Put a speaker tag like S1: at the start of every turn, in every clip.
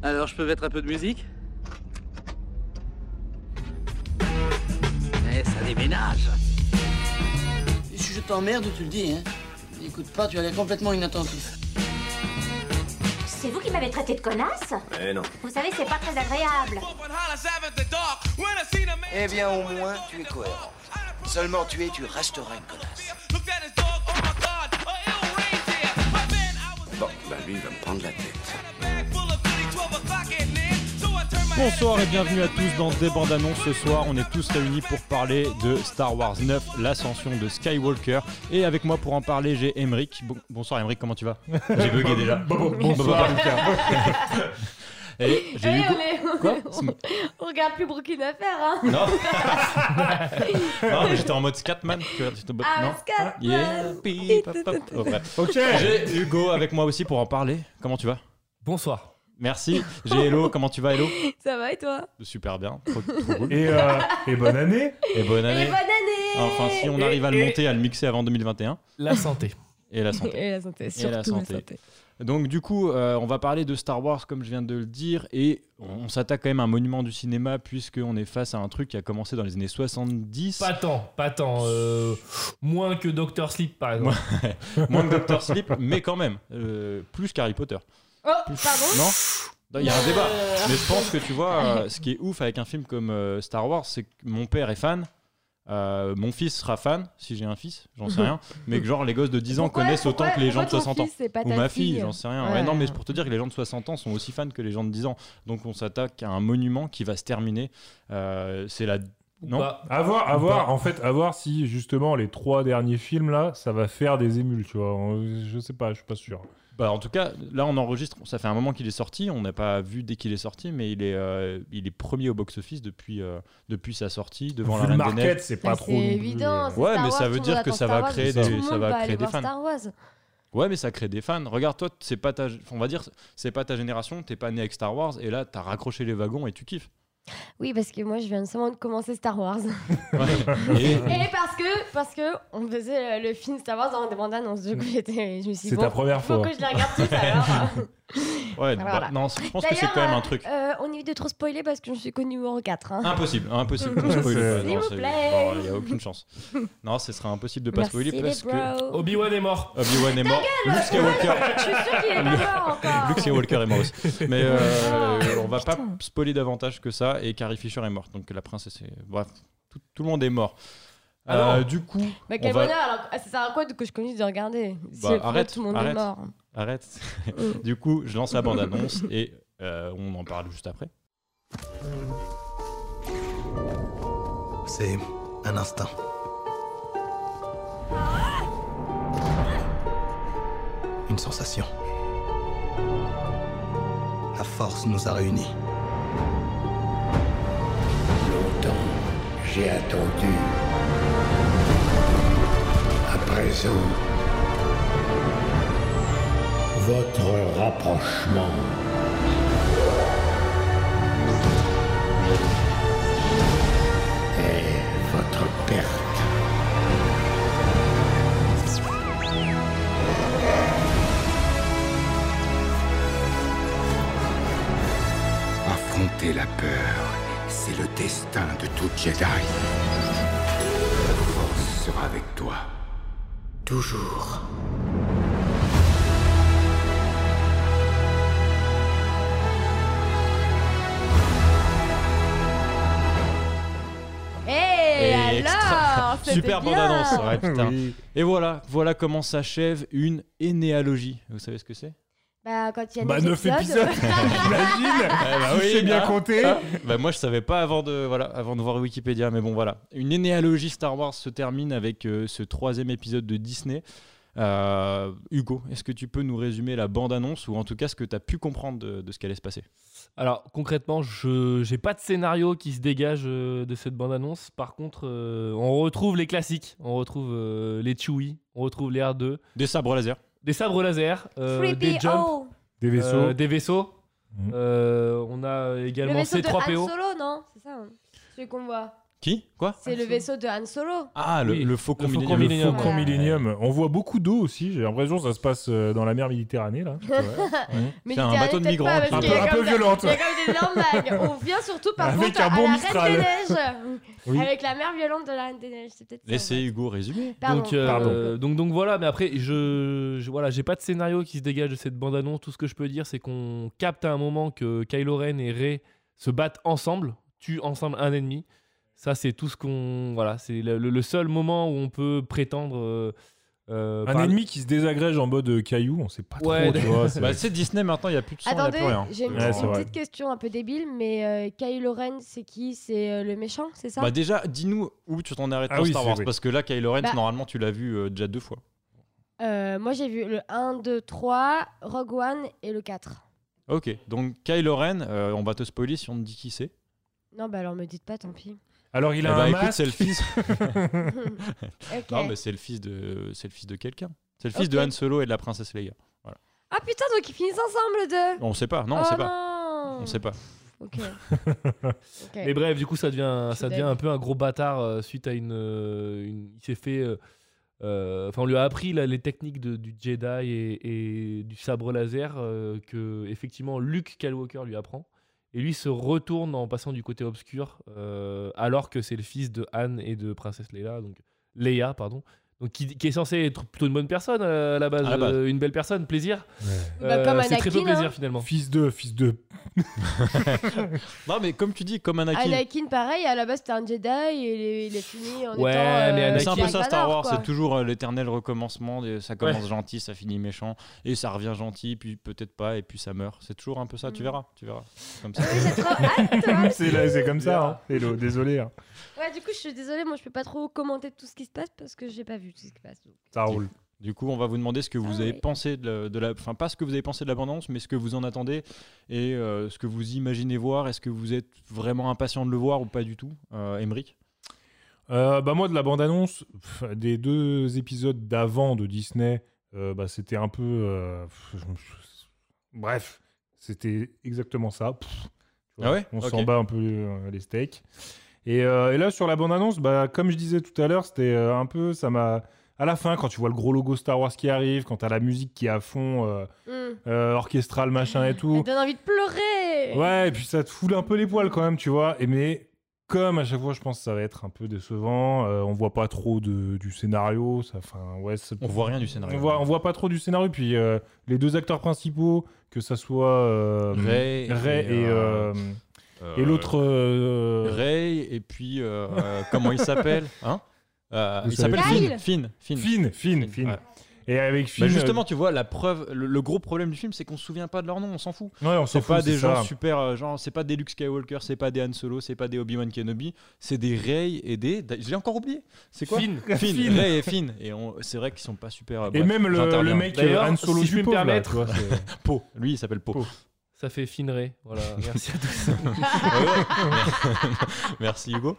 S1: Alors je peux mettre un peu de musique Eh, ça déménage
S2: Si je t'emmerde, tu le dis, hein. N'écoute pas, tu as l'air complètement inattentif.
S3: C'est vous qui m'avez traité de connasse
S4: Eh non.
S3: Vous savez, c'est pas très agréable.
S5: Eh bien, au moins, tu es cohérent. Seulement tu es, tu resteras une connasse.
S4: Bon, bah lui, il va me prendre la tête.
S6: Bonsoir et bienvenue à tous dans des bandes annonces. Ce soir, on est tous réunis pour parler de Star Wars 9, l'ascension de Skywalker. Et avec moi pour en parler, j'ai Emeric. Bon- bonsoir Emeric, comment tu vas J'ai bugué déjà. Bonsoir Et j'ai
S7: Eh,
S6: Hugo.
S7: on, est-
S6: Quoi
S7: on regarde plus Brooklyn Affaire, hein
S6: Non Non, mais j'étais en mode Scatman. tu vois, j'étais en mode-
S7: Ah,
S6: non
S7: Scatman.
S6: Yeah, pip, pop, pop. Oh, bref. J'ai Hugo avec moi aussi pour en parler. Comment tu vas
S8: Bonsoir.
S6: Merci. J'ai Hello. Comment tu vas, Hello
S7: Ça va et toi
S6: Super bien. Trop, trop cool.
S8: Et, euh, et bonne année.
S6: Et bonne
S7: Et
S6: année.
S7: bonne année
S6: Enfin, si on
S8: Et-
S6: arrive à le
S8: et-
S6: monter, à le mixer avant 2021.
S8: La santé.
S6: Et la santé.
S7: Et la santé, surtout
S6: la santé. Donc du coup, euh, on va parler de Star Wars comme je viens de le dire et on, on s'attaque quand même à un monument du cinéma puisqu'on est face à un truc qui a commencé dans les années 70,
S8: Pas tant, pas tant. euh, moins que Doctor Sleep, par exemple.
S6: moins que Doctor Sleep, mais quand même, euh, plus qu'Harry Potter.
S7: Oh, pardon Euh.
S6: Non Non, Il y a un débat. Mais je pense que tu vois, euh, ce qui est ouf avec un film comme euh, Star Wars, c'est que mon père est fan. euh, mon fils sera fan, si j'ai un fils, j'en sais rien, mais que genre les gosses de 10 ans
S7: Pourquoi-
S6: connaissent autant
S7: pourquoi-
S6: que les gens de
S7: pourquoi ton
S6: 60 ans.
S7: fils, c'est pas
S6: Ou
S7: ta
S6: ma fille, j'en sais rien. Ouais,
S7: Ouais.
S6: non, mais c'est pour te dire que les gens de 60 ans sont aussi fans que les gens de 10 ans. Donc on s'attaque à un monument qui va se terminer. Euh, c'est la. Non
S8: Bah,
S9: À voir, à voir, en fait, à voir si justement les trois derniers films là, ça va faire des émules, tu vois. On- Je sais pas, je suis pas sûr.
S6: Bah, en tout cas, là on enregistre. Ça fait un moment qu'il est sorti. On n'a pas vu dès qu'il est sorti, mais il est, euh, il est premier au box-office depuis, euh, depuis sa sortie, devant
S9: Vu
S6: la
S9: le
S6: Reine des Neiges.
S9: market, c'est pas trop.
S7: Bah, C'est
S9: non plus,
S7: évident.
S9: euh,
S7: c'est
S6: Ouais,
S7: Star
S6: mais ça
S7: Wars,
S6: veut
S7: tout le
S6: dire
S7: monde
S6: que
S7: attend
S6: ça va
S7: Star Wars,
S6: créer
S7: tout
S6: des-
S7: le monde
S6: ça va
S7: aller
S6: créer des
S7: voir
S6: fans.
S7: Star Wars.
S6: Ouais, mais ça crée des fans. Regarde, toi, c'est pas ta, on va dire, c'est pas ta génération. T'es pas né avec Star Wars, et là t'as raccroché les wagons et tu kiffes.
S7: Oui, parce que moi, je viens seulement de commencer Star Wars.
S6: Ouais. Et-
S7: et parce que, parce que, on faisait le, le film Star Wars dans des bandes annonces. Du coup, j'étais, je me suis dit,
S9: C'est
S7: bon,
S9: ta première
S7: faut
S9: fois.
S7: que je la regarde tous alors.
S6: ouais,
S7: Voilà.
S6: bah, non, je pense que c'est
S7: D'ailleurs,
S6: quand même un truc. Ah,
S7: Euh, on évite de trop spoiler parce que je suis qu'au numéro 4. Hein.
S6: Impossible, impossible.
S9: S'il
S6: Pas spoiler,
S9: vous
S6: ouais, non, c'est-
S7: plaît.
S6: bon, Il n'y a aucune chance. Non, ce sera impossible de pas
S7: Merci
S6: spoiler
S7: les
S6: parce que Oh.
S7: bros.
S8: Obi-Wan est mort.
S6: Obi-Wan est mort. Luke Skywalker.
S7: Je suis sûre qu'il est pas mort encore.
S6: Luke Skywalker est mort aussi. Mais euh,
S7: Oh,
S6: on va pas
S7: Ah. putain.
S6: spoiler davantage que ça. Et Carrie Fisher est morte. Donc la princesse est. Bref, tout, tout le monde est mort. Euh,
S8: Alors
S6: du coup,
S7: Bah
S6: on
S7: quel
S6: va-
S7: bonheur, alors ah, ça sert à quoi de- que je connaisse de regarder Si
S6: Bah,
S7: le premier,
S6: arrête,
S7: tout le monde
S6: arrête.
S7: est mort.
S6: arrête. du coup, je lance la bande-annonce et euh, on en parle juste après.
S5: C'est un instinct. Une sensation. La force nous a réunis.
S10: Longtemps, j'ai attendu. À présent, votre rapprochement. est votre perte.
S4: Affronter la peur, c'est le destin de tout Jedi. La force sera avec toi. Toujours.
S7: Eh
S6: Et extra-
S7: alors, c'était
S6: Super
S7: bien.
S6: bande-annonce. ouais, putain.
S9: oui.
S6: Et voilà, voilà comment s'achève une énéalogie. Vous savez ce que c'est
S7: Bah quand il y a
S9: Bah,
S7: neuf
S9: neuf épisodes, j'imagine.
S6: bah
S9: Si
S6: oui,
S9: c'est bien
S6: là.
S9: compté.
S6: Ah, bah moi je savais pas avant de voilà avant de voir Wikipédia mais bon voilà une énéalogie Star Wars se termine avec euh, ce troisième épisode de Disney Euh, Hugo est-ce que tu peux nous résumer la bande annonce ou en tout cas ce que tu as pu comprendre de, de ce qu'allait se passer
S8: Alors, concrètement, je j'ai pas de scénario qui se dégage euh, de cette bande-annonce. Par contre, euh, on retrouve les classiques. On retrouve euh, les Chewie, on retrouve les R2,
S6: des sabres laser
S8: des sabres laser, euh, des jumps,
S7: 3PO.
S9: Des vaisseaux.
S8: euh, des vaisseaux.
S9: Mhm.
S8: Euh, on a
S7: Le
S8: également
S7: vaisseau de Han
S8: C3PO.
S7: Solo, non C'est ça, hein celui qu'on voit.
S6: Qui Quoi
S7: C'est le vaisseau de Han Solo.
S6: Ah, le,
S8: Oui,
S6: le faucon
S8: le faucon
S6: millénium.
S8: millénium.
S9: Faucon
S7: Ouais.
S9: Millenium. On voit beaucoup d'eau aussi. J'ai l'impression que ça se passe euh, dans la mer Méditerranée là.
S7: Mais
S6: C'est un
S7: littéralement,
S6: bateau de
S7: peut-être
S6: migrants
S7: pas,
S6: qui-
S7: parce
S9: Un
S7: qu'il y
S9: peu-
S7: a
S9: un
S7: comme
S9: peu
S7: des-
S9: violente.
S7: Il y a comme des énormes vagues. On vient surtout par
S9: Avec
S7: contre
S9: un
S7: à
S9: bon
S7: la
S9: Mistral.
S7: Reine des Neiges.
S9: Oui.
S7: Avec la mer violente de la Reine des Neiges. C'est peut-être ça.
S6: Laissez Hugo résumer.
S7: Pardon.
S8: donc, euh,
S7: pardon.
S8: donc donc voilà, mais après je, je- voilà, j'ai pas de scénario qui se dégage de cette bande annonce. Tout ce que je peux dire, c'est qu'on capte à un moment que Kylo Ren et Rey se battent ensemble, tuent ensemble un ennemi. Ça c'est tout ce qu'on voilà, c'est le, le- le seul moment où on peut prétendre euh, euh,
S9: Un
S8: par-
S9: ennemi qui se désagrège en mode euh, caillou, on sait pas
S8: Ouais,
S9: trop. Tu vois, c'est-
S6: Bah, c'est Disney maintenant, il n'y a plus de sang, il n'y a plus
S7: Attendez,
S6: rien.
S7: j'ai une,
S9: hein. Ouais,
S7: une
S9: c'est vrai.
S7: petite question un peu débile, mais euh, Kylo Ren, c'est qui C'est euh, le méchant, c'est ça
S6: Bah déjà, dis-nous où tu t'en arrêtes
S9: Ah
S6: dans
S9: oui,
S6: Star
S9: c'est
S6: Wars,
S9: vrai.
S6: parce que là, Kylo Ren,
S7: Bah-
S6: normalement, tu l'as vu euh, déjà deux fois.
S7: Euh, Moi, j'ai vu le 1, 2, 3, Rogue One et le 4.
S6: Ok, donc Kylo Ren, euh, on va te spoiler si on te dit qui c'est.
S7: Non, bah alors me dites pas, tant pis.
S9: Alors il
S6: Eh
S9: a
S6: bah,
S9: un
S6: écoute,
S9: masque.
S6: c'est le fils.
S7: Ok.
S6: Non, mais c'est le fils de, c'est le fils de quelqu'un. C'est le fils
S7: Ok.
S6: de Han Solo et de la princesse Leia.
S7: Ah putain, donc ils finissent ensemble, les deux
S6: On sait pas, non,
S7: Oh
S6: on sait pas,
S7: non
S6: on sait pas.
S7: Ok. Ok.
S8: Mais bref, du coup, ça devient,
S7: Je suis
S8: ça devient
S7: deg.
S8: un peu un gros bâtard euh, suite à une. euh, une- il s'est fait. euh, euh, Enfin, on lui a appris là, les techniques de- du Jedi et, et du sabre laser euh, que, effectivement, Luke Skywalker lui apprend. Et lui se retourne en passant du côté obscur, euh, alors que c'est le fils de Han et de Princesse Leia, donc Leia, pardon. Donc, qui, qui est censé être plutôt une bonne personne euh, à la base,
S6: À la base.
S8: euh, une belle personne, plaisir. Euh,
S9: Ouais.
S7: Bah, comme
S8: c'est très peu
S7: Anakin,
S8: plaisir
S7: hein.
S8: finalement.
S9: Fils de, fils de.
S6: Non, mais comme tu dis, comme Anakin.
S7: Anakin, pareil, à la base c'était un Jedi et il est, il est fini en
S8: Ouais,
S7: étant.
S8: mais
S7: euh,
S6: Mais c'est un
S8: Anakin-
S6: peu ça Star
S7: Bernard,
S6: Wars,
S7: quoi.
S6: c'est toujours euh, l'éternel recommencement. des- Ça commence gentil, ça finit méchant, et ça revient gentil, puis peut-être pas, et puis ça meurt. C'est toujours un peu ça. Tu
S7: Mm.
S6: verras, tu verras. C'est Comme ça.
S7: Ah oui, j'ai trop hâte, hein.
S9: c'est là, c'est comme ça. hein. Hello, désolé. hein.
S7: Ouais, du coup, je suis désolée, moi je peux pas trop commenter tout ce qui se passe parce que j'ai pas vu tout ce qui se passe. donc.
S9: Ça roule.
S6: Du coup, on va vous demander ce que vous
S7: Ah
S6: avez
S7: ouais.
S6: pensé de la, de la- enfin pas ce que vous avez pensé de l'abondance, mais ce que vous en attendez et euh, ce que vous imaginez voir. Est-ce que vous êtes vraiment impatient de le voir ou pas du tout, euh, Emric
S9: Euh, bah moi de la bande annonce des deux épisodes d'avant de Disney, euh, bah c'était un peu. euh, pff, je me- je- Bref, c'était exactement ça. Pff, tu vois,
S6: Ah ouais
S9: On
S6: Ok.
S9: s'en bat un peu euh, les steaks. Et, euh, et là sur la bande annonce, bah comme je disais tout à l'heure, c'était euh, un peu ça m'a. À la fin, quand tu vois le gros logo Star Wars qui arrive, quand t'as la musique qui est à fond, euh,
S7: Hmm.
S9: euh, orchestrale, machin et
S7: Ça
S9: tout.
S7: donne envie de pleurer
S9: Ouais, et puis ça te foule un peu les poils quand même, tu vois. Et mais comme à chaque fois, je pense que ça va être un peu décevant. euh, on voit pas trop de, du scénario. Ça, enfin, ouais, ça-
S6: On voit rien du
S9: on
S6: scénario.
S9: voit, on voit pas trop du scénario. Puis euh, les deux acteurs principaux, que ça soit euh,
S6: Ray,
S9: Ray et,
S6: euh,
S9: euh, et l'autre, euh,
S6: Ray et puis euh, euh, comment il s'appelle hein Euh,
S9: Vous
S6: Il
S9: savez-
S6: s'appelle Finn.
S7: Kyle
S6: Finn. Finn.
S9: Finn, Finn, Finn.
S6: Ouais.
S9: Et avec Finn, euh,
S6: Bah justement, tu vois, la preuve, le, le gros problème du film, c'est qu'on se souvient pas de leur nom, on s'en fout.
S9: euh, ouais, on s'en
S6: C'est
S9: fout,
S6: pas des gens
S9: ça.
S6: super, euh, genre, c'est pas des Luke Skywalker, c'est pas des Han Solo, c'est pas des Obi-Wan Kenobi, c'est des Rey et des. Je l'ai encore oublié. C'est quoi
S8: Fine.
S6: Finn,
S9: Finn.
S6: Ray et Finn. Et on- c'est vrai qu'ils sont pas super. euh,
S9: Et
S6: bref,
S9: même le,
S6: j'interviens.
S9: le mec euh,
S8: D'ailleurs,
S9: Han Solo
S8: si
S9: du
S8: je puis me
S9: pauvre, là,
S8: permettre.
S9: tu vois, c'est-
S6: Po. Lui, il s'appelle Po.
S9: Po.
S8: Ça fait finerer. Voilà, merci à tous.
S6: Merci Hugo.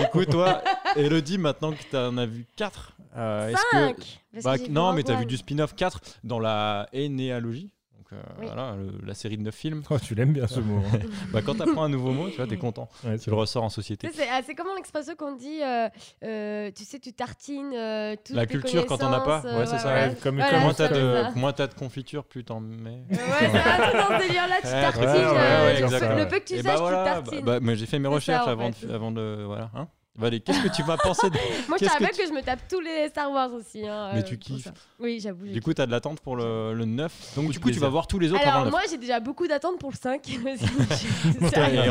S6: du coup, toi, Elodie, maintenant que t'en as vu 4, est-ce que.
S7: Cinq, parce
S6: Bah,
S7: que j'ai vu
S6: non,
S7: Rogue
S6: mais t'as vu
S7: One.
S6: du spin-off 4 dans la énéalogie. Donc, euh,
S7: Oui.
S6: voilà, le- la série de 9 films.
S9: Oh, tu l'aimes bien ce mot. hein.
S6: Bah, quand t'apprends un nouveau mot, tu vois, t'es content.
S9: Ouais,
S6: Tu le ressors en société.
S7: Tu sais, C'est ah, c'est comment l'expression qu'on dit, euh, euh, tu sais, tu tartines euh, toutes
S6: La
S7: tes
S6: culture, quand on n'a pas,
S7: connaissances, euh,
S6: ouais, c'est ça,
S9: ouais, comme-
S7: Voilà,
S6: Moins
S7: c'est
S6: t'as de,
S7: ça.
S6: moins t'as de confiture, plus t'en mets.
S7: Ouais, c'est ça, c'est dans ce délire-là, tu
S6: Ouais,
S7: tartines.
S9: ouais, ouais,
S7: euh,
S9: ouais,
S7: le
S9: exact,
S7: peu-
S9: ouais.
S7: le peu que tu
S6: Et
S7: saches,
S6: bah voilà,
S7: tu tartines.
S6: bah- bah, mais j'ai fait mes
S7: C'est ça,
S6: recherches
S7: en
S6: avant,
S7: fait.
S6: de, avant de. Voilà. Hein Valérie, qu'est-ce que tu vas penser de-
S7: Moi, je
S6: bah, qu'est-ce que
S7: t'avoue que, je me tape tous les Star Wars aussi. hein,
S6: Mais
S7: euh,
S6: tu
S7: pour
S6: kiffes.
S7: ça. Oui, j'avoue. je
S6: Du coup, t'as de l'attente pour le, le 9. Donc,
S8: Coup
S6: du
S8: de
S6: coup, tu vas
S8: plaisir.
S6: voir tous les autres avant
S7: Alors
S6: le 9.
S7: moi j'ai déjà beaucoup d'attentes pour le 5.
S6: Et
S7: Et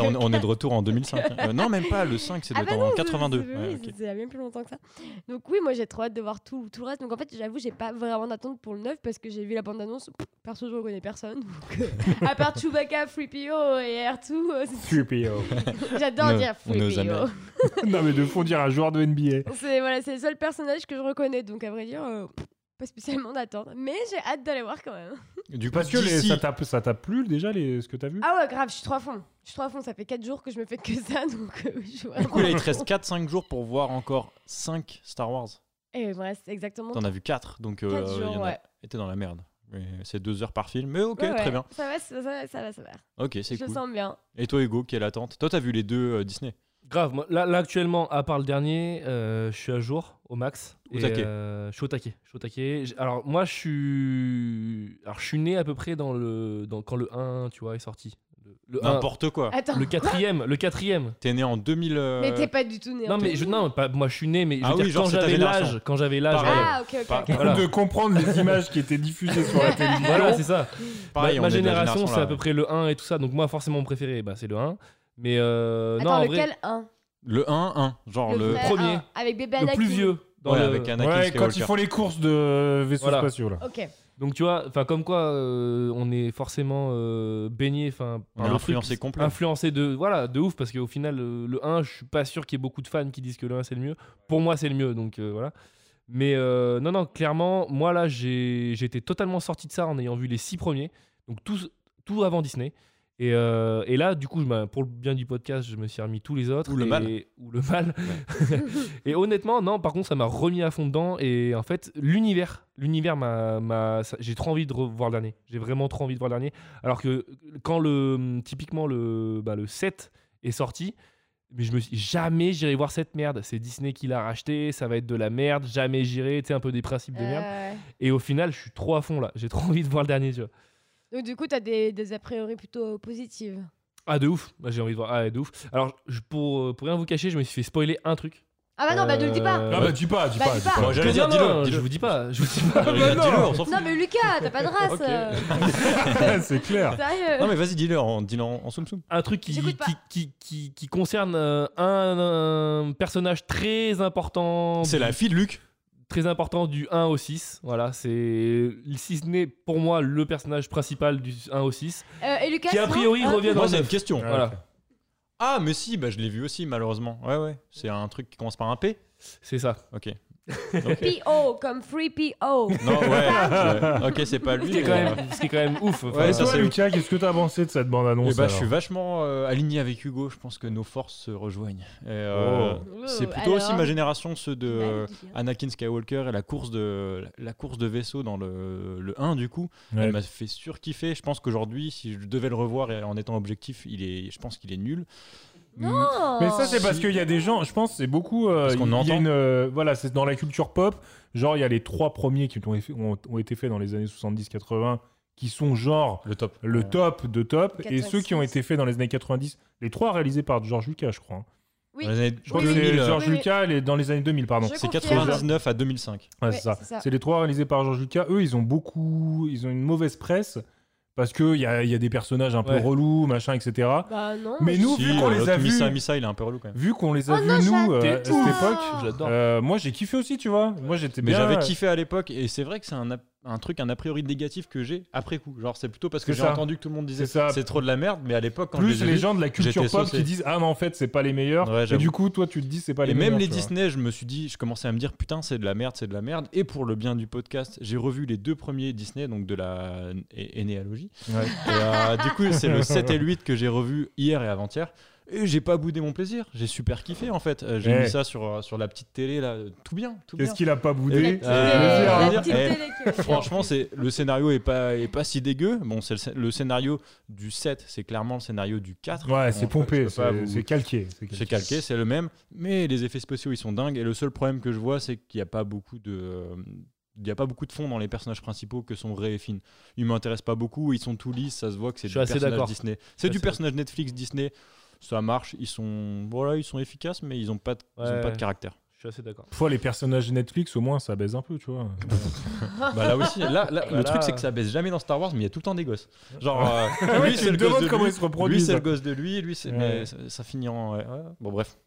S6: on, on est de retour en 2005. Euh, non, même pas, le 5, c'est
S7: Ah
S6: de
S7: bah
S6: temps
S7: non,
S6: en
S7: c'est-
S6: 82.
S7: c'est-
S6: Ouais,
S7: oui,
S6: ok.
S7: c'est- c'est bien plus longtemps que ça. Donc oui, moi j'ai trop hâte de voir tout, tout le reste. Donc en fait, j'avoue, j'ai pas vraiment d'attente pour le 9 parce que j'ai vu la bande-annonce. Pff, Perso, je reconnais personne. Donc, euh, à part Chewbacca, 3PO et R2, euh, c'est-
S9: 3PO.
S7: j'adore
S6: Ne-
S7: dire
S6: on n'ose
S7: 3PO.
S6: jamais.
S9: non, mais de fond, dire un joueur de NBA.
S7: C'est voilà, c'est le seul personnage que je reconnais. Donc à vrai dire, euh, pff, pas spécialement d'attente. Mais j'ai hâte d'aller voir quand même.
S6: Du coup,
S9: Parce que les-
S6: d'ici-
S9: ça t'a ça t'a plu déjà les, ce que t'as vu
S7: Ah ouais, grave, je suis trop à fond. Je suis trop à fond. Ça fait 4 jours que je me fais que ça. Donc euh, je suis
S6: du coup, là, il te
S7: vraiment-
S6: reste 4-5 jours pour voir encore 5 Star Wars.
S7: Et il me reste exactement
S6: T'en as vu 4, donc euh,
S7: Quatre
S6: il y en
S7: jours,
S6: a-
S7: ouais.
S6: et t'es dans la merde. Mais C'est 2 heures par film, mais ok,
S7: Ouais, ouais.
S6: très bien.
S7: Ça va, ça va, ça va, ça va.
S6: Ok, c'est
S7: Je
S6: cool.
S7: sens bien.
S6: Et toi, Hugo, quelle attente Toi, t'as vu les deux euh, Disney
S8: Grave, moi, là, là, actuellement, à part le dernier, euh, je suis à jour au max.
S6: Au
S8: Et,
S6: taquet.
S8: euh, je suis au taquet. Je suis au taquet. J- Alors moi je suis, alors je suis né à peu près dans le, dans quand le 1, tu vois, est sorti. Le, le 1,
S6: N'importe quoi.
S7: Attends,
S8: le quatrième, le quatrième.
S6: T'es né en 2000. Ah, euh,
S7: Ah. mais t'es pas du tout né.
S8: Non
S7: en
S8: mais
S7: fait.
S8: je, non, pas, moi je suis né, mais je veux
S6: Ah
S8: dire,
S6: oui, genre,
S8: quand
S6: c'est ta
S8: j'avais
S6: génération.
S8: l'âge, quand j'avais l'âge.
S6: Pareil.
S7: Ah, ok, ok,
S6: euh, Pas-
S7: ok.
S8: Voilà.
S9: De comprendre les images qui étaient diffusées sur la télévision.
S8: Voilà, c'est ça.
S6: Pareil,
S8: ma, ma
S6: on est de la
S8: génération, c'est
S6: là.
S8: à peu près le 1 et tout ça. Donc moi, forcément, mon préféré, bah, c'est le 1. Mais euh, non,
S7: Attends,
S8: en
S7: lequel
S8: vrai,
S7: 1
S6: Le 1-1. Genre le.
S8: vrai. premier.
S7: Avec bébé
S8: le
S7: Anakin.
S8: plus vieux. Dans
S6: Ouais,
S8: le-
S6: avec Anakin
S9: Ouais, quand
S6: Skywalker.
S9: ils font les courses de vaisseaux
S8: Voilà.
S9: spatiaux là.
S7: Ok.
S8: Donc tu vois, enfin comme quoi, euh, on est forcément euh, baigné, enfin
S6: On
S8: par
S6: est
S8: le truc,
S6: influencé complet.
S8: influencé de voilà de ouf parce qu'au final euh, le 1 je suis pas sûr qu'il y ait beaucoup de fans qui disent que le 1 c'est le mieux pour moi c'est le mieux donc euh, voilà mais euh, non non clairement moi là j'ai j'étais totalement sorti de ça en ayant vu les six premiers donc tout tout avant Disney et, euh, et là du coup je m'a- pour le bien du podcast je me suis remis tous les autres
S6: Ou le
S8: et-
S6: mal.
S8: ou le mal et honnêtement non par contre ça m'a remis à fond dedans et en fait l'univers l'univers m'a m'a- ça- j'ai trop envie de revoir le dernier j'ai vraiment trop envie de voir le dernier alors que quand le typiquement le bah, le 7 est sorti, mais je me suis jamais j'irai voir cette merde. C'est Disney qui l'a racheté, ça va être de la merde. Jamais j'irai, tu sais un peu des principes de merde.
S7: Euh,
S8: Et au final, je suis trop à fond là. J'ai trop envie de voir le dernier. Tu vois.
S7: Donc du coup, t'as des, des a priori plutôt positifs.
S8: Ah de ouf. Bah, j'ai envie de voir. Ah de ouf. Alors je- pour euh, pour rien vous cacher, je me suis fait spoiler un truc.
S7: Ah bah non, bah ne le dis pas.
S8: Euh,
S9: Ah bah dis pas, dis
S7: Bah,
S9: pas,
S7: dis
S9: dis
S7: pas.
S9: pas.
S6: Moi, j'allais
S8: non,
S6: dire,
S8: non,
S6: dis-le.
S8: Je vous dis pas. Je vous dis pas.
S6: Regarde,
S9: non.
S6: Dis-le, on s'en fout.
S7: Non mais Lucas, t'as pas de race.
S8: Ok.
S7: euh.
S9: c'est clair.
S7: Sérieux.
S6: Ah. Non, mais vas-y, dis-le en, dis-le en, en soum soum.
S8: un truc qui,
S7: J'écoute pas.
S8: qui, qui, qui- qui concerne euh, un, un personnage très important.
S6: C'est la fille de Luc.
S8: très important du 1 au 6. Voilà, c'est si ce n'est pour moi le personnage principal du 1 au 6
S7: Euh, et Lucas,
S8: qui a
S7: non
S8: priori
S7: Ah,
S8: revient dans
S6: Moi,
S8: le
S6: c'est une
S8: 9.
S6: question.
S8: Voilà.
S9: ok.
S6: Ah, mais si, bah, je l'ai vu aussi, malheureusement. Ouais, ouais. C'est un truc qui commence par un P.
S8: C'est ça.
S6: Ok.
S7: PO comme free PO.
S6: Non, ouais. je- Ok, c'est pas lui.
S8: Ce qui est
S6: mais,
S8: quand
S6: euh,
S8: même, ce qui est quand même ouf. Enfin,
S6: Ouais,
S9: Et
S6: ça,
S9: toi,
S6: c'est-
S9: Lucas, qu'est-ce que t'as pensé de cette bande
S6: eh
S9: annonce
S6: bah, je suis vachement euh, aligné avec Hugo. Je pense que nos forces se rejoignent. Et, euh,
S7: Oh.
S6: C'est
S7: Oh,
S6: plutôt
S7: alors
S6: aussi ma génération, ceux de
S7: Bah,
S6: euh,
S7: dis bien.
S6: Anakin Skywalker et la course de la course de vaisseau dans le, le 1 du coup. Elle m'a fait surkiffer. Je pense qu'aujourd'hui, si je devais le revoir et en étant objectif, il est, je pense qu'il est nul. Hmm.
S7: Non.
S9: Mais ça, c'est
S6: Si.
S9: parce qu'il y a des gens, je pense, c'est beaucoup. euh,
S6: Parce qu'on
S9: il y a
S6: entend.
S9: une, euh, voilà, c'est dans la culture pop. Genre, il y a les trois premiers qui ont, été- ont- ont été faits dans les années 70-80, qui sont genre
S6: Le top.
S9: le top de top. et
S7: 86.
S9: ceux qui ont été faits dans les années 90, les trois réalisés par George Lucas, je crois. hein.
S7: Oui.
S6: Dans les années
S9: Je crois
S7: Oui,
S9: que
S7: oui,
S9: c'est
S6: 2000,
S9: George
S7: oui, oui.
S9: Lucas les- dans les années 2000, pardon.
S7: Je
S6: c'est
S7: confirme.
S6: 99 à 2005.
S9: Ouais,
S7: Ouais,
S9: c'est ça.
S7: c'est ça.
S9: C'est les trois réalisés par George Lucas. Eux, ils ont beaucoup, ils ont une mauvaise presse parce que il y a, il y a des personnages un peu
S8: Ouais.
S9: relous, machin, etc.
S7: Bah non.
S9: Mais nous,
S6: Si,
S9: vu qu'on
S6: euh,
S9: les a
S6: l'autre
S9: vus,
S6: Missa, Missa, il est un peu relou quand même.
S9: vu qu'on les a
S7: Oh
S9: vus
S7: non,
S9: nous euh,
S8: j'adore.
S9: à cette époque,
S8: J'adore.
S9: euh, moi j'ai kiffé aussi, tu vois. Moi j'étais
S6: Mais
S9: bien. euh,
S6: j'avais kiffé à l'époque et c'est vrai que c'est un, ap- un truc, un a priori négatif que j'ai après coup. Genre, c'est plutôt parce que
S9: C'est
S6: j'ai
S9: ça.
S6: entendu que tout le monde disait
S9: C'est ça.
S6: c'est trop de la merde, mais à l'époque, quand je
S9: Plus
S6: les ai
S9: les
S6: vus-
S9: gens de la culture
S6: j'étais
S9: pop
S6: saucé.
S9: qui disent ah mais en fait c'est pas les meilleurs.
S6: Ouais,
S9: et
S6: j'avoue.
S9: du coup toi tu te dis c'est pas les
S6: et
S9: meilleurs.
S6: même les
S9: tu vois.
S6: Disney, je me suis dit, je commençais à me dire putain, c'est de la merde, c'est de la merde. Et pour le bien du podcast, j'ai revu les deux premiers Disney, donc de la é- énéalogie.
S9: Ouais.
S6: Et, euh, du coup, c'est le 7 et le 8 que j'ai revu hier et avant-hier. Et j'ai pas boudé mon plaisir, j'ai super kiffé en fait. Euh, J'ai
S9: Eh.
S6: mis ça sur, euh, sur la petite télé là, tout bien, tout bien.
S9: Qu'est-ce qu'il a pas
S7: La
S9: boudé
S7: petite
S9: C'est
S6: Euh,
S9: le plaisir,
S6: on
S7: télé-
S6: va
S9: hein.
S7: la
S6: dire,
S7: petite
S6: eh,
S7: télé qui-
S6: Franchement, c'est le scénario est pas est pas si dégueu. Bon, c'est le, sc- le scénario du 7, c'est clairement le scénario du 4.
S9: Ouais,
S6: On
S9: c'est
S6: peut- je
S9: pompé,
S6: peux pas vous-
S9: c'est c'est calqué. c'est
S6: C'est calqué, c'est le même, mais les effets spéciaux ils sont dingues. Et le seul problème que je vois, c'est qu'il n'y a pas beaucoup de euh, il y a pas beaucoup de fond dans les personnages principaux que sont Ray et Finn. Ils m'intéressent pas beaucoup, ils sont tout lisses, ça se voit que c'est
S8: Je
S6: du
S8: suis assez
S6: personnage
S8: d'accord.
S6: Disney.
S8: suis
S6: C'est du
S8: assez
S6: personnage Netflix Disney. Ça marche, ils sont voilà, ils sont efficaces mais ils ont pas de, ils ont
S8: Ouais.
S6: pas de caractère.
S8: Je suis assez d'accord.
S9: Parfois les personnages Netflix au moins ça baise un peu, tu vois.
S6: Bah là aussi, là, là, le
S8: là,
S6: truc c'est
S8: euh,
S6: que ça baisse jamais dans Star Wars, mais il y a tout le temps des gosses. Genre, euh,
S9: ouais,
S6: lui
S9: tu
S6: c'est
S9: te
S6: le gosse
S9: demandes
S6: de
S9: comment
S6: lui,
S9: ils se
S6: lui
S9: reproduisent.
S6: c'est le gosse de lui, lui c'est. mais
S9: Ouais.
S6: ça, ça finit en. ouais, ouais. Bon bref.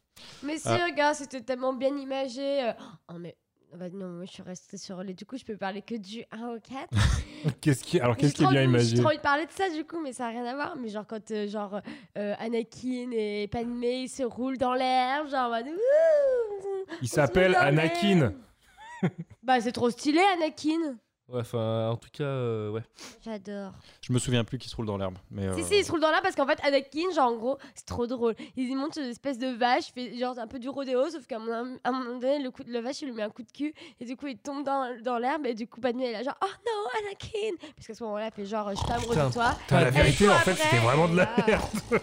S7: Mais si,
S6: Ah.
S7: regarde, c'était tellement bien imagé. euh, Oh, mais. Bah non, moi je suis restée sur les. Du coup, je peux parler que du 1 au 4.
S9: Qu'est-ce qui alors
S7: J'ai
S9: qu'est-ce qui est
S7: trop
S9: bien
S7: envie- J'ai
S9: imagé
S7: trop envie de parler de ça du coup, mais ça n'a rien à voir. Mais genre quand euh, genre euh, Anakin et Padmé ils se roulent dans l'air, genre en mode, Ouh, on
S9: Il
S7: se
S9: s'appelle
S7: roule dans l'air.
S9: Anakin.
S7: Bah c'est trop stylé Anakin.
S8: Ouais, enfin, en tout cas, euh, ouais.
S7: J'adore.
S6: Je me souviens plus qu'il se roule dans l'herbe. Mais euh,
S7: Si si, ils se roulent dans l'air parce qu'en fait Anakin, genre en gros, c'est trop drôle. Ils y montent une espèce de vache, fait genre un peu du rodéo, sauf qu'à un moment- à un moment donné le coup de la vache il lui met un coup de cul et du coup il tombe dans, dans l'herbe et du coup Padmé elle est là genre oh non Anakin parce qu'à ce moment-là elle fait genre je suis amoureuse de toi.
S9: Putain, la
S7: Elle
S9: vérité
S7: court
S9: en fait
S7: après,
S9: c'était vraiment de la
S7: et là-
S9: merde.
S7: Oh,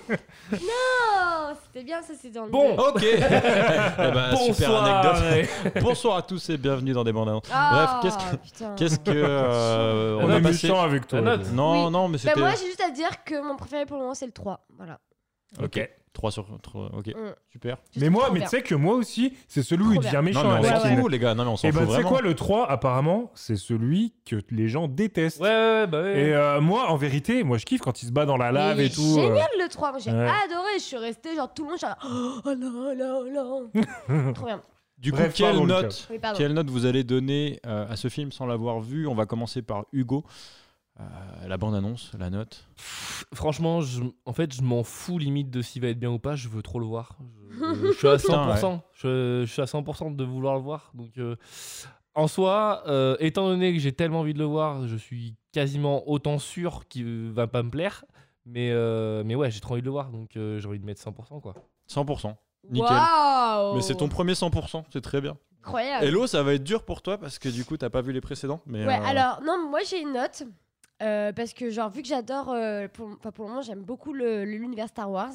S7: c'est C'était bien, ça, c'est dans le.
S8: Bon.
S7: deux.
S6: Ok Eh ben, Super
S8: Bonsoir.
S6: anecdote. Bonsoir à tous et bienvenue dans des bandes annonces.
S7: Ah,
S6: Bref, qu'est-ce
S7: putain.
S6: Qu'est-ce que. euh,
S9: On
S6: on a
S9: est
S6: passé.
S9: méchant avec toi.
S8: La note.
S6: Non,
S7: Oui.
S6: non, mais
S7: Bah,
S6: c'était.
S7: moi, j'ai juste à dire que mon préféré pour le moment, c'est le 3. Voilà.
S6: ok. 3 sur 3. Ok.
S7: Mm.
S6: Super.
S7: Juste
S9: Mais moi,
S7: trop
S9: mais
S7: bien.
S9: tu sais que moi aussi, c'est celui où il
S7: Trop bien.
S9: devient méchant.
S6: Non, mais on
S9: avec
S6: s'en
S7: ouais,
S9: Kin.
S6: fout, les gars. Non, mais on s'en
S9: Et
S6: fout
S9: ben, tu sais
S6: vraiment.
S9: quoi, le 3, apparemment, c'est celui que les gens détestent.
S8: Ouais, ouais, ouais, bah ouais.
S9: Et euh, moi, en vérité, moi, je kiffe quand il se bat dans la lave
S7: Mais
S9: et
S7: il est
S9: tout. euh.
S7: Génial le 3, moi j'ai
S9: Ouais.
S7: adoré, je suis restée genre tout le long, genre oh oh là oh là oh là. Trop bien.
S6: Du coup,
S9: Bref,
S6: quelle,
S9: pardon, Lucas.
S6: note,
S7: Oui, pardon.
S6: quelle note vous allez donner euh, à ce film sans l'avoir vu On va commencer par Hugo. Euh, la bande-annonce, la note.
S8: Franchement, je, en fait, je m'en fous limite de s'il va être bien ou pas. Je veux trop le voir. Je, je suis à 100%.
S6: Putain, ouais.
S8: je, je suis à 100% de vouloir le voir. Donc, euh, en soi, euh, étant donné que j'ai tellement envie de le voir, je suis quasiment autant sûr qu'il va pas me plaire. Mais, euh, mais ouais, j'ai trop envie de le voir. Donc, euh, j'ai envie de mettre 100%. Quoi.
S6: 100%. Nickel.
S7: Waouh
S6: Mais c'est ton premier 100%, c'est très bien.
S7: Incroyable.
S6: Hello, ça va être dur pour toi parce que du coup, t'as pas vu les précédents. Mais
S7: Ouais,
S6: euh,
S7: alors non, moi j'ai une note euh, parce que genre vu que j'adore, euh, pour, enfin, pour le moment j'aime beaucoup le- le- l'univers Star Wars,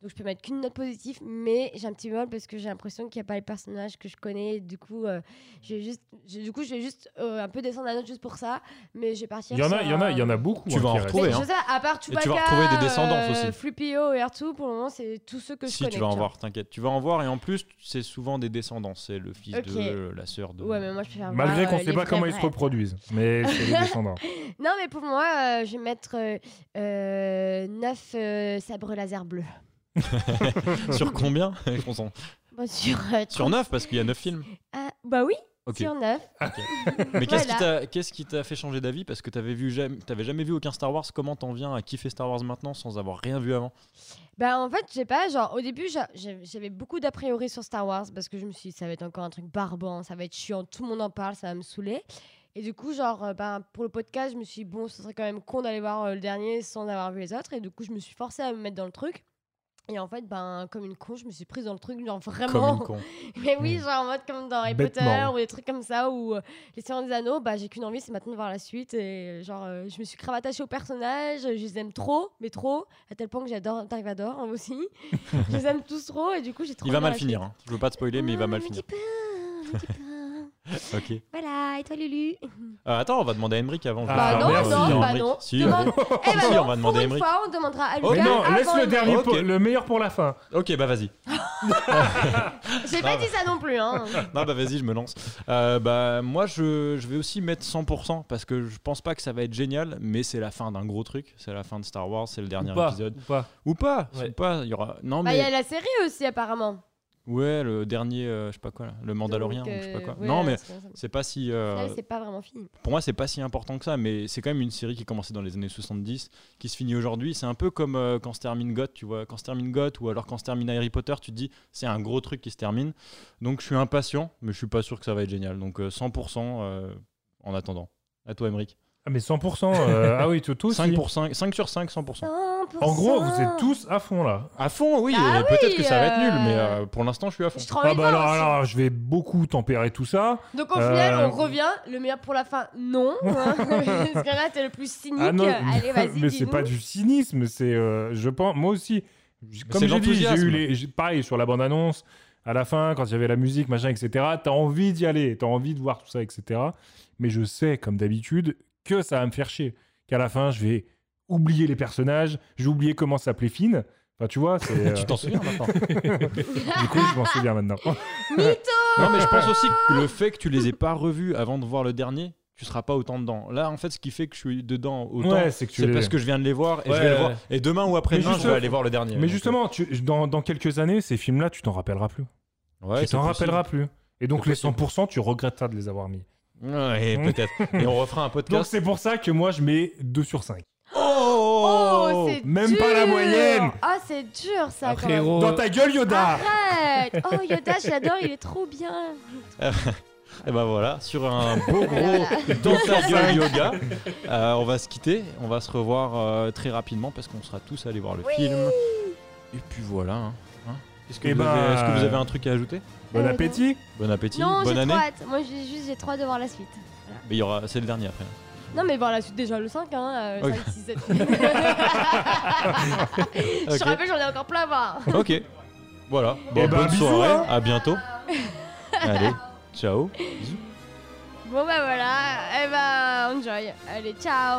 S7: donc je peux mettre qu'une note positive, mais j'ai un petit bémol parce que j'ai l'impression qu'il n'y a pas les personnages que je connais, du coup euh, je vais juste, je- du coup je vais juste euh, un peu descendre la note juste pour ça, mais j'ai parti.
S9: Il y en a, il y en a, il y en a beaucoup.
S6: Tu vas en
S9: qui restent.
S6: retrouver.
S7: Mais
S6: hein.
S7: Je sais, pas, à part
S6: tu vas
S7: Chewbacca,
S6: retrouver des descendants aussi.
S7: Flupio et R2, pour le moment, c'est tous ceux que je hein.
S6: si
S7: connais.
S6: tu vas en
S7: tu vois.
S6: voir, t'inquiète. Tu vas en voir et en plus, c'est souvent des descendants. C'est le fils
S7: Ok.
S6: de la sœur de.
S7: Ouais, mais moi, je préfère
S9: Malgré
S7: voir,
S9: qu'on
S7: euh,
S9: sait
S7: les
S9: pas
S7: vrais
S9: comment ils se
S7: vrais.
S9: reproduisent, mais c'est les descendants.
S7: Non, mais pour moi, euh, je vais mettre 9 sabres laser bleus.
S6: Sur combien On s'en-
S7: Bon, sur, euh,
S6: Sur 9 parce qu'il y a 9 films.
S7: ah, bah oui,
S6: Ok.
S7: sur 9.
S6: Mais qu'est-ce qui
S7: Voilà.
S6: t'a- qu'est-ce qui t'a fait changer d'avis Parce que t'avais vu jamais, t'avais jamais vu aucun Star Wars. Comment t'en viens à kiffer Star Wars maintenant sans avoir rien vu avant
S7: Bah en fait, je sais pas, genre au début, j'a- j'ai- j'avais beaucoup d'a priori sur Star Wars parce que je me suis dit ça va être encore un truc barbant, ça va être chiant, tout le monde en parle, ça va me saouler. Et du coup, genre euh, bah, pour le podcast, je me suis dit bon, ce serait quand même con d'aller voir euh, le dernier sans avoir vu les autres et du coup, je me suis forcée à me mettre dans le truc. Et en fait, ben, comme une con, je me suis prise dans le truc, genre
S6: Comme
S7: vraiment.
S6: une con. Mm.
S7: Mais oui, genre en mode comme dans Harry Potter
S9: Bêtement.
S7: ou des trucs comme ça, ou euh, Les Seigneurs des Anneaux, bah j'ai qu'une envie, c'est maintenant de voir la suite. Et euh, genre, euh, je me suis grave attachée aux personnages, je les aime trop, mais trop, à tel point que j'adore Dark Vador hein, aussi. je les aime tous trop, et du coup, j'ai trop.
S6: Il va
S7: envie de
S6: mal
S7: la
S6: finir.
S7: suite.
S6: hein. Je veux pas te spoiler, mais il va
S7: Ah,
S6: mal
S7: me
S6: finir.
S7: dis pas, me dis pas.
S6: Ok. Euh,
S7: Voilà, et toi, Lulu
S6: attends, on va demander à Emric avant.
S9: Ah,
S7: Bah non,
S9: merci.
S7: non, bah
S6: Emric.
S7: non.
S6: Si,
S7: Demande-
S6: allez.
S7: Eh bah
S6: Si,
S7: non,
S6: on va
S7: pour
S6: demander à
S7: une
S6: Emric.
S7: fois, on demandera à Lucas.
S9: Mais Oh, non,
S7: avant
S9: laisse le
S7: de-
S9: dernier,
S6: Ok.
S9: pour- le meilleur pour la fin.
S6: Ok, bah vas-y. Oh,
S7: J'ai pas dit ça non plus, hein.
S6: Non, bah vas-y, je me lance. Euh, bah, moi, je, je vais aussi mettre 100% parce que je pense pas que ça va être génial, mais c'est la fin d'un gros truc. C'est la fin de Star Wars, c'est le dernier
S8: ou pas,
S6: épisode.
S8: ou pas.
S6: Ou pas,
S8: Ouais.
S6: ou pas. Il y aura. Non,
S7: Bah, il
S6: mais.
S7: y a la série aussi, apparemment.
S6: Ouais, le dernier, euh, je sais pas quoi, là, le Mandalorien,
S7: Donc,
S6: ou je sais pas quoi.
S7: euh, ouais,
S6: non, mais
S7: c'est- c'est-
S6: c'est pas si. euh,
S7: là, c'est pas vraiment fini.
S6: pour moi, c'est pas si important que ça, mais c'est quand même une série qui a commencé dans les années 70, qui se finit aujourd'hui. C'est un peu comme euh, quand se termine Goth, tu vois. Quand se termine Goth ou alors quand se termine Harry Potter, tu te dis c'est un gros truc qui se termine. Donc je suis impatient, mais je suis pas sûr que ça va être génial. Donc euh, 100% euh, en attendant. À toi, Emric.
S9: Ah, mais 100%. euh, ah oui, Toto aussi.
S6: 5, pour 5, 5 sur 5, 100%.
S9: En gros, vous êtes tous à fond là.
S6: À fond, oui.
S7: Ah
S6: et Peut-être
S7: oui,
S6: que ça va être nul,
S7: euh,
S6: mais euh, pour l'instant, je suis à fond.
S7: Je te rends
S9: Ah
S7: une
S9: bah alors,
S7: main aussi.
S9: alors, je vais beaucoup tempérer tout ça.
S7: Donc au final,
S9: Euh,
S7: on revient. Le meilleur pour la fin, non. Parce que là, t'es le plus cynique. euh, Allez, vas-y,
S9: Ah mais c'est
S7: dis-nous.
S9: pas du cynisme, c'est euh, je pense moi aussi j-
S6: c'est
S9: comme j'ai dit, j'ai
S6: l'enthousiasme.
S9: eu les j'ai- pareil sur la bande annonce à la fin quand il y avait la musique machin etc. T'as envie d'y aller, t'as envie de voir tout ça etc. Mais je sais comme d'habitude que ça va me faire chier, qu'à la fin je vais oublier les personnages, j'ai oublié comment s'appelait Finn. Enfin tu vois, c'est, euh,
S6: Tu t'en souviens maintenant
S9: du coup je m'en souviens maintenant.
S6: Non, mais je pense aussi que le fait que tu les aies pas revus avant de voir le dernier, tu seras pas autant dedans. Là, en fait, ce qui fait que je suis dedans autant,
S9: Ouais, c'est que tu
S6: c'est
S9: l'es.
S6: parce que je viens de les voir et je
S8: Ouais,
S6: vais le
S8: ouais.
S6: voir. Et demain ou après-demain,
S9: Mais
S6: je
S9: juste-
S6: vais aller voir le dernier.
S9: Mais
S6: Donc,
S9: justement, tu- dans, dans quelques années, ces films-là, tu t'en rappelleras plus.
S6: euh, ouais,
S9: tu t'en
S6: c'est
S9: rappelleras plus. Et donc
S6: C'est
S9: les
S6: possible.
S9: 100%, tu regretteras de les avoir mis.
S6: possible. Ouais, peut-être. Et on refera un
S9: Donc
S6: podcast.
S9: c'est pour ça que moi je mets 2 sur 5.
S7: Oh, c'est
S9: Même
S7: dur.
S9: pas la moyenne.
S7: Ah, c'est dur ça.
S8: Ah,
S7: quand même.
S8: frérot,
S9: Dans ta gueule Yoda
S7: Ah. Arrête. Oh Yoda, j'adore. Il est trop bien.
S6: Et ben voilà, sur un beau gros dans ta gueule yoga, euh, on va se quitter. On va se revoir euh, très rapidement parce qu'on sera tous allés voir le film. Et puis voilà. hein. Hein Est-ce que,
S9: Eh
S6: vous
S9: ben,
S6: avez- est-ce que vous avez un truc à ajouter
S9: Bon appétit
S6: Bon appétit,
S7: non, j'ai
S6: bonne année.
S7: trop hâte. Moi, j'ai juste j'ai trop hâte de voir la suite.
S6: Mais il y aura, c'est le dernier après.
S7: Non, mais voir la suite déjà le 5, hein. euh,
S6: Ok.
S7: 5, 6, 7. Je
S6: Ok.
S7: te rappelle, j'en ai encore plein à voir.
S6: Ok. Voilà.
S9: Eh ben,
S6: bonne
S9: bisous,
S6: soirée.
S9: hein.
S6: À bientôt. Allez, ciao.
S7: Bon bah voilà, eh ben enjoy. Allez, ciao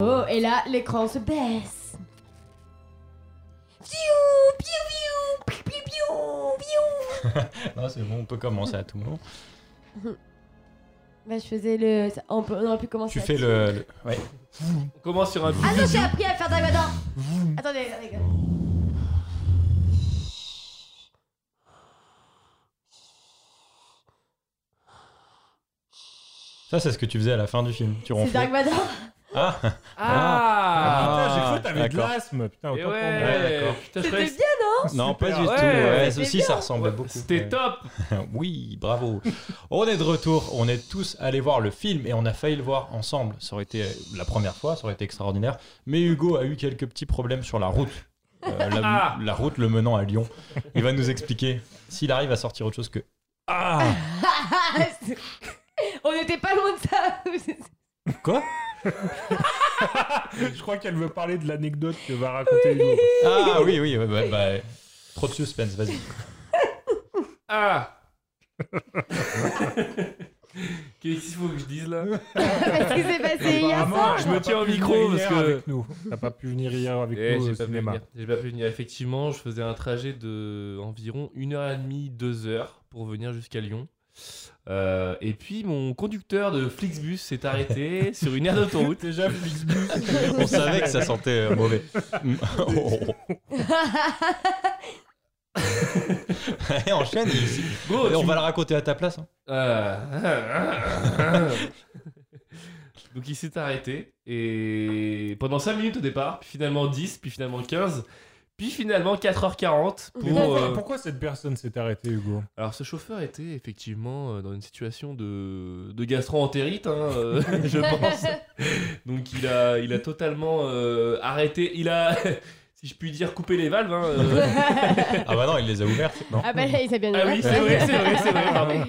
S7: Oh, et là, l'écran se baisse. Piou, piou, piou, piou, piou, piou, piou.
S6: Non, c'est bon, on peut commencer à tout moment.
S7: Bah, je faisais le. ça- On, peut, on aurait pu commencer.
S6: Tu
S7: à
S6: fais
S7: tirer.
S6: le. le- Ouais.
S8: On commence sur un.
S7: Ah non, j'ai appris à faire Dalmadan Attendez, attendez. attendez.
S6: Ça, c'est ce que tu faisais à la fin du film. Tu
S7: C'est
S6: ronflais.
S7: Dalmadan
S6: Ah,
S8: Ah,
S9: Ah, putain, j'ai cru que t'avais de
S6: D'accord.
S9: l'asthme. Putain,
S7: Eh
S8: Et
S9: autant pour moi.
S6: Ouais,
S8: ouais,
S6: d'accord.
S8: putain, je
S7: C'était
S8: croyais que
S7: bien
S6: non, pas du
S8: Ouais,
S6: tout. Ouais,
S7: c'était
S6: ceci,
S7: bien.
S6: ça ressemblait beaucoup.
S8: C'était
S6: Ouais.
S8: top.
S6: Oui, bravo. On est de retour. On est tous allés voir le film et on a failli le voir ensemble. Ça aurait été euh, la première fois, ça aurait été extraordinaire. Mais Hugo a eu quelques petits problèmes sur la route. Euh, la,
S8: Ah.
S6: la route le menant à Lyon. Il va nous expliquer s'il arrive à sortir autre chose que. Ah
S7: On était pas loin de ça
S6: Quoi
S9: Je crois qu'elle veut parler de l'anecdote que va raconter Hugo.
S6: Ah oui, oui, ouais, bah, bah, trop de suspense, vas-y.
S8: Ah Qu'est-ce qu'il faut que je dise là
S7: Parce qu'il s'est passé hier
S9: Apparemment,
S7: soir
S9: elle
S8: je me
S9: n'a
S8: tiens
S9: pas
S8: au
S9: pu venir
S8: micro parce
S9: hier
S8: que-
S9: avec nous. T'as pas pu venir hier avec
S8: Eh,
S9: nous
S8: j'ai
S9: au
S8: pas pu
S9: cinéma.
S8: venir. J'ai pas pu venir. Effectivement, je faisais un trajet de environ une heure et demie, deux heures pour venir jusqu'à Lyon. Euh, et puis mon conducteur de Flixbus s'est arrêté sur une aire d'autoroute. Déjà Flixbus.
S6: On savait que ça sentait euh, mauvais. Mm. Oh, oh, oh. Allez, enchaîne.
S8: Go,
S6: Et on
S8: tu-
S6: va la raconter à ta place. hein.
S8: Euh, Donc il s'est arrêté et pendant 5 minutes au départ, puis finalement 10, puis finalement 15, puis finalement 4h40 pour...
S9: Mais pourquoi,
S8: euh,
S9: pourquoi cette personne s'est arrêtée, Hugo
S8: Alors ce chauffeur était effectivement euh, dans une situation de, de gastro-entérite, hein, euh, je pense. Donc il a, il a totalement euh, arrêté, il a, si je puis dire, coupé les valves. hein, euh.
S6: Ah bah non, il les a ouvertes. Non.
S7: Ah bah là, il s'est bien
S8: Ah oui,
S7: ouvert.
S8: c'est vrai, c'est vrai, c'est vrai, pardon.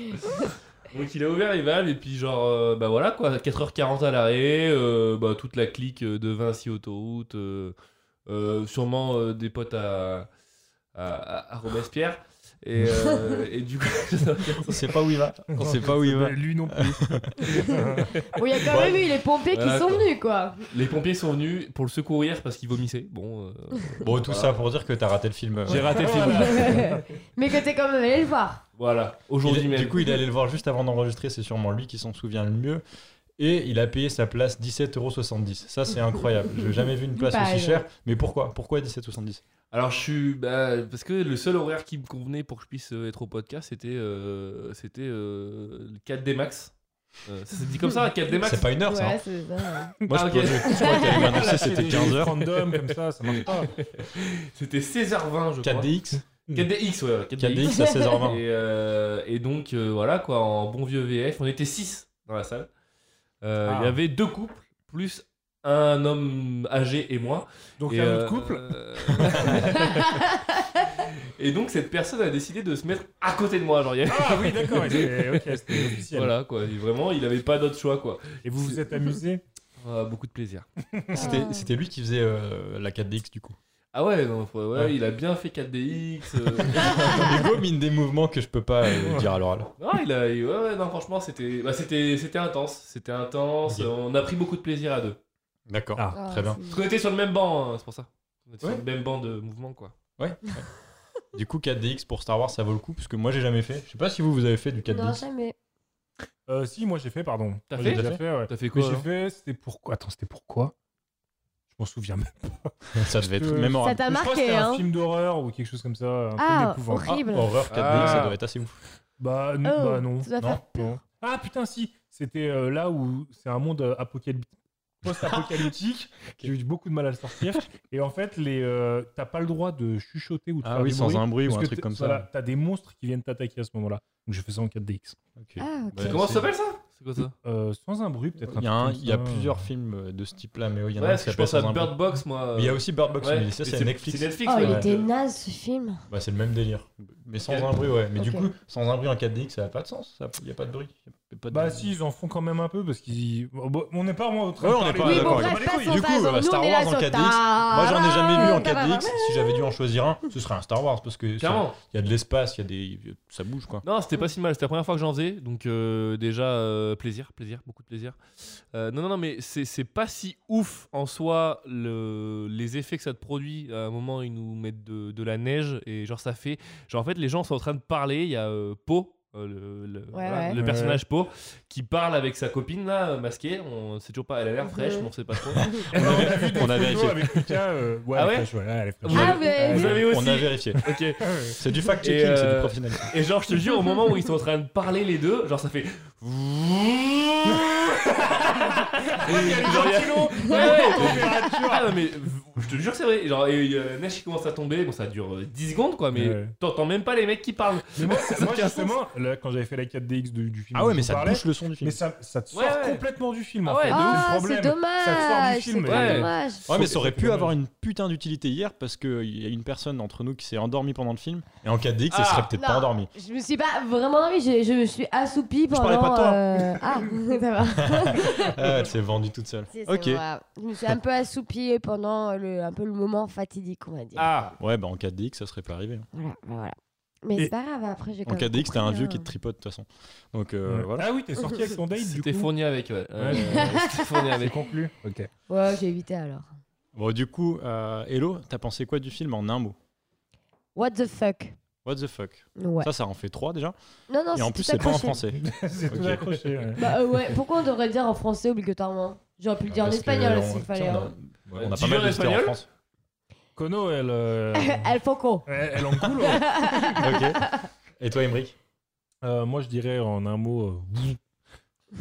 S8: Donc il a ouvert les valves et puis genre euh, bah voilà quoi 4h40 à l'arrêt euh, bah, toute la clique euh, de Vinci autoroute euh, euh, sûrement euh, des potes à, à, à Robespierre et, euh, et du coup
S6: On sait pas où il va. On sait pas où il va.
S9: Lui non plus.
S7: Bon, il y a quand même eu les pompiers qui
S8: Voilà,
S7: sont
S8: quoi.
S7: venus quoi
S8: les pompiers sont venus pour le secourir parce qu'il vomissait bon euh,
S6: Bon, tout ça pour dire que t'as raté le film. euh,
S8: j'ai raté le film
S7: Mais que t'es quand même allé le voir
S8: voilà aujourd'hui
S6: Il-
S8: même
S6: Du coup, il allait le voir juste avant d'enregistrer, c'est sûrement lui qui s'en souvient le mieux. Et il a payé sa place 17,70€. Ça, c'est incroyable. Je n'ai jamais vu une place
S7: Pareil.
S6: aussi chère. Mais pourquoi Pourquoi 17,70€
S8: Alors je suis bah, parce que le seul horaire qui me convenait pour que je puisse euh, être au podcast c'était euh, c'était euh, le 4D max. Euh, ça se dit comme ça 4D max.
S6: C'est pas une heure, ça. hein.
S7: Ouais, c'est ça.
S6: Moi, je,
S8: Ah, ok.
S6: peux- je crois qu'elle m'a annoncé c'était 15h.
S9: Random comme ça, ça marche pas.
S8: C'était 16h20 je crois.
S6: 4DX
S8: 4DX ouais, 4DX.
S6: 4DX à 16h20.
S8: Et, euh, et donc euh, voilà quoi en bon vieux VF on était 6 dans la salle. Euh, Il
S9: Ah.
S8: y avait deux couples plus un homme âgé et moi.
S9: Donc
S8: Et,
S9: un
S8: euh,
S9: autre couple.
S8: euh, et donc cette personne a décidé de se mettre à côté de moi genre il y avait-
S9: Ah oui, d'accord. et c'est- Ok, c'était officiel.
S8: Voilà quoi, et vraiment il avait pas d'autre choix quoi.
S9: Et vous vous êtes amusé
S8: Ah, beaucoup de plaisir.
S7: Ah.
S6: C'était- C'était lui qui faisait euh, la 4DX, du coup.
S8: Ah ouais, non, faut- ouais,
S6: Ouais.
S8: il a bien fait 4DX. euh.
S6: Hugo mine des mouvements que je peux pas euh, dire à l'oral.
S8: non, il a, il- ouais, ouais, non, franchement c'était, bah, c'était, c'était intense, c'était intense.
S6: Ok.
S8: On a pris beaucoup de plaisir à deux.
S6: D'accord.
S9: Ah.
S7: Oh,
S6: Très bien.
S8: Parce qu'on était sur le même banc, hein, c'est pour ça. On était
S6: Ouais.
S8: sur le même banc de mouvement quoi.
S6: Du coup, 4DX pour Star Wars, ça vaut le coup, parce que moi, j'ai jamais fait. Je sais pas si vous, vous avez fait du
S7: Non,
S6: 4DX.
S7: jamais.
S9: Euh, Si, moi j'ai fait, pardon.
S8: T'as
S9: Moi,
S8: fait
S9: J'ai déjà
S8: T'as
S9: fait, ouais.
S8: T'as fait
S9: Mais
S8: quoi
S9: j'ai
S8: alors
S9: fait, c'était pourquoi Attends, c'était pourquoi Je m'en souviens même.
S6: ça devait être
S9: Euh,
S7: Ça
S6: mémorable.
S7: t'a
S9: Je crois que
S7: marqué
S9: c'était un
S7: hein
S9: film d'horreur ou quelque chose comme ça, un film
S7: Ah,
S9: d'épouvante.
S7: horrible
S6: Horreur 4DX, ça
S8: Ah.
S6: doit être assez ouf.
S9: Bah, n-
S7: Oh,
S9: bah non.
S7: ça doit
S6: Non.
S7: faire peur.
S9: Ah putain, si, C'était euh, là où c'est un monde euh, apocalyptique post-apocalyptique, j'ai eu beaucoup de mal à le sortir. Et en fait, les, euh, t'as pas le droit de chuchoter ou de
S6: Ah
S9: faire
S6: oui,
S9: du
S6: sans
S9: bruit,
S6: un bruit ou
S9: parce
S6: un
S9: que
S6: truc
S9: t'es-
S6: comme ça.
S9: voilà, t'as des monstres qui viennent t'attaquer à ce moment-là. Donc j'ai fait ça en 4DX.
S6: Ok.
S7: Ah, ok.
S6: Bah,
S8: Comment
S6: c'est-
S8: ça s'appelle ça C'est quoi ça
S9: Euh, sans un bruit, peut-être. un
S6: Il y, a
S9: truc
S6: un-
S9: comme
S6: il y a
S9: ça.
S6: plusieurs films euh, de ce type-là, mais oui, il y en a
S8: Ouais,
S6: un
S8: parce
S6: qui
S8: que je
S6: s'appelle
S8: pense à
S6: Sans un bruit.
S8: Bird Box, moi.
S6: Mais il y a aussi Bird Box,
S8: Ouais,
S6: euh, mais ça,
S8: mais
S6: c'est Netflix.
S8: C'est Netflix,
S7: Oh,
S8: ouais.
S7: il était naze ce film.
S6: Bah, c'est le même délire. Mais sans un bruit, ouais. Mais du coup, sans un bruit en 4DX, ça n'a pas de sens. ça. Il n'y a pas de bruit. Il y a pas de-
S9: Bah si, ils en font quand même un peu parce qu'ils. bon, bon, on n'est pas vraiment au train
S6: Ouais,
S9: de
S6: on n'est
S9: parler
S6: pas
S9: de-
S7: oui, bon,
S6: d'accord,
S7: bref,
S6: j'ai pas les
S7: passons,
S6: couilles. Du coup,
S7: passons.
S6: euh,
S7: Nous,
S6: Star
S7: on est
S6: Wars
S7: là
S6: en
S7: sur Ah,
S6: 4DX.
S7: ta-
S6: Moi, j'en ai jamais vu en
S7: ta-
S6: 4DX. Si j'avais dû en choisir un, ce serait un Star Wars parce que ça-
S8: Clairement.
S6: il y a de l'espace, il y a des, ça bouge quoi.
S8: Non, c'était pas si mal. C'était la première fois que j'en faisais, donc euh, déjà euh, plaisir, plaisir, beaucoup de plaisir. Euh, non, non, non, mais c'est c'est pas si ouf en soi le, les effets que ça te produit. À un moment, ils nous mettent de, de la neige et genre ça fait. Genre en fait, les gens sont en train de parler. Il y a euh, Po. euh, le, le- voilà,
S7: ouais.
S8: le personnage Po qui parle avec sa copine là euh, masquée on sait toujours pas elle a l'air fraîche
S7: Mhm.
S8: mais on sait pas trop
S6: On a,
S9: J'ai vu des
S6: on a
S9: photos
S6: vérifié.
S9: avec Lucas, euh, ouais,
S8: Ah
S9: elle est
S8: ouais
S9: fraîche, ouais, elle est fraîche.
S8: Vous
S7: Ah,
S8: avez-
S7: mais-
S8: vous avez
S6: On a
S8: aussi-
S6: vérifié.
S8: Ok.
S6: C'est du fact-checking,
S8: Et, euh,
S6: c'est du professionnel.
S8: Et genre, je te jure, au moment où ils sont en train de parler les deux, genre ça fait. genre, il y a- Ouais, ouais, Ah, non, mais je te jure, c'est vrai. Genre, et euh, il y a la neige qui commence à tomber. Bon, ça dure euh, 10 secondes, quoi, mais
S9: Ouais.
S8: t'entends même pas les mecs qui parlent.
S9: Mais moi, c'est-
S8: Ça
S9: moi,
S8: tient
S9: justement, là, quand j'avais fait la 4DX du, du film,
S6: Ah ouais,
S9: dont
S6: mais
S9: on
S6: ça
S9: parlait,
S6: bouche le son du film.
S9: mais ça, ça te sort
S8: Ouais, ouais.
S9: complètement du film.
S8: Ah
S9: en
S8: ouais,
S9: fait.
S8: de ouf.
S7: Ah,
S9: le
S7: c'est
S9: problème. Ça sort du
S7: dommage. C'est
S9: film.
S8: ouais.
S9: mais-
S7: dommage.
S6: Ouais, mais ça
S9: C'est-
S6: aurait
S9: c'est
S6: pu
S9: dommage.
S6: avoir une putain d'utilité hier parce qu'il y a une personne entre nous qui s'est endormie pendant le film. Et en 4DX, elle
S8: Ah,
S6: serait peut-être pas
S7: non.
S6: endormie.
S7: Je me suis pas vraiment dormi, je, je me suis assoupie pendant.
S6: parlais pas de toi.
S7: euh, Ah, ça va.
S6: Ah, elle s'est vendue toute seule.
S7: Si, c'est
S6: Ok.
S7: vrai. Je me suis un peu assoupie pendant le, un peu le moment fatidique, on va dire.
S8: Ah
S6: Ouais, bah en 4DX, ça serait pas arrivé. hein.
S7: Voilà, bah voilà. Mais
S9: Et-
S7: c'est pas grave, après j'ai
S6: En
S7: quand même
S6: 4DX, t'as un
S7: compris,
S6: vieux
S7: hein.
S6: qui te tripote de toute façon. Donc euh,
S9: Ouais.
S6: voilà.
S9: Ah oui, t'es sorti avec ton date, du
S8: C'était
S9: coup.
S8: fourni avec, ouais. Euh,
S9: Ouais.
S8: C'était fourni
S9: C'est
S8: avec.
S9: conclu. Ok.
S7: Ouais, j'ai évité alors.
S6: Bon, du coup, euh, Hello, t'as pensé quoi du film en un mot
S7: What the fuck
S6: What the fuck
S7: Ouais.
S6: Ça, ça en fait trois déjà.
S7: Non, non,
S6: et en plus,
S7: tout
S6: c'est pas en
S7: accroché.
S6: français.
S9: c'est tout
S6: Ok.
S9: accroché. ouais.
S7: Bah euh, ouais, pourquoi on devrait le dire en français obligatoirement J'aurais pu le dire en
S6: Parce que
S7: espagnol
S6: on-
S7: s'il fallait.
S6: tiens,
S7: hein.
S6: On a, on a pas
S8: Dis-le
S6: mal
S8: en
S6: de stars en
S8: espagnol.
S6: France.
S9: Kono, elle. euh,
S7: El Foco.
S9: elle elle en coule. ouais.
S6: ok. Et toi, Emric
S9: Euh, moi, je dirais en un mot. euh, bouf.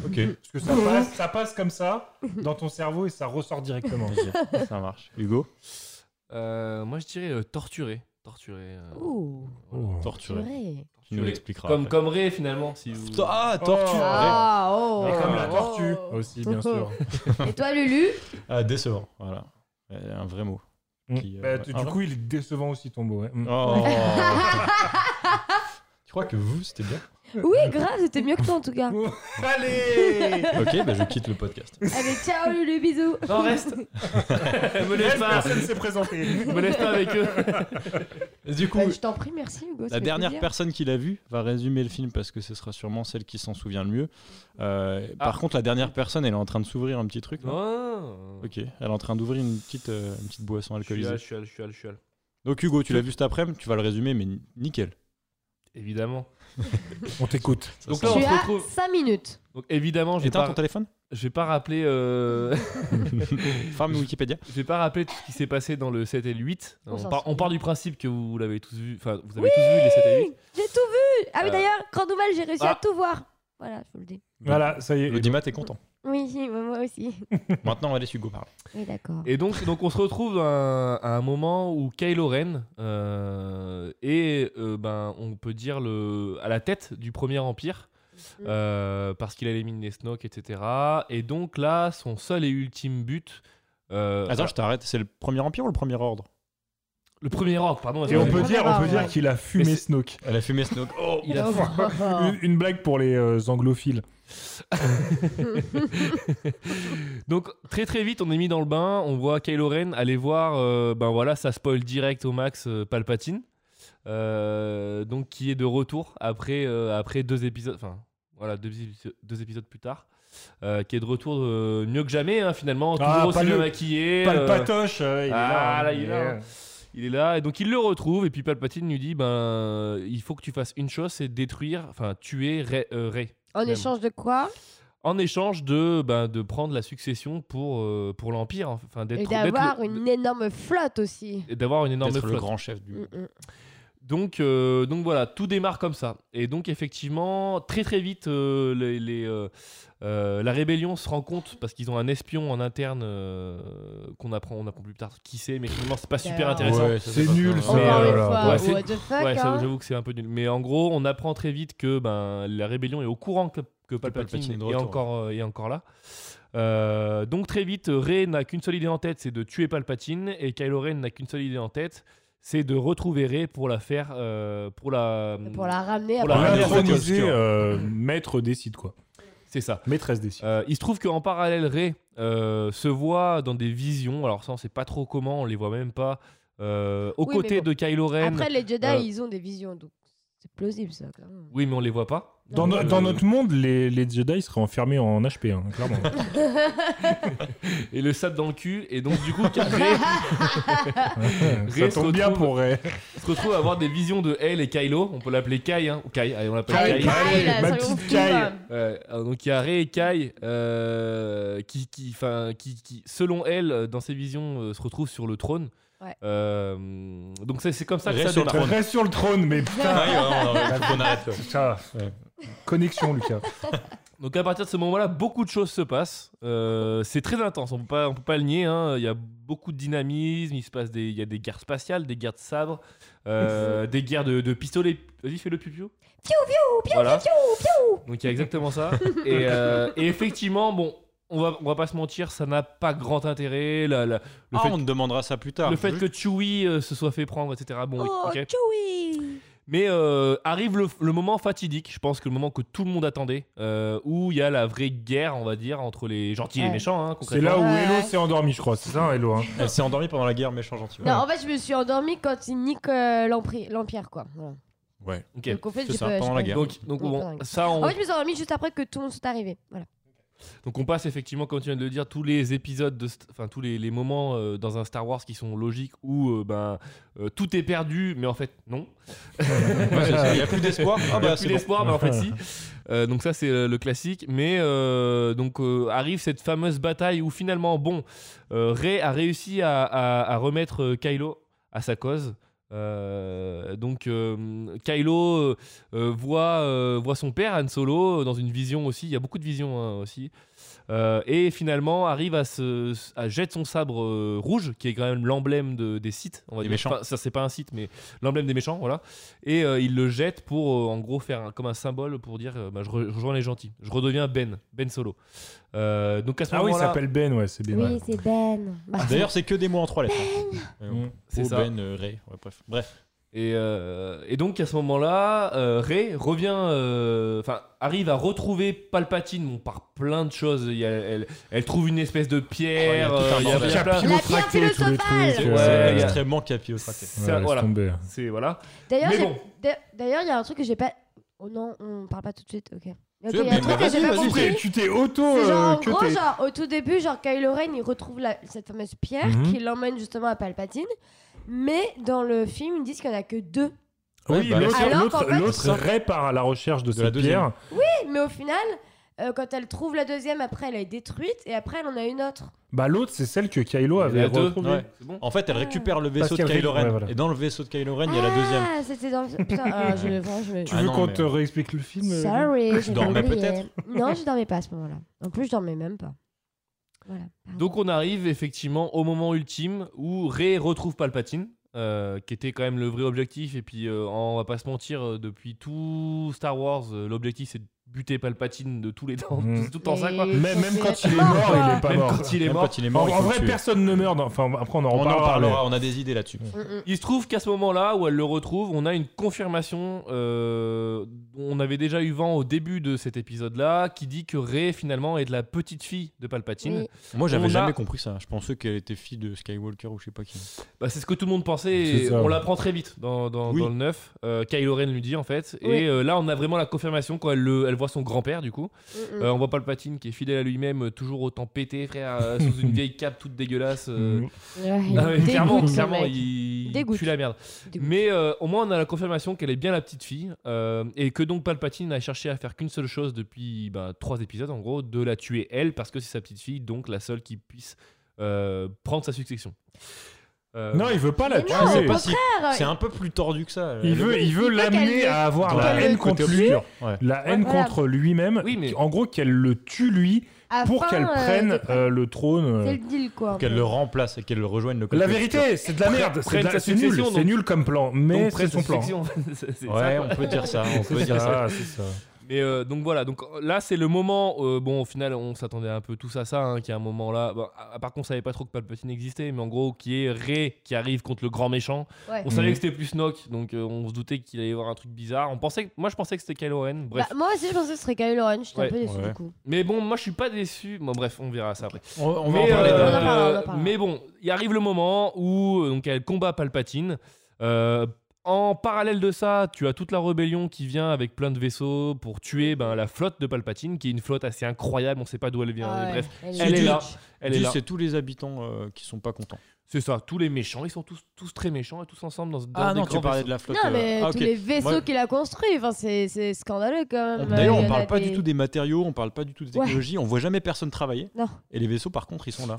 S6: Ok.
S9: Parce que ça passe, ça passe comme ça dans ton cerveau et ça ressort directement.
S6: ça marche. Hugo
S8: Euh, moi, je dirais euh, torturé. Torturé. euh,
S7: Ouh,
S9: Oh.
S7: c'est
S6: Torturé.
S7: vrai.
S6: Tu nous
S8: Torturé.
S6: l'expliqueras.
S8: Comme,
S6: après.
S8: comme Ray, finalement. Si vous...
S6: Ah, torturé
S7: Ah, oh
S9: Et comme la
S7: oh.
S9: tortue aussi, bien sûr.
S7: Et toi, Lulu
S6: Ah, décevant, voilà. Euh, Un vrai mot. Qui, euh,
S9: Bah, tu-
S6: ah
S9: du
S6: ouais.
S9: coup, il est décevant aussi ton mot. ouais. Mm.
S6: Oh. tu crois que vous, c'était bien
S7: Oui, grave, c'était mieux que toi en tout cas.
S9: Allez
S6: Ok, bah je quitte le podcast.
S7: Allez, ciao Lulu, bisous.
S8: Non, reste Me laisse pas
S9: Personne s'est présenté.
S8: Me laisse pas avec eux
S6: Du coup,
S7: Bah, je t'en prie, merci Hugo. ça
S6: la
S7: fait
S6: dernière
S7: plaisir.
S6: personne qui l'a vu va résumer le film parce que ce sera sûrement celle qui s'en souvient le mieux. Euh, Par contre, la dernière personne, elle est en train de s'ouvrir un petit truc. là.
S8: Non
S6: Ok, elle est en train d'ouvrir une petite, euh, une petite boisson
S8: Je suis
S6: alcoolisée.
S8: là, je suis là, je suis là, je suis là.
S6: Donc Hugo, tu l'as vu cet après-midi, tu vas le résumer, mais ni- nickel.
S8: Évidemment.
S9: On t'écoute.
S6: Ça
S8: Donc
S6: sent-
S8: là, on
S7: Tu
S8: se
S7: as
S8: retrouve.
S7: 5 minutes.
S8: Donc évidemment, je vais
S6: Éteins ton
S8: pas,
S6: téléphone
S8: je vais pas rappeler, euh,
S6: Femme Wikipédia
S8: je vais pas rappeler tout ce qui s'est passé dans le 7 et le 8.
S7: On
S8: On,
S7: s'en
S8: part-
S7: fout.
S8: on part du principe que vous l'avez tous vu. Enfin, vous avez tous vu les 7 et le 8.
S7: J'ai tout vu. Ah oui,
S8: Euh.
S7: d'ailleurs, grande nouvelle, j'ai réussi à
S8: Ah.
S7: tout voir. Voilà, je vous le dis.
S9: Voilà, ça y est.
S6: L'audimat est content.
S7: Oui, si, moi moi aussi.
S6: Maintenant, on va laisser Hugo parler.
S7: Oui, d'accord.
S8: Et donc, donc on se retrouve à un, à un moment où Kylo Ren euh, est, euh, ben, on peut dire, le, à la tête du Premier Empire.
S9: Mm.
S7: Mhm.
S8: euh, parce qu'il a éliminé Snoke, etc. Et donc là, son seul et ultime but. euh,
S6: Attends, je t'arrête, c'est le premier empire ou le premier ordre
S8: le premier ordre, pardon.
S9: Et on peut
S7: Ouais.
S9: dire, on peut
S7: Ouais.
S9: dire qu'il a fumé
S8: Mais
S9: Snoke.
S6: Elle a fumé Snoke.
S9: Oh,
S8: il a
S9: Une, une blague pour les euh, anglophiles.
S8: Donc très très vite on est mis dans le bain, on voit Kylo Ren aller voir, euh, ben voilà ça spoil direct au max euh, Palpatine, Euh, donc qui est de retour après, euh, après deux épisodes, enfin voilà deux, épiso- deux épisodes plus tard, euh, qui est de retour euh, mieux que jamais hein, finalement, toujours
S9: Ah,
S8: aussi
S9: pas
S8: bien
S9: le-
S8: maquillé,
S9: Pas
S8: euh,
S9: le patoche. euh, il est
S8: ah,
S9: là,
S8: là, il est là. il est là, et donc il le retrouve et puis Palpatine lui dit ben il faut que tu fasses une chose, c'est détruire, enfin tuer Rey. euh, Rey.
S7: En échange de quoi
S8: en échange de, ben, de prendre la succession pour, euh, pour l'Empire, hein. enfin d'être
S7: Et
S8: d'être le-
S7: d'avoir une énorme flotte aussi.
S8: et d'avoir une énorme
S6: Être
S8: flotte.
S6: le grand chef du
S7: Mm,
S6: monde.
S7: mm.
S8: Donc, euh, donc voilà, tout démarre comme ça. Et donc effectivement, très très vite, euh, les, les, euh, euh, la rébellion se rend compte parce qu'ils ont un espion en interne euh, qu'on apprend, on apprend plus tard qui c'est, mais finalement c'est pas super
S7: D'ailleurs.
S8: intéressant.
S6: Ouais, ça,
S9: C'est
S6: pas
S9: nul,
S6: grave.
S9: ça.
S8: Mais,
S7: Encore une
S8: euh,
S7: fois,
S8: ouais, c'est-
S7: what the fuck
S8: Ouais, ça,
S7: hein.
S8: j'avoue que c'est un peu nul. Mais en gros, on apprend très vite que ben, la rébellion est au courant que, que Palpatine,
S6: Palpatine est de
S8: est,
S6: retour.
S8: encore, euh, est encore là. Euh, donc très vite, Rey n'a qu'une seule idée en tête, c'est de tuer Palpatine, et Kylo Ren n'a qu'une seule idée en tête, c'est de retrouver Rey pour la faire, euh, pour la,
S7: Pour la ramener
S8: Pour
S7: à
S8: la
S7: Paris.
S8: ramener à-
S9: Anachronisé,
S8: obscure.
S9: euh, maître décide quoi.
S8: c'est ça.
S9: Maîtresse décide.
S8: Euh, il se trouve qu'en parallèle, Ray euh, se voit dans des visions. Alors ça, on sait pas trop comment, on les voit même pas. euh, aux
S7: Oui, mais
S8: côtés
S7: bon.
S8: de Kylo Ren.
S7: Après, les Jedi,
S8: euh,
S7: ils ont des visions, donc c'est plausible ça. quand même.
S8: Oui, mais on les voit pas.
S9: Dans, no-
S8: Euh,
S9: dans notre monde, les, les Jedi seraient enfermés en HP, hein, clairement.
S8: Et le sable dans le cul. Et donc, du coup, Ray
S9: Ça tombe bien pour euh, Ray.
S8: se retrouve à avoir des visions de Elle et Kylo. On peut l'appeler Kai. Hein. Ou Kai, allez, on l'appelle
S9: Kai,
S8: Kai.
S9: Kai. Allez,
S7: là,
S9: ma
S7: ça vous
S9: petite
S7: fout,
S9: Kyle.
S7: hein.
S8: Ouais, alors donc il y a Rey et Kai euh, qui, qui, enfin, qui, qui, selon elle, euh, dans ses visions, euh, se retrouvent sur le trône.
S7: Ouais.
S8: Euh, donc c'est c'est comme ça que
S6: Rey
S8: ça
S6: sur le
S8: démarre.
S6: trône.
S9: Reste sur le trône, mais putain.
S6: Ouais, ouais, on arrête, faut qu'on arrête, ouais.
S9: Putain. Connexion, Lucas.
S8: Donc à partir de ce moment-là, beaucoup de choses se passent. Euh, c'est très intense, on peut pas, on peut pas le nier. hein. Il y a beaucoup de dynamisme, il se passe des, il y a des guerres spatiales, des guerres de sabres, euh, des guerres de, de pistolets. Vas-y, fais le piou-piou. Voilà. Donc il y a exactement ça. et, euh, et effectivement, bon, on va, on va pas se mentir, ça n'a pas grand intérêt. La- la- le
S6: Ah,
S8: fait,
S6: on te demandera ça plus tard.
S8: le fait
S6: Juste-
S8: que Chewie euh, se soit fait prendre, etc. Bon, oui,
S7: Oh,
S8: ok.
S7: Chewie
S8: Mais euh, arrive le, le moment fatidique, je pense que le moment que tout le monde attendait, euh, où il y a la vraie guerre, on va dire, entre les gentils et
S7: Ouais.
S8: les méchants, hein,
S9: C'est
S8: concrètement.
S9: là où
S7: Ouais.
S9: Hello s'est endormi, je crois. C'est ça, Hello. hein.
S6: Elle s'est endormie pendant la guerre, méchant gentil.
S7: Non, en fait, je me suis endormie quand il nique euh, l'empri- l'Empire, quoi. Voilà.
S6: Ouais.
S8: Ok.
S7: Donc, en fait,
S6: C'est
S7: j'ai
S6: ça,
S7: pas-
S6: pendant
S7: j'ai
S6: la
S7: pas-
S6: guerre.
S8: Donc, donc
S7: Ouais, Ah
S8: bon,
S7: pareil.
S8: ça, on,
S7: En fait, je me suis endormie juste après que tout le monde soit arrivé. Voilà.
S8: donc on passe effectivement, comme tu viens de le dire, tous les épisodes, de st- enfin tous les, les moments euh, dans un Star Wars qui sont logiques où euh, ben euh, tout est perdu, mais en fait non.
S6: Il n'y a plus d'espoir. Ah
S8: Il y a
S6: bah
S8: plus
S6: c'est bon.
S8: d'espoir, mais en fait si. Euh, donc ça c'est euh, le classique. Mais euh, donc euh, arrive cette fameuse bataille où finalement bon, euh, Rey a réussi à, à- à remettre euh, Kylo à sa cause. Euh, donc euh, Kylo euh, euh, voit, euh, voit son père Han Solo euh, dans une vision aussi. Il y a beaucoup de visions hein, aussi. Euh, et finalement arrive à, se, à jette son sabre euh, rouge qui est quand même l'emblème de- des sites. On va
S6: Des
S8: dire.
S6: méchants.
S8: Enfin, ça c'est pas un site mais l'emblème des méchants voilà. Et euh, il le jette pour euh, en gros faire un- comme un symbole pour dire euh, bah, je re- je rejoins les gentils. Je redeviens Ben Ben Solo. Euh, donc à ce
S9: Ah oui, il
S8: moment-là,
S9: s'appelle Ben, ouais, c'est bien. ouais.
S7: c'est Ben.
S6: D'ailleurs, c'est que des mots en trois lettres. hein. Ouais, bon.
S8: Mm, c'est
S6: Oh,
S8: ça.
S6: Ben, euh, Ray. Ouais, bref. Bref.
S8: Et, euh, et donc à ce moment-là, euh, Rey revient, euh, enfin arrive à retrouver Palpatine bon, par plein de choses. Il y a- elle, elle trouve une espèce de pierre,
S6: Oh, il y a
S8: euh,
S6: tout un
S8: il y a- il y a
S6: bordel.
S8: plein-
S7: La pierre
S9: Capillotracté, tous les
S7: philosophale.
S9: trucs,
S6: C'est
S9: euh,
S8: Ouais, il y a-
S6: extrêmement capillotracté.
S8: C'est-
S9: ouais,
S8: ça,
S9: laisse
S8: voilà.
S9: tomber.
S8: C'est voilà.
S7: D'ailleurs,
S8: Mais
S7: j'ai-
S8: bon.
S7: d'a- D'ailleurs, il y a un truc que j'ai pas. Oh non, on parle pas tout de suite, ok. Ok,
S6: Si,
S7: il y a
S6: mais-
S7: un truc
S6: mais
S7: que j'ai
S6: vas-y,
S7: pas
S6: vas-y,
S9: Tu t'es-
S7: compris.
S9: Tu t'es auto.
S7: C'est genre, en
S9: euh, que
S7: gros,
S9: t'es-
S7: genre, au tout début, genre, Kylo Ren, il retrouve la- cette fameuse pierre
S9: Mhm.
S7: qui l'emmène justement à Palpatine. Mais dans le film, ils disent qu'il n'y en a que deux.
S9: Oui,
S6: Ouais, bah,
S9: l'autre-
S7: Alors
S9: l'autre
S7: qu'en fait-
S9: l'autre répare à la recherche de,
S6: De la
S9: cette
S6: deuxième.
S9: pierre.
S7: Mais au final, euh, quand elle trouve la deuxième, après, elle est détruite et après, elle en a une autre.
S9: Bah, l'autre, c'est celle que Kylo
S8: Il y
S9: avait
S8: a deux.
S9: retrouvée.
S6: Ouais.
S8: C'est bon.
S6: En fait, elle récupère le vaisseau
S9: Parce
S6: de
S9: qu'elle
S6: Kylo
S9: récupère-
S6: Ren.
S9: ouais, voilà.
S6: Et dans le vaisseau de Kylo Ren, il y a la deuxième.
S7: Ah, c'était dans le. Putain, ah, je, franchement, je me-
S9: Tu
S6: Ah
S9: veux
S6: non,
S9: qu'on
S6: mais-
S9: te réexplique le film euh,
S7: Sorry, je
S6: dormais peut-être
S7: Non, je dormais pas à ce moment-là. En plus, je dormais même pas. Voilà. pardon.
S8: Donc on arrive effectivement au moment ultime où Rey retrouve Palpatine, euh, qui était quand même le vrai objectif. Et puis euh, on va pas se mentir, euh, depuis tout Star Wars, euh, l'objectif c'est de buter Palpatine de tous les temps,
S9: Mm.
S8: C'est tout le temps ça
S7: Et
S8: quoi.
S7: c'est
S9: Même, même quand
S7: censé
S9: il est
S7: être
S9: mort, il est pas
S8: Même
S9: mort.
S8: quand il est
S6: Même
S8: mort.
S6: quand il est
S9: En,
S6: Mhm. mort, il
S9: en
S6: faut le
S9: vrai,
S6: tuer.
S9: personne ne meurt. dans- Enfin, après, on en
S6: On en
S9: reparlera.
S6: parlera, on a des idées là-dessus.
S7: Mm, mm.
S8: Il se trouve qu'à ce moment-là où elle le retrouve, on a une confirmation. euh, on avait déjà eu vent au début de cet épisode-là qui dit que Rey finalement est de la petite fille de Palpatine.
S7: Oui.
S6: Moi,
S8: On a-
S6: j'avais jamais compris ça. Je pensais qu'elle était fille de Skywalker ou je sais pas qui.
S8: Bah, c'est ce que tout le monde pensait
S9: C'est
S8: et
S9: ça,
S8: on
S9: ouais.
S8: l'apprend très vite dans, dans,
S6: Oui.
S8: dans le 9. Euh, Kylo Ren lui dit en fait.
S7: Oui.
S8: Et euh, là, on a vraiment la confirmation quand elle, le- elle voit son grand-père du coup.
S7: Mm, mm.
S8: Euh, on voit Palpatine qui est fidèle à lui-même, euh, toujours autant pété, frère, euh, sous une vieille cape toute dégueulasse. euh.
S9: Mm.
S7: Ouais, il
S8: Ah ouais,
S7: dégoûte,
S8: clairement,
S7: ce
S8: clairement,
S7: mec.
S8: il
S7: Dégoûte.
S8: pue la merde.
S7: Il dégoûte.
S8: Mais euh, au moins, on a la confirmation qu'elle est bien la petite fille euh, et que donc Palpatine a cherché à faire qu'une seule chose depuis bah, trois épisodes, en gros, de la tuer elle parce que c'est sa petite fille, donc la seule qui puisse euh, prendre sa succession. Euh,
S9: Non, il veut pas la
S7: Mais non,
S9: tuer.
S7: au contraire.
S6: C'est un peu plus tordu que ça.
S9: Il
S6: Le-
S9: veut, il veut
S7: veut
S9: l'amener
S7: qu'elle
S9: à avoir
S6: dans
S9: la
S6: le
S9: haine
S6: côté
S9: contre lui,
S6: obscur, ouais.
S9: la haine
S7: voilà.
S9: contre lui-même.
S8: Oui, mais-
S9: En gros, qu'elle le tue lui pour
S7: Afin,
S9: qu'elle
S7: euh,
S9: prenne
S7: de prendre-
S9: euh, le trône. euh,
S7: C'est le deal, quoi.
S6: Qu'elle le remplace et qu'elle rejoigne le côté.
S9: La vérité, c'est de la merde. C'est
S8: prenne
S9: de la-
S8: sa
S9: c'est nul,
S8: succession,
S9: c'est
S8: donc.
S9: nul comme plan, mais
S8: donc,
S9: c'est son plan.
S8: prescription. C'est- c'est ça,
S6: Ouais,
S8: quoi.
S6: on peut dire ça. On peut
S9: C'est
S6: dire ça.
S9: ça, c'est ça.
S8: Mais euh, donc voilà, donc euh, là c'est le moment. euh, bon, au final, on s'attendait un peu tous à ça, hein, qu'il y a un moment là. Bon, à, à part qu'on savait pas trop que Palpatine existait, mais en gros, qui est Rey qui arrive contre le grand méchant.
S7: Ouais.
S8: On savait que c'était plus Nock, donc euh, on se doutait qu'il allait y avoir un truc bizarre. On pensait, que- moi je pensais que c'était Kylo Ren. Bref,
S7: Bah, moi aussi, je pensais que ce serait Kylo Ren. J'étais
S8: Ouais.
S7: un peu déçu
S6: Ouais.
S7: du coup.
S8: mais bon, moi je suis pas déçu. Bon, bref, on verra ça après.
S6: On, on va
S8: Mais,
S6: en parler.
S8: euh,
S6: d'un-
S7: On en parlera, on en parlera.
S8: mais bon, il arrive le moment où euh, donc elle combat Palpatine. Euh, en parallèle de ça, tu as toute la rébellion qui vient avec plein de vaisseaux pour tuer ben, la flotte de Palpatine, qui est une flotte assez incroyable. On sait pas d'où elle vient.
S7: Ah
S8: mais
S7: ouais,
S8: Bref,
S6: Elle est
S7: huge.
S8: là. elle est
S6: Dis,
S8: là.
S6: C'est tous les habitants euh, qui sont pas contents.
S8: C'est ça. Tous les méchants, ils sont tous, tous très méchants et tous ensemble dans, dans
S6: Ah
S8: des
S6: non, tu
S8: grands
S6: parlais
S8: vaisseaux.
S6: de la flotte.
S7: Non, mais
S6: euh, ah,
S7: tous
S6: ok.
S7: les vaisseaux
S6: Moi-
S7: qu'il a construits, enfin, c'est c'est scandaleux quand
S6: On-
S7: même.
S6: D'ailleurs,
S7: Il y
S6: on
S7: en a
S6: parle pas du
S7: des-
S6: tout des matériaux, on parle pas du tout des
S7: Ouais.
S6: technologies, on voit jamais personne travailler.
S7: Non.
S6: Et les vaisseaux, par contre, ils sont là.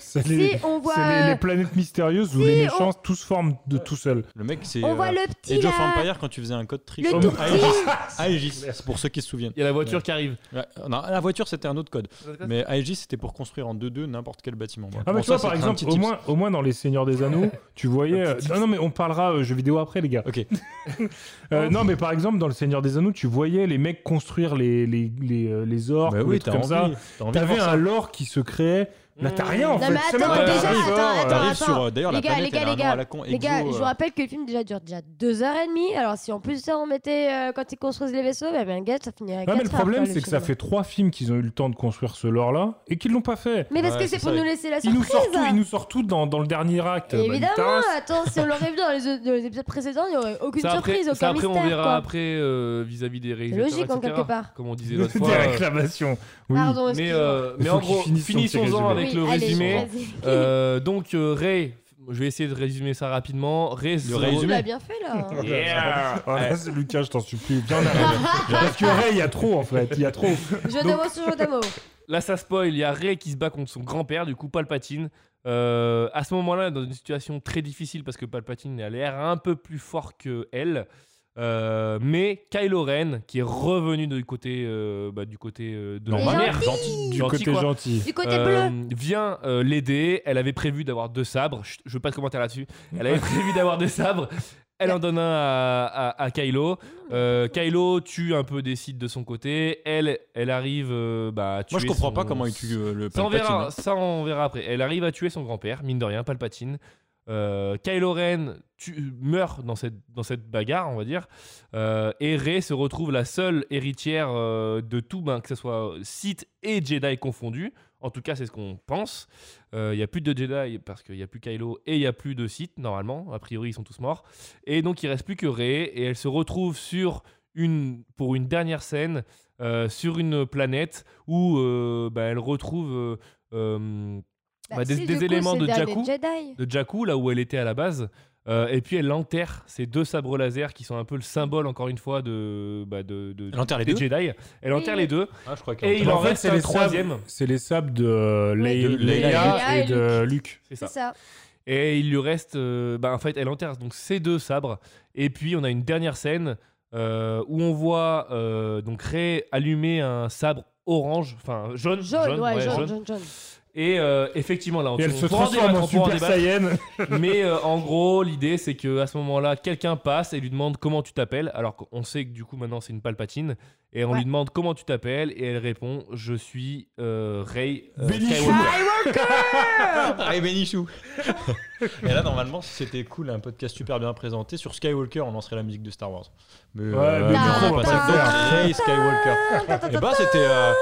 S9: C'est les,
S7: Si, on voit.
S9: c'est les- les planètes mystérieuses où les méchants tous forment de tout seuls.
S6: Le mec, c'est.
S7: On
S6: euh,
S7: voit le petit.
S6: Age of
S7: là,
S6: Empire quand tu faisais un code trick.
S7: Le
S9: Oh,
S7: tout
S9: ah,
S7: petit.
S6: Aegis, c'est pour ceux qui se souviennent.
S8: Il y a la voiture qui arrive.
S6: Ouais, euh, non, la voiture, c'était un autre code. Mais Aegis, c'était pour construire en 2-2 n'importe quel bâtiment.
S9: Ah, mais
S6: Bon,
S9: tu vois,
S6: ça, c'était
S9: par
S6: un
S9: exemple,
S6: petit
S9: au
S6: tips.
S9: moins, au moins dans Les Seigneurs des Anneaux, tu voyais. euh, non, non, mais on parlera euh, jeux vidéo après, les gars.
S6: Ok. Bah
S7: Oh.
S9: Euh, non, mais par exemple, dans Le Seigneur des Anneaux, tu voyais les mecs construire les, les, les, euh, les orques,
S6: Bah
S9: ou
S6: oui,
S9: les trucs
S6: t'as
S9: comme
S6: envie.
S9: ça.
S6: t'as envie de
S9: T'avais
S6: voir ça.
S9: un lore qui se créait. Là, t'as rien en
S7: Mmh. Non,
S9: fait.
S7: mais
S9: C'est même
S7: attends,
S9: pas
S7: déjà,
S9: très fort,
S7: attends,
S9: euh.
S7: attends.
S6: T'arrives sur euh, d'ailleurs
S7: Les
S6: la
S7: gars,
S6: planète,
S7: les gars,
S6: elle a un
S7: les
S6: nom
S7: gars.
S6: à la con.
S7: Les gars,
S6: Exo,
S7: je
S6: euh,
S7: vous rappelle que le film déjà dure déjà 2h30. Alors, si en plus de ça, on mettait euh, quand ils construisent les vaisseaux, bah, ben, gars, ça finirait à
S9: Non, mais
S7: 4
S9: le
S7: heures,
S9: problème,
S7: quoi,
S9: c'est que ça
S7: film.
S9: fait trois films qu'ils ont eu le temps de construire ce lore-là et qu'ils l'ont pas fait.
S7: Mais parce
S6: Ouais,
S7: que
S6: c'est
S7: c'est pour
S6: ça.
S7: nous laisser la
S9: Ils nous
S7: surprise.
S9: sortent tout, ils nous sortent tout dans, dans le dernier acte. Bah,
S7: Évidemment,
S9: ils tarassent.
S7: attends, si on l'aurait vu dans les, dans les épisodes précédents, il n'y aurait aucune
S8: Ça, après,
S7: surprise,
S8: ça,
S7: aucun
S8: après,
S7: mystère.
S8: on verra
S7: quoi.
S8: après euh, vis-à-vis des réalisateurs.
S7: logique, en
S8: etc.,
S7: quelque part.
S8: Comme on disait l'autre
S9: Des
S8: fois. euh,
S9: réclamations. Oui.
S7: Pardon,
S8: Mais,
S7: excuse-moi.
S8: euh,
S9: Il
S8: mais
S9: faut
S8: en
S9: qu'il
S8: gros,
S9: finisse son petit
S8: finissons-en
S9: résumé.
S8: avec
S7: Oui,
S8: le
S7: allez,
S8: résumé.
S7: vas-y.
S8: Euh, donc, euh, Ray, je vais essayer de résumer ça rapidement. Ray, se-
S6: Le
S7: Tu
S6: résumé.
S7: l'as bien fait là. hein.
S8: Yeah.
S9: Ah, là, c'est- Lucas, je t'en supplie. Viens, on arrête. Parce que Ray, il y a trop en fait. Il y a trop.
S7: Je t'avoue sur je t'avoue.
S8: Là, ça spoil. Il y a Ray qui se bat contre son grand-père, du coup, Palpatine. Euh, à ce moment-là, dans une situation très difficile parce que Palpatine a l'air un peu plus fort que elle. Euh, mais Kylo Ren, qui est revenu du côté, euh, bah, du côté euh, de
S9: Normal.
S8: la mère,
S7: Gentil.
S9: Du
S8: Gentil,
S9: côté
S8: quoi.
S9: gentil.
S7: Du côté
S8: Euh,
S7: bleu.
S8: vient euh, l'aider. Elle avait prévu d'avoir deux sabres. Chut, Je veux pas de commentaire là-dessus. Elle avait prévu d'avoir deux sabres. Elle en donne un à, à- à Kylo. Euh, Kylo tue un peu des sites de son côté. Elle, elle arrive. euh, bah, à
S6: Moi, je
S8: tuer
S6: comprends
S8: son-
S6: pas comment il tue euh, le
S8: Ça on,
S6: Palpatine,
S8: verra,
S6: hein.
S8: ça, on verra après. Elle arrive à tuer son grand-père, mine de rien, Palpatine. Euh, Kylo Ren tue- meurt dans cette, dans cette bagarre, on va dire. Euh, et Rey se retrouve la seule héritière euh, de tout, ben, que ce soit Sith et Jedi confondus. En tout cas, c'est ce qu'on pense. Euh, Il y n'y a plus de Jedi parce qu'il n'y a plus Kylo et il n'y a plus de Sith, normalement. A priori, ils sont tous morts. Et donc, il reste plus que Rey. Et elle se retrouve sur une, pour une dernière scène euh, sur une planète où euh, bah, elle retrouve euh, euh, bah, des- des
S7: si, du coup,
S8: éléments
S7: c'est
S8: de
S7: dans les
S8: Jakku.
S7: Jedi.
S8: de Jakku, là où elle était à la base. Euh, et puis elle enterre ces deux sabres laser qui sont un peu le symbole, encore une fois, de, bah, de, de-
S6: Elle enterre les
S8: des
S6: deux
S8: Jedi. Elle enterre
S7: Oui.
S8: les deux.
S6: Ah, je crois
S8: Et il
S9: En
S8: en
S9: fait,
S8: reste
S9: c'est
S8: un
S9: les
S8: troisième.
S9: sables. C'est les sables de euh, Leia
S6: De Leia
S9: Leia
S7: et
S9: et de Luke.
S8: C'est
S7: C'est
S8: ça.
S7: ça.
S8: Et il lui reste. euh, bah, en fait, elle enterre donc ces deux sabres. Et puis, on a une dernière scène euh, où on voit euh, donc Rey allumer un sabre orange, enfin jaune.
S7: Jaune, ouais,
S8: ouais,
S7: jaune,
S8: jaune.
S7: jaune, jaune.
S8: Et euh, effectivement, là, on,
S9: Et elle
S8: on
S9: se
S8: pourra en
S9: transforme
S8: débattre,
S9: en
S8: on pourra en
S9: Super
S8: débattre.
S9: Saiyan.
S8: Mais euh, en gros, l'idée, c'est que à ce moment-là, quelqu'un passe et lui demande comment tu t'appelles. Alors qu'on sait que du coup, maintenant, c'est une palpatine. Et on
S7: Ouais.
S8: lui demande comment tu t'appelles. Et elle répond Je suis euh, Rey euh,
S9: Bénichou.
S8: Skywalker.
S6: Ah, et Benichou Et là, normalement, si c'était cool, un podcast super bien présenté, sur Skywalker, on lancerait la musique de Star Wars. Mais,
S9: Ouais,
S6: euh,
S9: mais
S6: non,
S9: non,
S6: on va
S9: ta-
S6: passer
S9: ta-
S6: à Rey Skywalker. Et bah, c'était euh,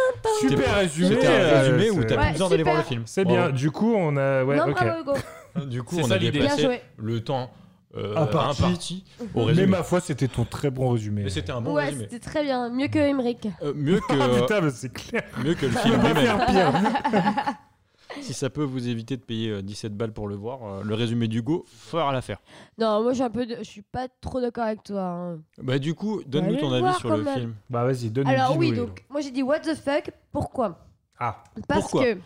S6: c'était-
S9: Super résumé.
S6: c'était un
S9: euh,
S6: résumé où
S9: c'est-
S6: t'as
S7: Ouais,
S6: plus besoin d'aller
S7: super.
S6: voir le film.
S9: C'est
S6: Bravo.
S9: bien. Du coup, on a. Ouais,
S7: non,
S9: ok.
S7: bravo Hugo.
S6: Du coup,
S8: Bah, C'est
S6: on
S8: ça,
S6: a
S8: l'idée.
S7: Bien
S6: dépassé
S7: joué.
S6: le temps euh,
S9: Imparti.
S6: imparti au
S9: Mais
S6: résumé.
S9: ma foi, c'était ton très bon résumé.
S6: Mais c'était un bon
S7: Ouais,
S6: résumé.
S7: c'était très bien. Mieux que Emmerich.
S6: Euh, mieux,
S9: Ah
S6: que,
S9: putain, mais c'est clair.
S6: mieux que le
S9: Tu
S6: film
S9: peux pas
S6: lui-même.
S9: faire pire.
S6: Si ça peut vous éviter de payer euh, 17 balles pour le voir, euh, le résumé d'Hugo fera l'affaire.
S7: Non, moi, je suis un peu. de- Je suis pas trop d'accord avec toi. hein.
S6: Bah du coup, donne-nous
S7: Allez
S6: ton
S7: le
S6: avis
S7: voir
S6: sur
S7: quand
S6: le
S7: même.
S6: film.
S9: Bah vas-y, donne-nous.
S7: Alors, oui,
S9: dis-nous,
S7: donc, moi, j'ai dit what the fuck. Pourquoi
S9: Ah.
S7: Parce
S6: Pourquoi
S7: que.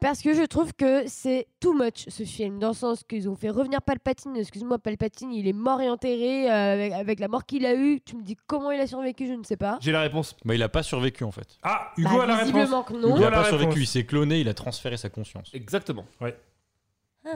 S7: Parce que je trouve que c'est too much ce film, dans le sens qu'ils ont fait revenir Palpatine. Excuse-moi, Palpatine, il est mort et enterré euh, avec, avec la mort qu'il a eue. Tu me dis comment il a survécu, je ne sais pas.
S8: J'ai la réponse.
S6: Bah, il a pas survécu en fait.
S9: Ah, Hugo
S7: Bah,
S9: a la réponse.
S7: visiblement que non.
S9: Hugo
S6: Il
S9: Voilà
S6: a pas
S9: la
S6: survécu,
S9: réponse.
S6: il s'est cloné, il a transféré sa conscience.
S8: Exactement.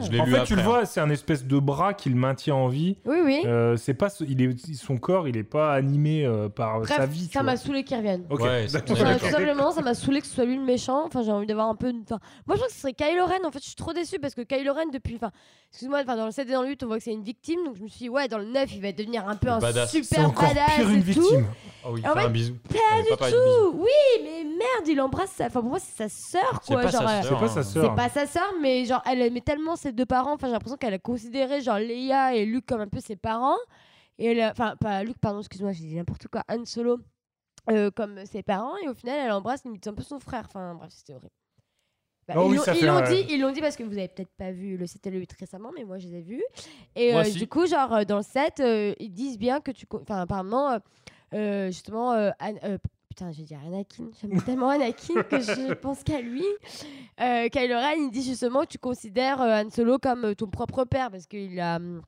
S6: Je l'ai
S9: En
S6: lu
S9: fait,
S6: après,
S9: tu le
S6: hein.
S9: vois, c'est un espèce de bras qui le maintient en vie.
S7: Oui, oui.
S9: Euh, c'est pas, ce- il est, son corps, il est pas animé euh, par
S7: Bref,
S9: sa vie. tu
S7: ça
S9: vois.
S7: m'a saoulé qu'il revienne.
S9: Ok,
S6: Ouais, c'est-
S9: d'accord.
S6: on est
S7: Enfin,
S6: Ah, d'accord.
S7: tout simplement, ça m'a saoulé que ce soit lui le méchant. Enfin, j'ai envie d'avoir un peu. une- Enfin, moi, je trouve que ce serait Kylo Ren. En fait, je suis trop déçue parce que Kylo Ren, depuis. Enfin, excuse-moi, enfin, dans le 7 et dans le 8, on voit que c'est une victime. Donc, je me suis dit, ouais, dans le 9, il va devenir un peu
S6: Le
S7: un
S6: badass.
S9: C'est
S7: super
S9: encore
S7: badass
S9: pire une
S7: et tout.
S9: victime.
S6: Oh oui,
S7: En
S6: faire
S7: fait,
S6: un bisou.
S7: Pas
S6: Allez,
S7: du
S6: papa,
S7: tout.
S6: bisou.
S7: Oui, mais merde, il embrasse sa. Enfin, pour moi, c'est sa sœur,
S6: C'est
S7: quoi.
S6: pas
S7: genre, euh,
S6: sa
S9: C'est
S6: sœur.
S9: pas sa
S6: hein.
S9: sœur.
S7: c'est pas sa sœur, mais genre, elle aimait tellement ses deux parents. Enfin, j'ai l'impression qu'elle a considéré, genre, Leia et Luke comme un peu ses parents. Et elle a- Enfin, pas Luke, pardon, excuse-moi, j'ai dit n'importe quoi. Han Solo euh, comme ses parents. Et au final, elle embrasse limite un peu son frère. Enfin, bref, c'était horrible. Bah,
S9: Oh
S7: ils
S9: oui,
S7: l'ont-
S9: ça
S7: ils
S9: fait
S7: l'ont
S9: un-
S7: dit, ils l'ont dit parce que vous avez peut-être pas vu le 7 et le 8 récemment, mais moi je les ai vus. Et
S8: Moi
S7: euh,
S8: si.
S7: du coup, genre euh, dans le 7, euh, ils disent bien que tu. co- Enfin, apparemment, euh, euh, justement, euh, An- euh, putain, je vais dire Anakin. J'aime tellement Anakin que je pense qu'à lui. Euh, Kylo Ren, il dit justement que tu considères euh, Han Solo comme euh, ton propre père parce qu'il a. hum,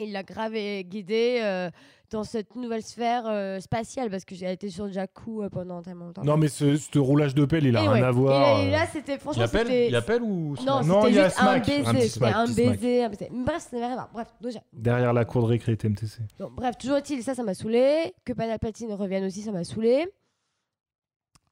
S7: Il l'a grave euh, guidé euh, dans cette nouvelle sphère euh, spatiale parce que j'ai été sur Jakku euh, pendant tellement longtemps.
S9: Non, mais ce, ce roulage de pelle, il a
S7: Et
S9: rien
S7: ouais.
S9: à voir.
S7: Et là, et
S9: euh.
S7: là, c'était
S6: Il
S7: franchement.
S6: appelle,
S7: c'était-
S6: il appelle ou
S7: Non,
S9: Non, il y
S7: c'était
S9: a
S7: juste
S9: un
S7: un
S9: smack, un petit
S7: baiser. c'était
S9: smack,
S7: Un
S9: petit smack.
S7: baiser. un baiser. Bref, ça n'avait rien à voir. Bref, déjà.
S9: Derrière la cour de récré TMTC.
S7: Bon, bref, toujours est-il, ça, ça m'a saoulé. Que Palpatine revienne aussi, ça m'a saoulé.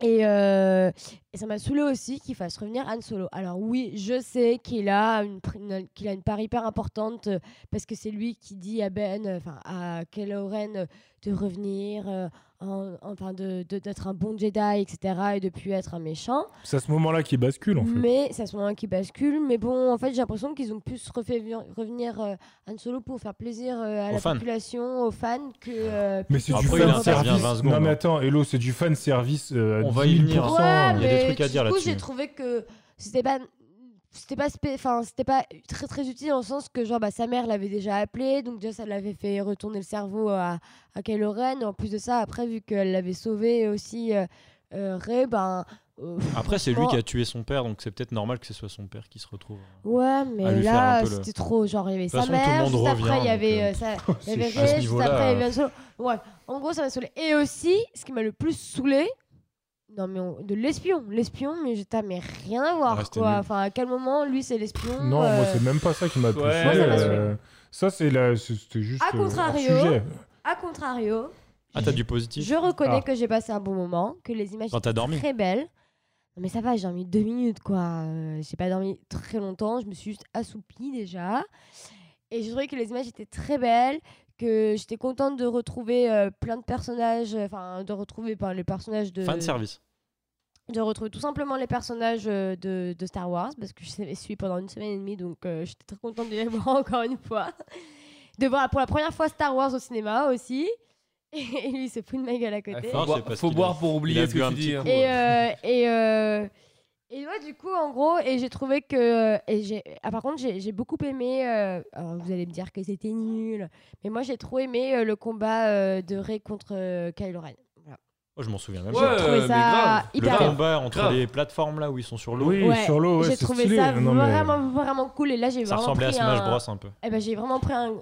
S7: Et, euh, et ça m'a saoulé aussi qu'il fasse revenir Han Solo. Alors oui, je sais qu'il a une, pr- une- qu'il a une part hyper importante euh, parce que c'est lui qui dit à Ben, euh, enfin à Kylo Ren euh, de revenir, euh, en- enfin de, de- d'être un bon Jedi, etc. et de plus être un méchant.
S9: C'est à ce moment-là qu'il bascule, en fait.
S7: Mais c'est à ce moment-là qui bascule. Mais bon, en fait, j'ai l'impression qu'ils ont plus refait vi- revenir euh, Han Solo pour faire plaisir euh, à
S6: Aux
S7: la
S6: fans.
S7: population, aux fans, que. euh,
S9: Mais c'est
S6: Après,
S9: du
S6: il
S9: fan
S6: intervient
S9: service.
S6: 20 secondes,
S9: Non, mais
S6: hein.
S9: attends, Hello, c'est du fan service. euh,
S6: On va y venir.
S7: Ouais,
S6: Vincent, il y a des
S7: mais
S6: trucs à dire
S7: du coup,
S6: là-dessus.
S7: j'ai trouvé que c'était pas c'était pas spé- enfin c'était pas très très utile dans le sens que genre bah, sa mère l'avait déjà appelé donc déjà ça l'avait fait retourner le cerveau à à Kylo Ren en plus de ça après vu qu'elle l'avait sauvé aussi euh, euh, Rey ben euh, pff,
S6: Après, c'est lui
S7: Oh.
S6: qui a tué son père, donc c'est peut-être normal que ce soit son père qui se retrouve.
S7: ouais
S6: À
S7: mais
S6: lui faire un
S7: là
S6: peu le-
S7: c'était trop genre il y avait
S6: toute
S7: sa
S6: façon, tout le
S7: mère
S6: monde
S7: juste après il
S6: revient,
S7: y avait
S6: donc,
S7: euh,
S9: Oh,
S7: ça il y avait
S6: chiant. À ce
S7: Rey juste
S6: niveau-là,
S7: après il y
S6: euh.
S7: avait Han Solo. ouais en gros ça m'a saoulé et aussi ce qui m'a le plus saoulé non mais on- de l'espion l'espion mais je t'as mais rien à voir
S6: Ouais, Ah, c'était
S7: quoi
S6: nul.
S7: enfin à quel moment lui c'est l'espion
S9: Non,
S7: euh,
S9: moi, c'est même pas ça qui m'a plus
S8: Ouais.
S7: Moi, ça m'a
S9: Ça, c'est la- c'est- c'était juste.
S7: À
S9: euh, hors
S7: contrario,
S9: sujet.
S7: à contrario
S6: Ah, t'as du positif
S7: je reconnais
S9: Ah.
S7: que j'ai passé un bon moment que les images
S6: Quand t'as dormi.
S7: très belles non mais ça va j'ai dormi deux minutes quoi Euh, j'ai pas dormi très longtemps je me suis juste assoupie déjà et j'ai trouvé que les images étaient très belles que j'étais contente de retrouver euh, plein de personnages euh, enfin de retrouver ben, les personnages de
S6: Fan service.
S7: de retrouver tout simplement les personnages euh, de, de Star Wars parce que je les avais suivis pendant une semaine et demie donc euh, j'étais très contente de les voir encore une fois de voir pour la première fois Star Wars au cinéma aussi et lui il se fout de ma gueule à côté
S6: Non,
S8: faut
S6: c'est
S8: boire,
S6: parce
S8: faut
S6: qu'il
S8: boire
S6: a-
S8: pour
S6: il
S8: oublier
S6: a
S8: ce
S6: bu
S8: que
S6: un
S8: tu
S6: petit
S8: dis.
S6: coup.
S8: hein.
S7: et euh, et euh, et moi du coup en gros et j'ai trouvé que et j'ai ah, par contre j'ai j'ai beaucoup aimé euh, alors, vous allez me dire que c'était nul mais moi j'ai trop aimé euh, le combat euh, de Rey contre euh, Kylo Ren Voilà.
S6: Oh, je m'en souviens même
S8: Ouais,
S6: pas.
S7: j'ai trouvé
S8: mais
S7: ça
S8: grave.
S6: Le
S7: hyper bien.
S6: combat entre
S8: Grave.
S6: les plateformes là où ils sont sur l'eau,
S9: Oui,
S7: Ouais,
S9: sur l'eau, ouais,
S7: j'ai
S9: c'est
S7: trouvé
S9: stylé.
S7: ça
S9: Non, mais-
S7: vraiment, vraiment cool. Et là, j'ai
S6: ça
S7: vraiment
S6: ressemblait à
S7: pris
S6: Smash
S7: un...
S6: Bros un peu.
S7: Eh ben, j'ai vraiment pris un... un-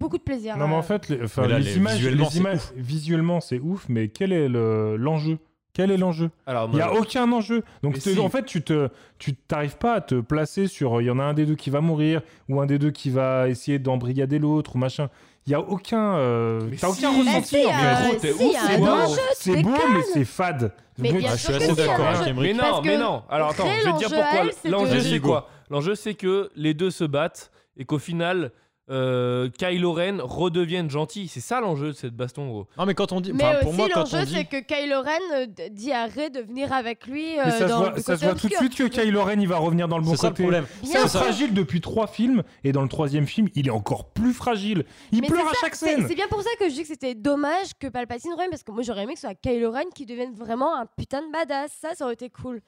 S7: beaucoup de plaisir.
S9: Non, mais
S7: euh.
S9: en fait, les, enfin,
S6: Mais là,
S9: les
S6: les-
S9: images,
S6: visuellement,
S9: les
S6: c'est
S9: images- visuellement, c'est ouf, mais quel est le- l'enjeu Quel est l'enjeu
S8: Alors,
S9: Il n'y a aucun enjeu. Donc,
S8: Mais
S9: c'est-
S8: si.
S9: en fait, tu te, tu t'arrives pas à te placer sur. Il y en a un des deux qui va mourir ou un des deux qui va essayer d'embrigader l'autre ou machin. Il y a aucun. euh,
S8: Mais
S9: T'as
S8: si.
S9: aucun
S7: Mais
S9: ressenti.
S7: si,
S9: en fait.
S7: euh,
S8: gros, t'es
S7: si,
S8: ouf,
S7: y a
S8: c'est
S7: un
S8: bon.
S9: hein.
S7: enjeu, tu
S9: C'est beau,
S7: déconnes.
S9: mais c'est fade.
S7: Mais
S9: Bon,
S7: bien
S6: Ah,
S9: tu-
S6: je
S7: sûr
S6: suis
S7: que
S6: assez
S7: si, hein,
S6: d'accord
S7: un
S6: avec
S7: jeu.
S6: Emmerich.
S8: Mais
S7: Parce
S8: non,
S7: que
S8: mais non. Alors attends,
S7: Ray,
S8: je vais te dire
S7: l'enjeu à
S8: pourquoi.
S7: elle, c'est de-
S8: L'enjeu,
S6: Vas-y,
S8: c'est
S6: Hugo.
S8: quoi L'enjeu, c'est que les deux se battent et qu'au final, euh, Kylo Ren redevienne gentil. C'est ça l'enjeu de cette baston, gros.
S6: Non, mais quand on dit.
S7: Mais
S6: enfin, pour
S7: aussi,
S6: moi, quand on
S7: l'enjeu, c'est
S6: dit.
S7: que Kylo Ren euh, d- dit à Ray de venir avec lui euh,
S9: mais ça se
S7: dans
S9: voit,
S7: le
S9: ça se
S7: côté
S9: voit tout de
S7: obscur.
S9: suite que Kylo Ren il va revenir dans le bon
S6: C'est ça le
S9: côté.
S6: problème.
S7: Bien
S9: C'est
S7: sûr.
S9: fragile depuis trois films et dans le troisième film il est encore plus fragile. Il
S7: Mais
S9: pleure à
S7: c'est ça,
S9: chaque
S7: c'est-
S9: scène.
S7: C'est bien pour ça que je dis que c'était dommage que Palpatine revienne, parce que moi j'aurais aimé que ce soit Kylo Ren qui devienne vraiment un putain de badass. Ça, ça aurait été cool.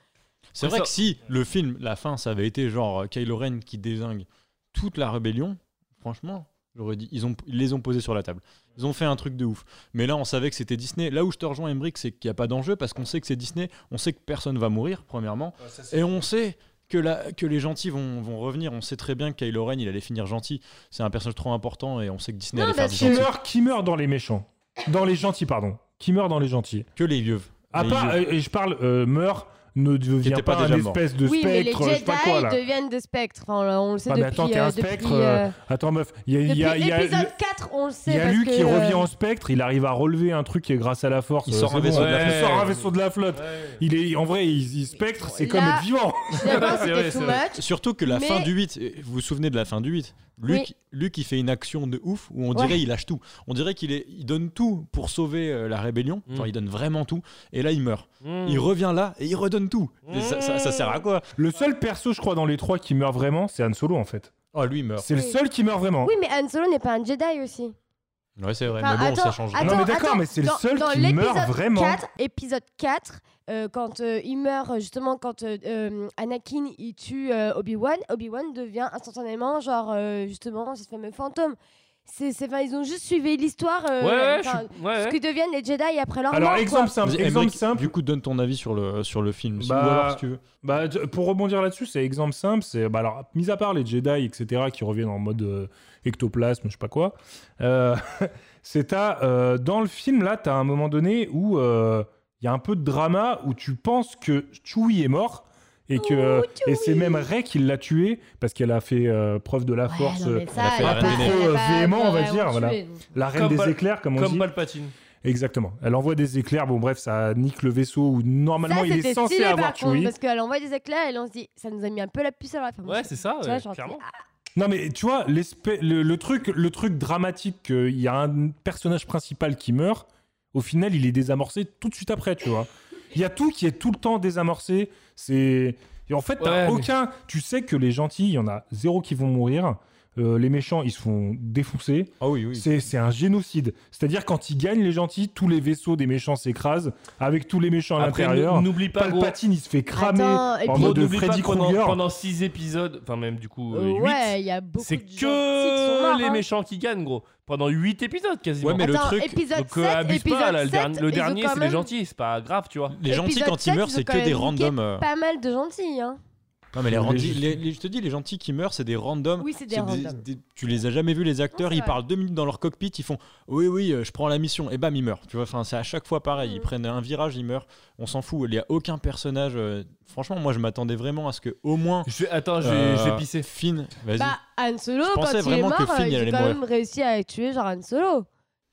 S6: C'est
S8: Mais
S6: vrai
S8: ça-
S6: que si le film, la fin, ça avait été genre euh, Kylo Ren qui désingue toute la rébellion, franchement, j'aurais dit, ils, ont, ils les ont posés sur la table. Ils ont fait un truc de ouf. Mais là, on savait que c'était Disney. Là où je te rejoins, Emmerich, c'est qu'il n'y a pas d'enjeu parce qu'on sait que c'est Disney, on sait que personne va mourir, premièrement. et on sait que, la, que les gentils vont, vont revenir. On sait très bien que Kylo Ren, il allait finir gentil. C'est un personnage trop important et on sait que Disney
S7: Non,
S6: allait faire du
S7: parce
S9: Qui
S6: gentil.
S9: meurt, qui meurt dans les méchants. Dans les gentils, pardon. Qui meurt dans les gentils.
S6: Que les vieux.
S9: À
S6: Les
S9: part,
S6: vieux.
S9: euh, et je parle, euh, meurt ne devient
S6: était
S9: pas,
S6: pas
S9: un
S6: déjà mort.
S9: espèce de
S7: oui, mais les
S9: spectre, je
S7: Jedi
S9: sais pas quoi là.
S7: deviennent des spectres. Enfin, on le sait
S9: Ah, mais
S7: depuis.
S9: attends, t'es un
S7: euh, depuis,
S9: spectre,
S7: euh,
S9: euh, Attends, meuf, il y a, il
S7: depuis
S9: y a, il y a-
S7: épisode 4, on le sait.
S9: il y a
S7: parce
S9: lui
S7: que,
S9: qui
S7: euh,
S9: revient en spectre, il arrive à relever un truc qui est grâce à la force. euh,
S6: Il sort
S9: c'est
S6: un vaisseau de la
S9: Il
S8: flotte.
S9: sort un vaisseau de la flotte. Il est, en vrai, il, il spectre, c'est comme
S7: Là-
S9: être vivant.
S7: je suis d'accord,
S8: C'est vrai,
S7: c'était
S8: c'est
S7: too
S8: vrai.
S7: much.
S6: Surtout que la
S7: Mais-
S6: fin du 8, euh, vous vous souvenez de la fin du 8 Luc, Luc, il fait une action de ouf où on
S7: Ouais.
S6: dirait il lâche tout. On dirait qu'il est- il donne tout pour sauver euh, la rébellion. Genre,
S8: Mm.
S6: il donne vraiment tout. Et là, il meurt.
S8: Mm.
S6: Il revient là et il redonne tout. Et ça, ça- ça sert à quoi
S9: Le seul perso, je crois, dans les trois qui meurt vraiment, c'est Han Solo en fait.
S6: Oh, lui, il meurt.
S9: C'est le
S7: Oui.
S9: seul qui meurt vraiment.
S7: Oui, mais Han Solo n'est pas un Jedi aussi.
S6: Ouais, c'est vrai.
S7: Enfin,
S6: mais bon,
S7: attends,
S6: ça change.
S9: Non,
S7: attends,
S9: mais d'accord,
S7: attends.
S9: mais c'est le
S7: Dans-
S9: seul
S7: dans
S9: qui
S7: l'épisode
S9: meurt vraiment.
S7: 4, épisode 4, euh, quand euh, il meurt, euh, justement, quand euh, euh, Anakin il tue euh, Obi-Wan, Obi-Wan devient instantanément, genre, euh, justement, ce fameux fantôme. C'est, c'est, enfin, ils ont juste suivi l'histoire, euh,
S8: Ouais, ouais, je
S7: enfin,
S8: suis- ouais,
S7: ce
S8: ouais.
S7: que deviennent les Jedi après leur
S9: Alors,
S7: mort.
S9: exemple simple,
S6: Vas-y,
S9: exemple
S6: Emmerich,
S9: simple.
S6: Du coup, donne ton avis sur le, sur le film. si-
S9: Bah,
S6: ou alors, si tu veux.
S9: Bah, t- pour rebondir là-dessus, c'est exemple simple. C'est bah alors, mis à part les Jedi, etc., qui reviennent en mode euh, ectoplasme, je sais pas quoi. euh, c'est à euh, dans le film là, t'as un moment donné où euh, il y a un peu de drama où tu penses que Chewie est mort. Et que
S7: Oh,
S9: et c'est même Rey qui l'a tué parce qu'elle a fait euh, preuve de la
S7: Ouais,
S9: force,
S7: non, mais
S9: euh,
S7: ça,
S6: fait
S7: il y a
S6: la
S7: pas- euh,
S6: reine des
S7: il y a
S9: neiges.
S7: pas-
S9: Véhément, on va
S7: ouais,
S9: dire,
S7: le
S9: voilà.
S7: tuer, donc.
S9: la reine
S8: Comme
S9: des
S8: Pal-
S9: éclairs comme on
S8: Comme
S9: dit.
S8: Palpatine.
S9: Exactement. Elle envoie des éclairs. Bon bref, ça nique le vaisseau où normalement
S7: ça,
S9: il
S7: c'était
S9: est censé
S7: stylé,
S9: avoir
S7: par contre,
S9: Chewie.
S7: parce qu'elle envoie des éclairs et on se dit, ça nous a mis un peu la puce à la fin.
S8: Ouais, c'est ça,
S7: Tu
S8: ouais,
S7: vois, genre, ah,
S8: clairement.
S9: Non mais tu vois l'espèce- le, le truc le truc dramatique qu'il y a un personnage principal qui meurt au final il est désamorcé tout de suite après tu vois il y a tout qui est tout le temps désamorcé c'est et en fait
S8: Ouais,
S9: t'as
S8: mais-
S9: aucun tu sais que les gentils il y en a zéro qui vont mourir Euh, les méchants ils se font défoncer
S6: Ah oui, oui.
S9: c'est c'est un génocide c'est-à-dire quand ils gagnent les gentils tous les vaisseaux des méchants s'écrasent avec tous les méchants à
S8: Après,
S9: l'intérieur
S8: n- n'oublie pas, gros,
S9: Palpatine il se fait cramer
S7: Attends, et
S9: en
S7: puis-
S9: mode de
S8: n'oublie pas
S9: Freddy
S8: que pendant-
S9: Krueger
S8: pendant 6 épisodes, enfin même du coup
S7: Euh,
S8: 8,
S7: ouais, il y a beaucoup
S8: c'est
S7: de gentils qui sont
S8: que
S7: morts,
S8: les
S7: hein.
S8: méchants qui gagnent, gros. Pendant 8 épisodes quasiment.
S6: Ouais, mais le
S7: Attends,
S6: truc-
S7: épisode
S8: Donc euh,
S7: 7,
S8: abuse
S7: épisode
S8: pas, là, le,
S7: 7,
S8: dernier- le
S7: ils ont
S8: dernier
S7: quand
S8: c'est les
S7: même
S8: gentils, c'est pas grave, tu vois.
S6: Les gentils,
S7: Épisode
S6: quand ils
S7: sept,
S6: meurent,
S7: ils ont
S6: c'est
S7: quand
S6: que
S7: même
S6: des
S7: niqué
S6: randoms. euh.
S7: Pas mal de gentils, hein.
S6: Non, mais les
S9: Les
S6: randy-
S9: juste-
S6: les- les- je te dis, les gentils qui meurent, c'est des randoms.
S7: Oui, c'est des
S6: C'est
S7: randoms.
S6: des- tu les as jamais vus, les acteurs,
S7: c'est
S6: ils
S7: vrai.
S6: parlent deux minutes dans leur cockpit, ils font Oui, oui, euh, je prends la mission, et bam, ils meurent. Tu vois, enfin, c'est à chaque fois pareil. Ils
S7: Mhm.
S6: prennent un virage, ils meurent. On s'en fout. Il n'y a aucun personnage. euh, franchement, moi, je m'attendais vraiment à ce que, au moins.
S8: Je vais- attends, je vais,
S6: euh,
S8: je vais pisser.
S6: Finn, vas-y.
S7: Bah, Han Solo,
S6: Je
S7: quand
S6: pensais
S7: il est
S6: vraiment
S7: mort,
S6: que Finn,
S7: euh,
S6: il
S7: ils ont
S6: allait
S7: quand
S6: mourir.
S7: même réussi à tuer genre Han Solo.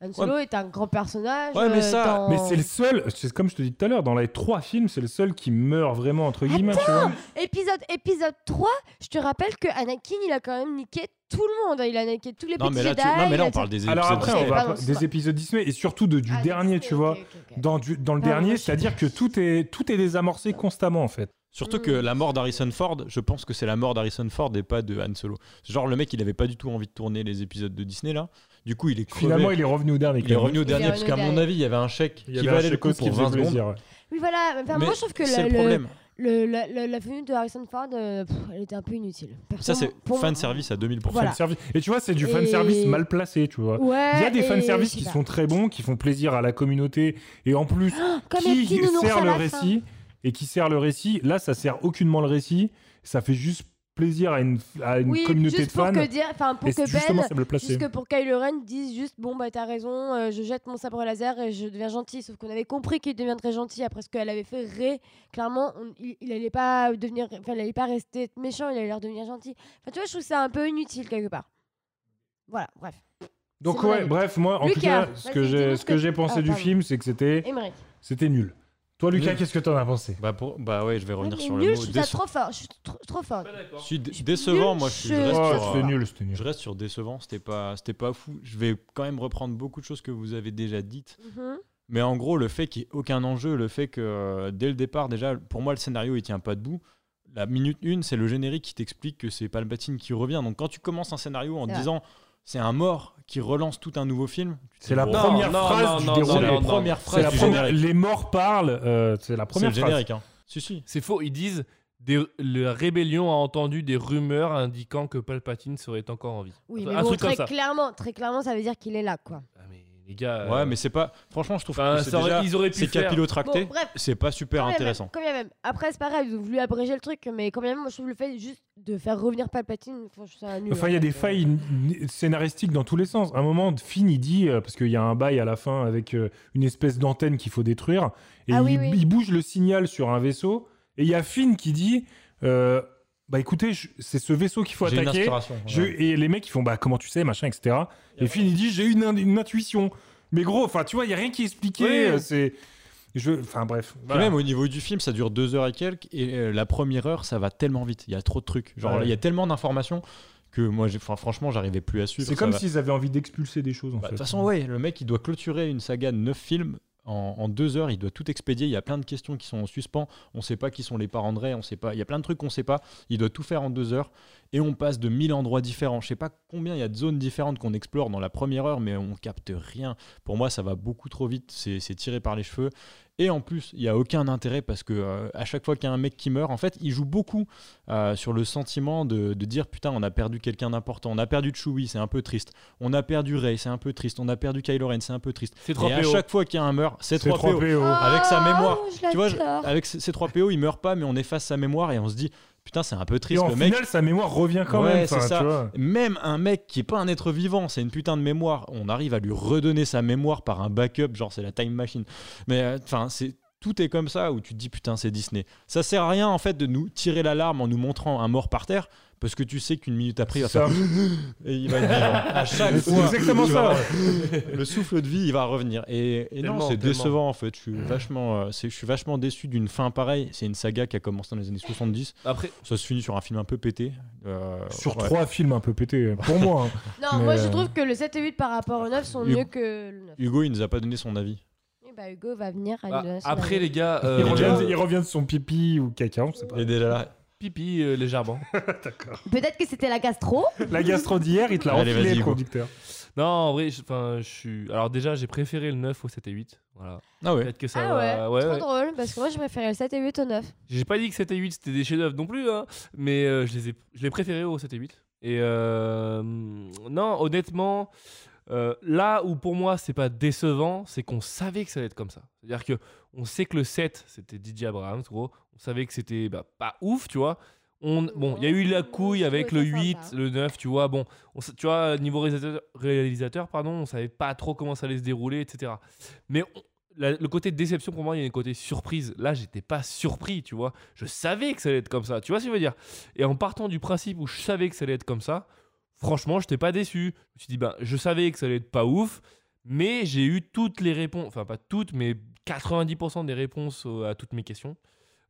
S7: Han Solo est un grand personnage.
S6: Ouais, mais
S7: euh,
S6: ça-
S7: dans-
S9: Mais c'est le seul, c'est comme je te dis tout à l'heure, dans les trois films, c'est le seul qui meurt vraiment, entre guillemets, tu vois.
S7: épisode, épisode 3, je te rappelle que Anakin, il a quand même niqué tout le monde. hein. Il a niqué tous les
S6: non,
S7: petits
S6: mais là, tu-
S7: Jedi.
S6: non, mais
S7: il
S6: là,
S7: a
S6: on parle des
S9: Alors
S6: épisodes
S9: après,
S6: Disney.
S9: on va
S7: Pardon, c'est
S9: des
S7: pas-
S9: épisodes Disney et surtout de, du
S7: Ah,
S9: dernier,
S7: ok,
S9: tu
S7: ok,
S9: vois.
S7: ok, ok.
S9: Dans, du, dans le
S7: Pardon,
S9: dernier,
S7: je suis-
S9: c'est-à-dire que tout est, tout est désamorcé constamment, en fait.
S6: Surtout
S7: Mm.
S6: que la mort d'Harrison Ford, je pense que c'est la mort d'Harrison Ford et pas de Han Solo. Genre, le mec, il avait pas du tout envie de tourner les épisodes de Disney, là. Du coup, il est crevé.
S9: Finalement, il est revenu au dernier.
S6: Il est revenu au
S7: Il est
S6: dernier, parce
S7: revenu
S6: qu'à
S7: au
S6: mon
S7: dernier.
S6: avis, il y avait un chèque
S9: Il y
S6: qui
S9: avait un
S6: valait le
S9: chèque
S6: coup
S9: qui
S6: pour 20
S9: faisait
S6: secondes.
S9: plaisir. ouais.
S7: Oui, voilà.
S6: Mais
S7: Enfin, Bah, moi, je trouve que
S6: c'est
S7: le,
S6: le problème.
S7: le- la, la- la venue de Harrison Ford, euh, pff, elle était un peu inutile.
S6: Ça,
S7: Perso,
S6: c'est
S7: pour moi-
S6: fan service à 2000%.
S7: Voilà.
S9: Fanservice. Et tu vois, c'est du
S7: Et-
S9: fanservice mal placé, tu vois.
S7: Ouais,
S9: Il y a des
S7: et
S9: fanservices
S7: je sais
S9: qui
S7: pas.
S9: sont très bons, qui font plaisir à la communauté, et en plus,
S7: Oh, Comme les
S9: qui
S7: petits nounours à
S9: sert le
S7: la fin.
S9: récit et qui sert le récit. Là, ça sert aucunement le récit. Ça fait juste plaisir à une, à une
S7: oui,
S9: communauté
S7: juste
S9: de fans.
S7: pour que dire, enfin pour
S9: et
S7: que
S9: justement,
S7: Ben,
S9: ça me le plaçait.
S7: juste que pour Kylo Ren dise juste bon bah t'as raison, euh, je jette mon sabre laser et je deviens gentil. Sauf qu'on avait compris qu'il deviendrait gentil après ce qu'elle avait fait. Ré, clairement, on- il, il allait pas devenir, enfin il allait pas rester être méchant, il allait leur devenir gentil. Enfin tu vois, je trouve ça un peu inutile quelque part. Voilà, bref.
S9: Donc
S7: c'est mon
S9: ouais,
S7: avis.
S9: bref, moi, en tout
S7: Lucas,
S9: cas, ce
S7: vas-y,
S9: que j'ai,
S7: dis-nous
S9: ce que j'ai pensé
S7: Ah,
S9: du
S7: pardon.
S9: film, c'est que c'était,
S7: Émeric.
S9: c'était nul. Toi, Lucas,
S6: Nul.
S9: qu'est-ce que t'en as pensé
S6: Bah, pour- bah ouais, je vais
S7: Ouais,
S6: revenir
S7: mais
S6: sur
S7: nul,
S6: le
S7: je
S6: mot.
S7: trouve ça
S6: Déce-
S7: trop fort. Je suis tr- trop fort.
S6: Je suis dé-
S7: suis
S6: décevant,
S7: nulle,
S6: moi. Je, suis-
S7: je-
S6: je reste
S9: Oh,
S6: sur,
S9: c'était nul, c'était nul.
S6: je reste sur décevant. C'était pas, c'était pas fou. Je vais quand même reprendre beaucoup de choses que vous avez déjà dites.
S7: Mhm.
S6: Mais en gros, le fait qu'il n'y ait aucun enjeu, le fait que euh, dès le départ, déjà, pour moi, le scénario, il tient pas debout. La minute 1, c'est le générique qui t'explique que c'est Palpatine qui revient. Donc quand tu commences un scénario en
S7: C'est vrai.
S6: disant c'est un mort qui relance tout un nouveau film, tu te
S9: C'est
S6: dis,
S9: la
S6: bon,
S9: première
S8: non,
S9: phrase
S8: non,
S9: du
S8: non,
S9: déroulé.
S6: c'est la
S8: non, non.
S6: première
S9: C'est
S6: phrase
S9: la
S6: du
S9: première-
S6: générique.
S9: Les morts parlent. euh, c'est la
S6: C'est
S9: première
S6: le
S9: phrase.
S6: générique. Hein. Si, si.
S8: C'est faux, ils disent des- la rébellion a entendu des rumeurs indiquant que Palpatine serait encore en vie.
S7: Oui,
S8: Enfin,
S7: mais
S8: un
S7: bon,
S8: truc comme
S7: très
S8: ça.
S7: clairement, très clairement, ça veut dire qu'il est là, quoi.
S8: Ah, mais les Les gars.
S6: Ouais,
S8: euh,
S6: mais c'est pas. Franchement, je trouve
S8: Enfin,
S6: que c'est
S8: ça aurait-
S6: déjà-
S8: ils auraient pu
S6: c'est
S8: faire-
S6: capillotracté.
S7: Bon, bref.
S6: C'est pas super
S7: Quand bien même,
S6: intéressant.
S7: quand bien même. Après, c'est pareil, ils ont voulu abréger le truc, mais quand bien même, moi, je trouve le fait juste de faire revenir Palpatine, enfin, je trouve ça nul.
S9: Enfin,
S7: hein.
S9: il y a des failles n- n- scénaristiques dans tous les sens. À un moment, Finn, il dit, euh, parce qu'il y a un bail à la fin avec euh, une espèce d'antenne qu'il faut détruire, et
S7: Ah
S9: il,
S7: oui, oui.
S9: il bouge le signal sur un vaisseau, et il y a Finn qui dit, euh, bah écoutez, je- c'est ce vaisseau qu'il faut
S6: J'ai une
S9: attaquer.
S6: inspiration.
S9: Je-
S6: ouais.
S9: Et les mecs, ils font, bah comment tu sais, machin, etc. Et Finn, il dit, j'ai une, in- une intuition. Mais gros, enfin, tu vois, il n'y a rien qui est expliqué.
S6: Oui.
S9: euh, C'est. Je... Enfin, bref.
S6: Et
S9: Voilà.
S6: même au niveau du film, ça dure deux heures et quelques, et euh, la première heure, ça va tellement vite. Il y a trop de trucs. Genre,
S9: Ouais.
S6: là, il y a tellement d'informations que moi, j'ai- enfin, franchement, j'arrivais plus à suivre.
S9: C'est
S6: ça
S9: comme
S6: va-
S9: s'ils avaient envie d'expulser des choses, en
S6: Bah, De
S9: fait.
S6: toute façon, ouais, le mec, il doit clôturer une saga de 9 films en, en deux heures. Il doit tout expédier. Il y a plein de questions qui sont en suspens. On sait pas qui sont les parents de Ray. On sait pas. Il y a plein de trucs qu'on sait pas. Il doit tout faire en deux heures. Et on passe de 1000 endroits différents. Je sais pas combien il y a de zones différentes qu'on explore dans la première heure, mais on capte rien. Pour moi, ça va beaucoup trop vite. C'est c'est tiré par les cheveux. Et en plus, il n'y a aucun intérêt parce que euh, à chaque fois qu'il y a un mec qui meurt, en fait, il joue beaucoup euh, sur le sentiment de, de dire putain, on a perdu quelqu'un d'important, on a perdu Chewie, c'est un peu triste. On a perdu Ray, c'est un peu triste. On a perdu Kylo Ren, c'est un peu triste.
S8: C'est 3
S6: Et à
S8: PO.
S6: chaque fois qu'il y a un meurt, c'est 3 PO.
S7: Ah,
S9: PO.
S6: Avec sa mémoire.
S7: Oh, je
S6: Tu vois, je-
S7: l'adore.
S6: avec ces ces 3 PO, il meurt pas, mais on efface sa mémoire et on se dit putain, c'est un peu
S9: Et
S6: triste
S9: en
S6: le mec.
S9: final, sa mémoire revient quand
S6: Ouais,
S9: même.
S6: c'est
S9: enfin,
S6: ça.
S9: tu vois.
S6: Même un mec qui est pas un être vivant, c'est une putain de mémoire. On arrive à lui redonner sa mémoire par un backup, genre c'est la time machine. Mais euh, enfin, c'est tout est comme ça où tu te dis putain, c'est Disney. Ça sert à rien en fait de nous tirer l'alarme en nous montrant un mort par terre parce que tu sais qu'une minute après il va
S9: C'est
S6: faire
S9: ça.
S6: et il va être vivant. À chaque
S9: C'est
S6: fois,
S9: exactement
S6: tu
S9: ça.
S6: vas- le souffle de vie, il va revenir. Et, et non,
S8: Tellement,
S6: c'est
S8: tellement.
S6: décevant en fait. Je suis vachement, euh, c'est- je suis vachement déçu d'une fin pareille. C'est une saga qui a commencé dans les années 70.
S7: Ah,
S8: Après,
S6: Ça se finit sur un film un peu pété. Euh,
S9: Sur
S6: ouais.
S9: trois films un peu pétés, pour moi. hein.
S7: Non,
S9: Mais,
S7: moi,
S9: euh,
S7: je trouve que le 7 et 8 par rapport au 9 sont
S6: Hugo-
S7: mieux que le 9.
S6: Hugo, il nous a pas donné son avis.
S7: Et bah, Hugo va venir à
S8: ah,
S7: lui donner son
S8: après
S7: avis.
S8: les gars, euh,
S9: il, revient,
S8: euh,
S9: il revient de son pipi ou caca, on sait pas.
S6: Il est déjà là.
S8: pipi euh, légèrement.
S7: Peut-être que c'était la gastro.
S9: La gastro d'hier, il te l'a
S6: Allez,
S9: refilé,
S6: vas-y,
S9: le
S6: go.
S9: conducteur.
S8: Non, en vrai, je- enfin, je suis. Alors déjà, j'ai préféré le 9 au 7 et 8. Voilà.
S6: Ah ouais.
S8: Peut-être que ça
S7: Ah ouais,
S8: va- ouais,
S7: trop
S8: ouais.
S7: drôle, parce que moi, je préférais le 7 et 8 au 9.
S8: J'ai pas dit que 7 et 8 c'était des chefs-d'œuvre non plus, hein, mais euh, je les ai, je les préférés au 7 et 8. Et euh, non, honnêtement, euh, là où pour moi c'est pas décevant, c'est qu'on savait que ça allait être comme ça. C'est-à-dire que on sait que le 7 c'était DJ Abrams, gros. On savait que c'était bah, pas ouf, tu vois. On, bon, il y a eu la couille avec le
S7: Je trouvais
S8: 8,
S7: ça sympa.
S8: le 9, tu vois. Bon, on sa- tu vois, niveau réalisateur, réalisateur, pardon, on savait pas trop comment ça allait se dérouler, etc. Mais on- la- le côté déception pour moi, il y a un côté surprise. Là, j'étais pas surpris, tu vois. Je savais que ça allait être comme ça, tu vois ce que je veux dire. Et en partant du principe où je savais que ça allait être comme ça, franchement, je n'étais pas déçu. Je me suis dit, ben, je savais que ça allait être pas ouf, mais j'ai eu toutes les réponses, enfin pas toutes, mais 90% des réponses euh, à toutes mes questions.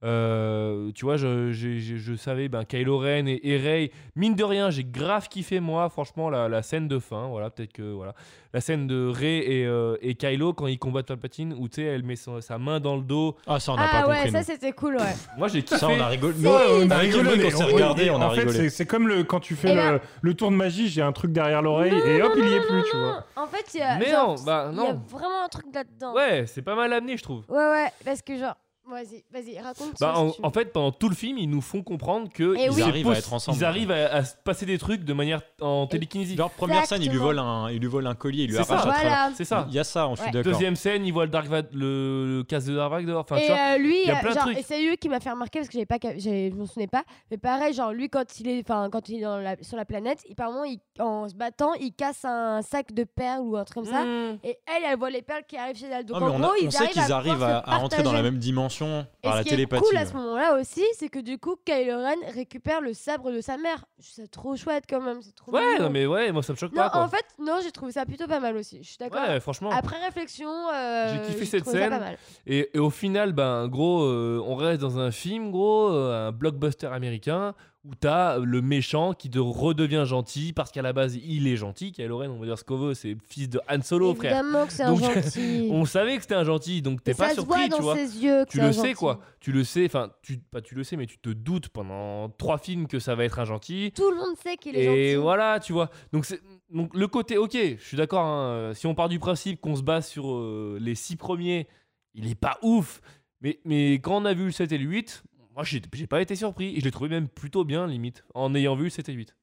S8: Euh, tu vois, je, je- je- je savais ben, Kylo Ren et, et Rey. Mine de rien, j'ai grave kiffé, moi, franchement, la, la scène de fin. Voilà, peut-être que. Voilà. La scène de Rey et, euh, et Kylo quand ils combattent Palpatine, où tu sais, elle met son- sa main dans le dos.
S6: Ah ça, on n'a
S7: Ah
S6: pas
S7: ouais,
S6: compris.
S7: ça
S6: nous.
S7: c'était cool, ouais.
S8: Moi, j'ai kiffé.
S6: Ça, on a rigolé. Nous,
S9: Ouais,
S6: on a rigolé
S9: mais
S6: quand on s'est
S9: oui,
S6: regardé, on a
S9: Bah, en fait,
S6: rigolé.
S9: c'est- C'est comme le, quand tu fais
S7: Eh
S9: le,
S7: ben-
S9: le tour de magie, j'ai un truc derrière l'oreille
S7: Non,
S9: et hop,
S7: non,
S9: il y est
S7: non,
S9: plus,
S7: non,
S9: tu
S7: non.
S9: vois.
S7: En fait, il y a,
S8: Mais
S7: genre,
S8: non, bah,
S7: il y a
S8: non.
S7: vraiment un truc là-dedans.
S8: Ouais, c'est pas mal amené, je trouve.
S7: ouais, ouais, parce que genre, vas-y, vas-y, raconte.
S8: Bah,
S7: ce
S8: en,
S7: que tu
S8: en
S7: veux.
S8: fait, pendant tout le film, ils nous font comprendre que
S7: Eh
S8: ils
S7: oui.
S8: se
S6: Ils arrivent à
S8: posent-
S6: être ensemble.
S8: Ils arrivent à, à se passer des trucs de manière en télékinésie.
S6: Leur première scène, il lui
S7: Exactement.
S6: vole un, il lui vole un collier, il lui
S8: C'est
S6: arrache
S8: ça.
S6: à travers-
S7: voilà.
S8: C'est ça.
S6: Il y a ça, on suis
S7: Ouais.
S6: d'accord.
S8: Deuxième scène, ils voient le Dark Vad- le, le casque de Dark Vador. Enfin, tu
S7: et
S8: vois.
S7: euh, lui,
S8: il y a
S7: euh,
S8: plein de
S7: genre,
S8: trucs.
S7: et c'est lui qui m'a fait remarquer parce que j'avais pas, cap- j'avais- je m'en souvenais pas. Mais pareil, genre lui quand il est, enfin quand il est dans la- sur la planète, il, par moment, il- en se battant, il casse un sac de perles ou un truc comme ça.
S8: Mmh.
S7: Et elle, elle voit les perles qui arrivent chez elle. Donc
S6: Ah, mais
S7: en
S6: on, a-
S7: gros,
S6: on
S7: ils
S6: sait qu'ils arrivent à,
S7: pouvoir se
S6: à rentrer dans la
S7: partager.
S6: même dimension
S7: Et
S6: par
S7: ce
S6: la
S7: qui
S6: télépathie.
S7: est cool à
S6: ouais.
S7: ce moment-là aussi, c'est que du coup, Kylo Ren récupère le sabre de sa mère. Je trouve ça trop chouette quand même, c'est trop
S8: Ouais,
S7: mignon.
S8: non, mais ouais, moi ça me choque
S7: Non,
S8: pas. Quoi.
S7: en fait, non, j'ai trouvé ça plutôt pas mal aussi. Je suis d'accord.
S8: ouais, franchement.
S7: Après réflexion, euh,
S8: J'ai kiffé cette
S7: trouvé ça
S8: scène.
S7: pas mal.
S8: Et, et au final, ben, gros, euh, on reste dans un film, gros, euh, un blockbuster américain où t'as le méchant qui te redevient gentil parce qu'à la base il est gentil. Kylo Ren, on va dire ce qu'on veut, c'est fils de Han Solo, frère.
S7: Évidemment que c'est un
S8: Donc,
S7: gentil.
S8: On savait que c'était un gentil, donc t'es
S7: ça
S8: pas
S7: se voit
S8: surpris,
S7: dans
S8: tu vois.
S7: ses yeux. Que
S8: Tu
S7: c'est un
S8: le sais
S7: gentil.
S8: quoi, tu le sais, enfin tu pas tu le sais mais tu te doutes pendant trois films que ça va être un gentil.
S7: Tout le monde sait qu'il est
S8: Et
S7: gentil.
S8: voilà, tu vois. Donc c'est donc le côté OK, je suis d'accord hein, euh, si on part du principe qu'on se base sur euh, les six premiers, il est pas ouf. Mais mais quand on a vu le 7 et le 8, moi j'ai j'ai pas été surpris et je l'ai trouvé même plutôt bien limite en ayant vu le 7 et le 8.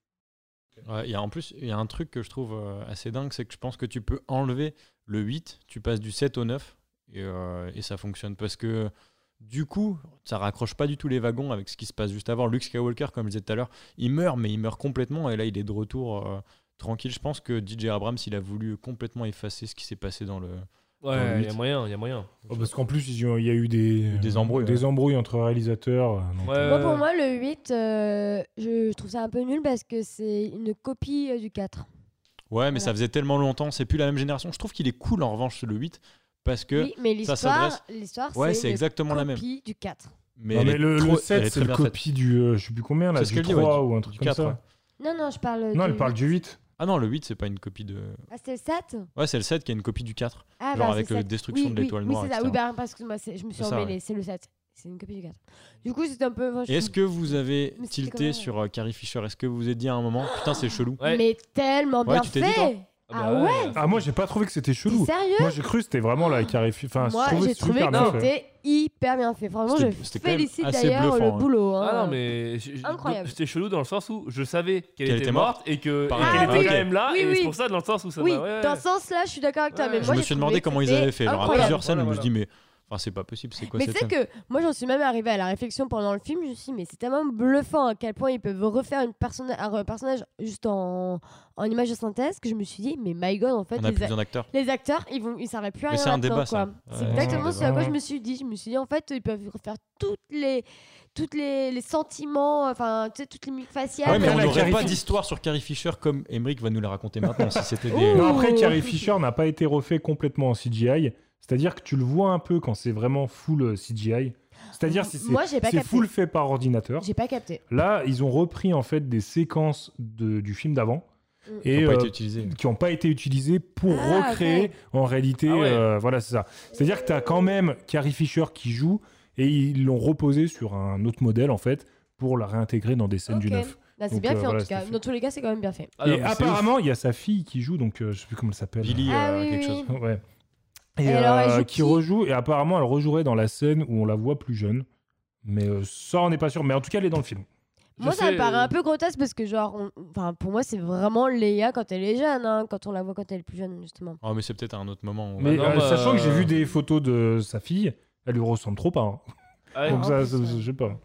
S6: Ouais, il y a, en plus, il y a un truc que je trouve euh, assez dingue, c'est que je pense que tu peux enlever le 8, tu passes du 7 au 9 et, euh, et ça fonctionne parce que du coup, ça raccroche pas du tout les wagons avec ce qui se passe juste avant. Luke Skywalker, comme je disais tout à l'heure, il meurt, mais il meurt complètement et là, il est de retour euh, tranquille. Je pense que DJ Abrams, il a voulu complètement effacer ce qui s'est passé dans le. Dans le
S8: Ouais, il y
S6: huit.
S8: a moyen, il y a moyen.
S9: Oh, parce qu'en plus, ils y ont- il y a eu des,
S6: Des embrouilles,
S9: des embrouilles entre réalisateurs. euh, donc,
S8: Ouais,
S9: euh,
S7: Moi, pour moi, le 8, euh, je, je trouve ça un peu nul parce que c'est une copie euh, du 4.
S6: Ouais, mais ça faisait tellement longtemps, c'est plus la même génération. Je trouve qu'il est cool en revanche, le 8, parce que.
S7: Oui, mais
S6: ça
S7: l'histoire,
S6: s'adresse-
S7: l'histoire
S6: ouais,
S7: c'est
S6: c'est
S7: une
S6: exactement la même.
S7: copie du 4.
S6: Mais,
S9: non,
S6: elle
S9: mais
S6: est
S9: le, le
S6: trop- elle
S9: 7,
S6: est
S9: c'est
S6: très
S9: le
S6: bien faite.
S9: copie du. euh, je sais plus combien, là,
S6: C'est ce
S9: du
S6: que je dis, ouais,
S9: 3
S6: du-
S9: ou un truc
S6: du
S9: comme
S6: 4, ouais.
S9: ça.
S7: Non, non, je parle.
S9: Non,
S7: du...
S9: elle parle du 8.
S6: Ah non, le 8, c'est pas une copie de.
S7: Ah, c'est le 7
S6: Ouais, c'est le 7 qui est une copie du 4.
S7: Ah,
S6: genre
S7: bah,
S6: avec
S7: c'est
S6: la
S7: le 7.
S6: destruction
S7: Oui,
S6: de l'étoile
S7: oui,
S6: noire.
S7: Oui, c'est ça.
S6: etc.
S7: Oui, bah, parce que moi, c'est- je me suis
S6: C'est ça,
S7: emmêlée. C'est le 7. C'est une copie du 4. Du coup, c'est un peu. enfin, je
S6: Et est-ce
S7: trouve-
S6: que vous avez
S7: Mais c'était quand
S6: tilté
S7: même- Ah.
S6: sur euh, Carrie Fisher Est-ce que vous vous êtes dit à un moment, putain, c'est chelou
S8: Ouais.
S7: Mais tellement
S6: Ouais,
S7: bien
S6: tu t'es dit, toi
S7: fait Ah
S8: bah
S7: ouais
S9: Ah, moi, j'ai pas trouvé que c'était chelou.
S7: T'es sérieux
S9: Moi, j'ai cru que c'était vraiment la carréfi. Enfin,
S7: Moi,
S9: je trouvais
S7: j'ai trouvé
S9: super bien
S7: que
S9: fait.
S7: c'était hyper bien fait. Franchement, je
S6: C'était- c'était quand même
S7: félicite
S6: assez
S7: d'ailleurs
S6: bluffant,
S7: le
S6: hein.
S7: boulot. hein.
S8: Ah non, mais je- je-
S7: Incroyable.
S8: donc, c'était chelou dans le sens où je savais qu'elle
S6: Qu'elle
S8: était,
S6: était morte.
S8: morte et que- et qu'elle
S6: Pareil.
S7: Ah
S8: était
S7: oui.
S8: quand même là.
S7: Oui,
S8: et
S7: oui.
S8: c'est pour ça, dans le sens où ça
S7: oui,
S8: va. ouais, ouais.
S7: dans ce sens-là, je suis d'accord avec toi.
S8: Ouais.
S7: Mais
S8: Je
S7: moi,
S6: Je me
S7: j'ai
S6: suis
S7: trouvé
S6: demandé
S7: que
S6: comment ils
S7: c'était
S6: avaient fait. Alors, à
S7: incroyable.
S6: plusieurs scènes, je me
S8: Voilà,
S6: suis dit, mais. Enfin, c'est pas possible, c'est quoi
S7: Mais tu
S6: cette
S7: sais
S6: scène
S7: que moi j'en suis même arrivée à la réflexion pendant le film, je me suis dit mais c'est tellement bluffant à quel point ils peuvent refaire une personna- un personnage juste en, en image de synthèse que je me suis dit mais my god en fait
S6: On a
S7: les,
S6: plus
S7: a-
S6: besoin d'acteurs.
S7: les acteurs ils vont ils s'arrêtent plus à
S6: Mais
S7: rien
S6: c'est un
S7: maintenant,
S6: débat,
S7: quoi.
S6: ça.
S7: C'est
S6: Ouais,
S7: exactement
S9: c'est un
S7: ce à quoi
S9: débat.
S7: je me suis dit, je me suis dit en fait ils peuvent refaire toutes les toutes les, les sentiments, enfin tu sais toutes les mimiques faciales.
S6: Ah Ouais, mais
S9: Après,
S6: on
S9: la
S6: n'aurait
S9: Carrie
S6: pas
S9: Fisher-
S6: d'histoire sur Carrie Fisher comme Emmerich va nous la raconter maintenant si c'était des.
S7: Ouh.
S9: Non, après,
S7: Ouh.
S9: Carrie Fisher n'a pas été refait complètement en CGI. C'est-à-dire que tu le vois un peu quand c'est vraiment full euh, CGI. C'est-à-dire si c'est
S7: Moi, j'ai pas
S9: c'est
S7: capté.
S9: full fait par ordinateur.
S7: J'ai pas capté.
S9: Là, ils ont repris en fait des séquences de- du film d'avant
S7: Mm.
S9: et
S6: Ils ont pas
S9: euh,
S6: été utilisés.
S9: qui n'ont pas été utilisées pour
S7: Ah,
S9: recréer
S7: ok.
S9: en réalité.
S8: Ah ouais.
S9: euh, voilà, c'est ça. C'est-à-dire que tu as quand même Carrie Fisher qui joue et ils l'ont reposé sur un autre modèle en fait pour la réintégrer dans des scènes du
S7: Ok.
S9: neuf.
S7: Là, c'est
S9: Donc,
S7: bien
S9: euh,
S7: fait en
S9: voilà,
S7: tout cas.
S9: c'était fait.
S7: Dans tous les cas c'est quand même bien fait.
S8: Ah non,
S9: et
S8: mais c'est
S9: apparemment, il y a sa fille qui joue, donc euh, je sais plus comment elle s'appelle.
S6: Billy,
S7: Ah
S6: euh,
S7: oui,
S6: quelque
S7: oui,
S6: chose.
S7: oui.
S9: Ouais. Et,
S7: Et alors, elle
S9: euh,
S7: joue
S9: qui
S7: qui
S9: rejoue, et apparemment elle rejouerait dans la scène où on la voit plus jeune. Mais euh, ça, on n'est pas sûr. Mais en tout cas, elle est dans le film.
S8: Je
S7: Moi, ça
S8: sais,
S7: me paraît
S8: euh,
S7: un peu grotesque parce que, genre, on- enfin, pour moi, c'est vraiment Léa quand elle est jeune, hein, quand on la voit quand elle est plus jeune, justement.
S6: Oh, mais c'est peut-être à un autre moment. on va-
S9: Mais
S8: non,
S9: euh,
S8: bah,
S9: sachant que j'ai
S8: euh,
S9: vu des photos de sa fille, elle lui ressemble trop pas. hein.
S8: Ah ouais.
S9: Donc
S7: en
S9: ça,
S7: plus,
S9: ça-
S7: ouais.
S9: je sais pas.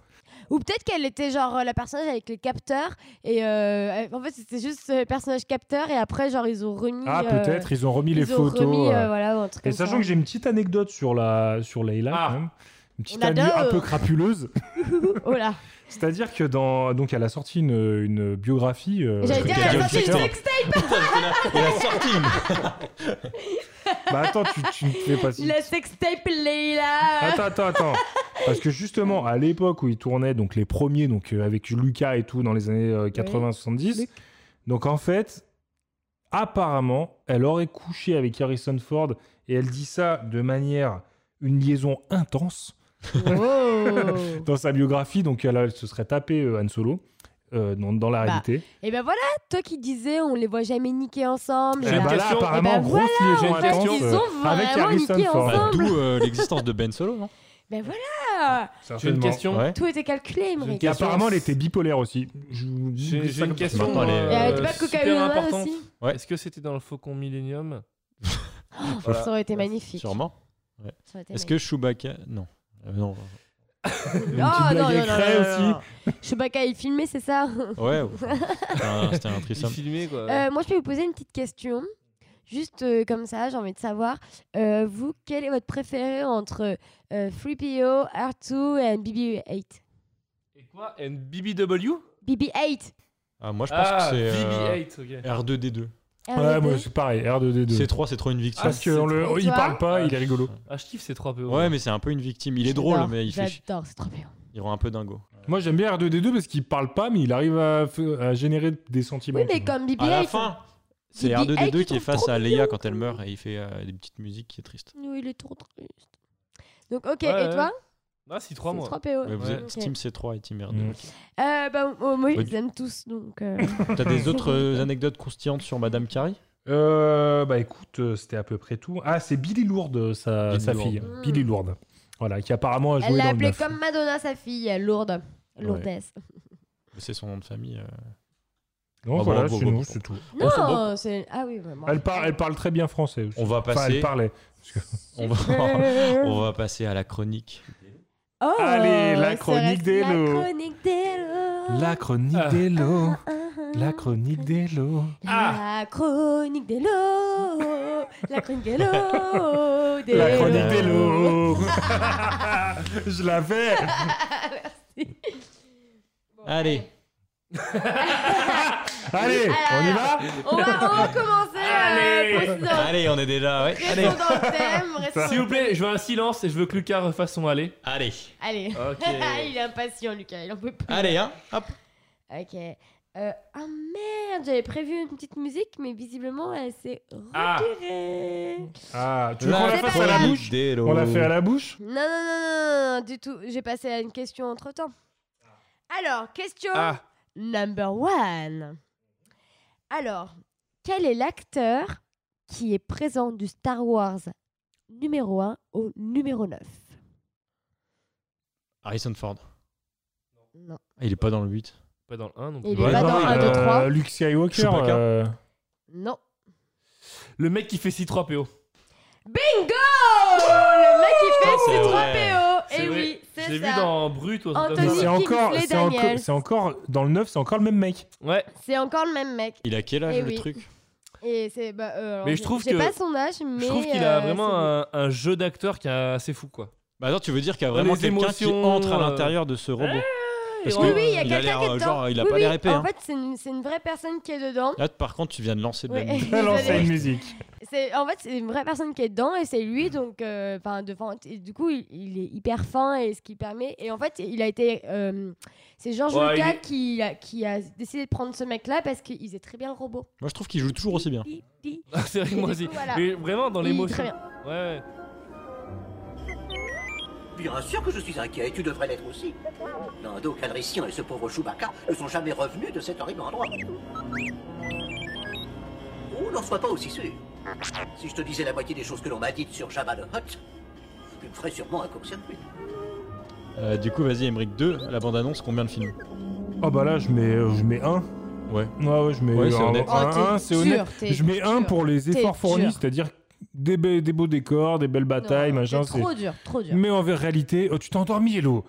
S7: Ou peut-être qu'elle était, genre, euh, la personnage avec les capteurs, et euh, en fait, c'était juste euh, personnage capteur, et après, genre, ils ont remis.
S9: Ah,
S7: euh,
S9: peut-être, ils ont remis
S7: Ils
S9: les
S7: ont
S9: photos.
S7: remis, euh,
S9: euh.
S7: voilà, ou un truc
S9: Et
S7: comme
S9: sachant
S7: ça.
S9: que j'ai une petite anecdote sur, la, sur Layla,
S8: Ah.
S9: quand même. une petite
S7: On
S9: anecdote
S7: adore.
S9: un peu crapuleuse.
S7: Oh là
S9: C'est-à-dire que dans. Donc, elle a sorti une, une biographie. euh,
S7: J'allais
S9: de
S7: dire,
S6: elle a
S9: Carrie
S6: sorti une
S9: Fisher.
S7: sextape.
S6: Elle a sorti une-
S9: Bah, attends, tu, tu ne fais pas si.
S7: La sextape Léa
S9: Attends, attends, attends. Parce que justement, à l'époque où ils tournaient, donc les premiers, donc euh, avec Lucas et tout, dans les années euh, 80-70,
S7: Luc.
S9: donc en fait, apparemment, elle aurait couché avec Harrison Ford et elle dit ça de manière une liaison intense
S7: Oh.
S9: dans sa biographie. Donc elle, elle se serait tapé euh, Han Solo. euh, dans, dans la
S7: Bah,
S9: réalité.
S7: Et ben voilà, toi qui disais, on les voit jamais niquer ensemble.
S9: Eh
S7: et
S8: j'ai une
S9: bah
S7: bah-
S9: là,
S8: question.
S9: apparemment,
S7: Eh bah
S9: grosse liaison
S7: en fait,
S9: intense
S7: ils
S9: euh,
S7: ont
S9: avec
S7: vraiment
S9: Harrison
S7: niqué
S9: Ford.
S6: Bah,
S7: ensemble.
S6: D'où euh, l'existence de Ben Solo, non
S7: Ben voilà
S8: J'ai une question.
S6: Ouais.
S7: Tout était calculé, Emery.
S9: Et apparemment, elle était bipolaire aussi. Je vous dis
S8: J'ai
S9: ça
S8: j'ai une
S9: comme ça.
S8: question.
S6: Maintenant, elle est-
S8: euh,
S7: Et elle était pas
S8: super
S7: cocaïne
S8: importante.
S7: aussi
S6: Ouais.
S8: Est-ce que c'était dans le Faucon Millennium
S7: Ça aurait été magnifique.
S6: Sûrement.
S7: Ça aurait été
S6: Est-ce que Chewbacca. Non. Euh, non.
S7: magnifique.
S9: une petite
S7: Oh,
S9: blague avec Ray
S7: Chewbacca est filmé, c'est ça
S6: Ouais, ou- c'était un, c'était un
S8: Il
S6: threesome.
S8: filmait quoi.
S7: Euh, Moi, je peux vous poser une petite question. Juste euh, comme ça, j'ai envie de savoir, euh, vous, quel est votre préféré entre euh, 3PO, R2 et BB-8
S8: Et quoi And BBW
S7: BB-8
S6: Ah, moi, je pense
S8: Ah,
S6: que c'est. euh,
S8: BB8, ok.
S6: R2D2.
S9: Ouais,
S7: R2.
S9: moi, c'est pareil, R2D2.
S6: C3, c'est trop une victime.
S9: Parce
S8: Ah,
S9: qu'il
S8: c'est
S7: trop- Et toi
S9: parle pas, il est rigolo.
S8: Ah, je kiffe ces 3 PO.
S6: ouais, mais c'est un peu une victime. Il est
S7: J'adore,
S6: drôle, mais il fait chier.
S7: J'adore, c'est trop bien.
S6: Il rend un peu dingo.
S9: Moi j'aime bien R2D2 parce qu'il parle pas, mais il arrive à, f- à générer des sentiments.
S7: Oui, mais comme BB-8...
S6: À la fin, c'est
S7: BB-8,
S6: R2D2
S7: je
S6: qui est
S7: trouve
S6: face
S7: trop
S6: à
S7: mignon.
S6: Leia quand elle meurt et il fait euh, des petites musiques qui est triste.
S7: Oui, il est trop triste. Donc, ok,
S8: Ouais,
S7: et
S8: ouais.
S7: toi
S8: Ah, c'est 3 mois.
S7: 3 PO.
S6: Ouais, vous
S8: Ouais.
S6: êtes
S7: Ok.
S6: Team C3 et Team R2.
S9: Mm.
S7: Euh, bah, oh, moi, je
S6: Ouais,
S7: les aime tous, donc. euh,
S6: T'as des autres euh, anecdotes croustillantes sur Madame Carrie
S9: Euh, bah écoute, euh, c'était à peu près tout. Ah, c'est Billy Lourde, sa,
S6: Billy
S9: sa
S6: Lourde.
S9: fille.
S7: Mm.
S9: Billy Lourde. Voilà, qui apparemment a joué
S7: Elle l'a
S9: dans le
S7: appelée
S9: neuf.
S7: comme Madonna, sa fille, Lourde.
S6: Ouais.
S7: Lourdesse.
S6: C'est son nom de famille. euh.
S9: Non,
S6: Bah,
S9: voilà,
S6: bon,
S9: c'est
S6: bon,
S9: nous,
S6: bon.
S9: c'est tout.
S7: Non, c'est. Ah oui, vraiment.
S9: Elle, par- elle parle très bien français. aussi.
S6: On va
S9: Enfin, elle
S6: passer,
S9: parlait.
S6: on va, on va passer à la chronique.
S7: Oh,
S9: Allez, la
S7: ça
S9: chronique
S7: reste
S9: d'Elo.
S7: La chronique d'Elo.
S9: chronique
S8: Ah.
S9: d'Elo.
S7: Ah, ah,
S9: chronique d'Elo.
S7: La chronique d'Elo. La
S9: La
S7: chronique d'Elo. d'Elo.
S9: chronique d'Elo. Je l'avais.
S7: Bon,
S6: Allez,
S9: Allez, on y va
S7: On va recommencer.
S8: Allez.
S7: Allez.
S6: allez, on est déjà. ouais.
S7: Restons dans le thème. Restons
S8: S'il vous plaît, je veux un silence et je veux que Lucas refasse son aller.
S6: Allez,
S7: Allez.
S8: Ok.
S7: il est impatient, Lucas. Il en peut plus.
S6: allez, hein, hop.
S7: Ok. Euh, ah merde, j'avais prévu une petite musique, mais visiblement elle s'est
S8: Ah.
S7: retirée.
S9: Ah, tu veux qu'on la
S7: C'est
S9: fasse
S7: pas
S9: à la
S7: grave.
S9: bouche On l'a fait à la bouche
S7: Non, non, non, non, non, du tout. J'ai passé à une question entre temps. Alors, question
S8: Ah.
S7: number one. Alors, quel est l'acteur qui est présent du Star Wars numéro 1 au numéro 9
S6: Harrison Ford.
S7: Non.
S6: Ah, il est pas dans le 8.
S8: Pas dans le 1 non
S7: Il
S8: plus.
S7: est pas dans
S9: non,
S7: 1, 2, 3.
S9: euh, Luke Skywalker.
S6: Chewbacca.
S9: euh,
S7: Non.
S8: Le mec qui fait C3PO.
S7: Bingo Oh, Le mec qui fait
S6: Putain, c'est
S7: ses 3
S6: vrai.
S7: PO
S8: C'est
S7: Et
S8: vrai.
S7: Eh oui, c'est ça.
S8: J'ai vu dans Brut. ou un truc comme
S7: Anthony.
S9: C'est
S8: ça.
S9: encore,
S7: Kingsley
S9: c'est encore,
S7: Daniels.
S9: c'est encore dans le 9, c'est encore le même mec.
S8: Ouais.
S7: C'est encore le même mec.
S6: Il a quel âge
S7: Eh
S6: le
S7: oui.
S6: truc
S7: Et c'est bah, euh, alors,
S8: Mais je
S7: j'ai-
S8: trouve
S7: j'ai
S8: que-
S7: pas son âge, mais
S8: je trouve qu'il a
S7: euh,
S8: vraiment
S7: c'est lui.
S8: un, un jeu d'acteur qui est assez fou quoi.
S6: Bah attends, tu veux dire qu'il y a vraiment
S8: Les
S6: quelqu'un qui
S8: émotions, Eh,
S6: entre à
S8: euh,
S6: l'intérieur de ce robot Parce
S7: Oui,
S6: que
S7: oui, il y a
S6: il a
S7: quelqu'un
S6: l'air, euh,
S7: qui est dedans.
S6: genre, il a
S7: Oui,
S6: pas
S7: oui,
S6: l'air épais,
S7: En
S6: hein.
S7: fait, c'est une, c'est une vraie personne qui est dedans.
S6: Là, par contre, tu viens de lancer de la
S7: Ouais,
S6: musique.
S7: désolée.
S9: Lancer une musique.
S7: C'est- en fait, c'est une vraie personne qui est dedans et c'est lui, donc, euh, enfin, de- enfin, et du coup, il, il est hyper fin et ce qui permet. Et en fait, il a été, euh, c'est Georges
S8: Ouais,
S7: Lucas
S8: il est-
S7: qui, a, qui a décidé de prendre ce mec-là parce qu'il faisait très bien le robot.
S6: Moi, je trouve qu'il joue toujours aussi bien.
S7: Pi, pi, pi.
S8: Ah, c'est vrai que
S7: Et
S8: moi
S7: du
S8: aussi.
S7: coup, voilà.
S8: Mais vraiment dans
S7: Il-
S8: l'émotion.
S7: très
S8: Ouais,
S7: bien.
S8: ouais.
S11: Bien sûr que je suis inquiet, tu devrais l'être aussi. Nando, Calrissian et ce pauvre Chewbacca ne sont jamais revenus de cet horrible endroit. Oh, n'en sois pas aussi sûr. Si je te disais la moitié des choses que l'on m'a dites sur Jabba le Hutt, tu me ferais sûrement un court-circuit.
S6: Euh, du coup, vas-y, Emmerich 2, la bande-annonce, combien de films
S9: Oh bah là, je mets, euh, je mets 1.
S6: Ouais.
S9: Ouais, ouais, je mets
S6: Ouais, c'est
S9: un,
S6: honnête.
S9: un-
S7: Oh, t'es
S9: un, c'est
S7: dur,
S9: honnête.
S7: t'es
S9: Je mets 1
S7: dur.
S9: pour les
S7: T'es
S9: efforts fournis,
S7: dur.
S9: c'est-à-dire des, be- des beaux décors, des belles batailles,
S7: Non,
S9: machin.
S7: C'est trop dur, trop dur.
S9: Mais en ver- réalité, oh, tu t'es endormi, Hello.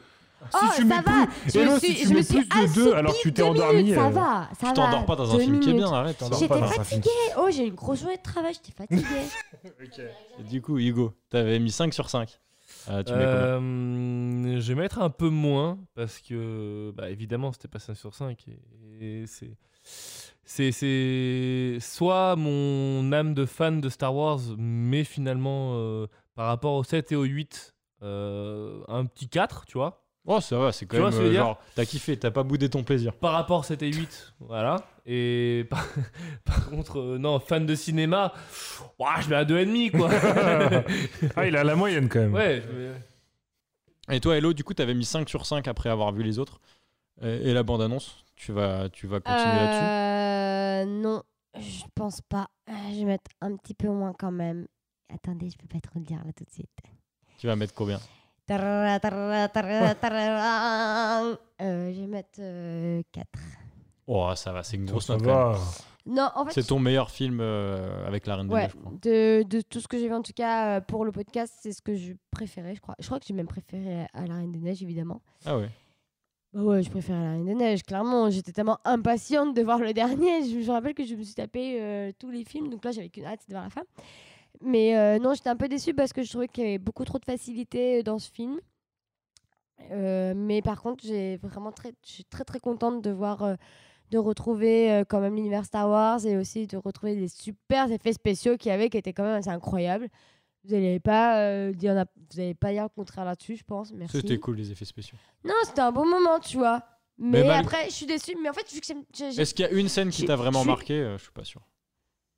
S7: Oh,
S9: si tu mets
S7: ça va.
S9: plus,
S7: Je me
S9: Hello,
S7: suis-
S9: si tu
S7: je me
S9: mets
S7: suis
S9: plus de 2,
S7: assoupie
S9: alors que tu t'es
S7: deux minutes,
S9: endormi.
S7: Ça
S9: euh,
S7: va, ça
S6: Tu
S7: va.
S6: t'endors pas dans un
S7: deux
S6: film qui est bien,
S7: minutes.
S6: arrête. t'endors
S7: J'étais
S6: pas dans un film.
S7: fatiguée. Oh, j'ai eu une grosse journée de travail, j'étais fatiguée.
S6: Et Du coup, Hugo, t'avais mis 5 sur 5. Euh, tu mets combien
S8: Euh, je vais mettre un peu moins parce que, bah, évidemment, c'était pas 5 sur 5. Et, et c'est. C'est, c'est soit mon âme de fan de Star Wars, mais finalement, euh, par rapport au 7 et au 8, euh, un petit 4, tu vois.
S6: Oh, ça va, c'est quand
S8: Tu vois ce
S6: même
S8: que je
S6: euh,
S8: veux dire
S6: genre, t'as kiffé, t'as pas boudé ton plaisir.
S8: Par rapport 7 et 8, voilà. Et par, par contre, euh, non, fan de cinéma, ouah, je mets à 2,5, quoi.
S9: Ah, il a la moyenne quand même.
S8: ouais, je mets-
S6: Et toi, Hello, du coup, t'avais mis 5 sur 5 après avoir vu les autres. Et, et la bande-annonce, tu vas, tu vas continuer là-dessus.
S7: Euh, non, je pense pas. Euh, Je vais mettre un petit peu moins quand même. Attendez, je peux pas trop le dire là tout de suite.
S6: Tu vas mettre combien
S7: Tarara, tarara, tarara, tarara. Euh, je vais mettre euh, 4.
S6: Oh, ça va, c'est une grosse
S9: Ça
S6: note quand même.
S9: va.
S7: Non, en fait,
S6: C'est ton meilleur film euh, avec la Reine des
S7: ouais,
S6: Neiges, je crois.
S7: de, de tout ce que j'ai vu en tout cas euh, pour le podcast, c'est ce que je préférais, je crois. Je crois que j'ai même préféré à la Reine des Neiges, évidemment.
S6: Ah ouais.
S7: Bah ouais, je préfère la Reine des Neiges, clairement. J'étais tellement impatiente de voir le dernier. Je, je rappelle que je me suis tapé euh, tous les films, donc là j'avais qu'une hâte, c'était de voir la fin. Mais euh, non, j'étais un peu déçue parce que je trouvais qu'il y avait beaucoup trop de facilité dans ce film. Euh, mais par contre, j'ai vraiment très, je suis très très contente de voir, euh, de retrouver euh, quand même l'univers Star Wars et aussi de retrouver les super effets spéciaux qu'il y avait qui étaient quand même assez incroyables. Vous n'allez pas, euh, dire la- vous allez pas dire le contraire là-dessus, je pense. Merci.
S6: C'était cool les effets spéciaux.
S7: Non, c'était un bon moment, tu vois. Mais,
S6: mal-
S7: après, je suis déçue. Mais en fait, vu que j'aime- j'ai. j'ai-
S6: Est-ce qu'il y a une scène qui
S7: Je-
S6: t'a vraiment
S7: je-
S6: marqué Euh, Je suis pas sûr.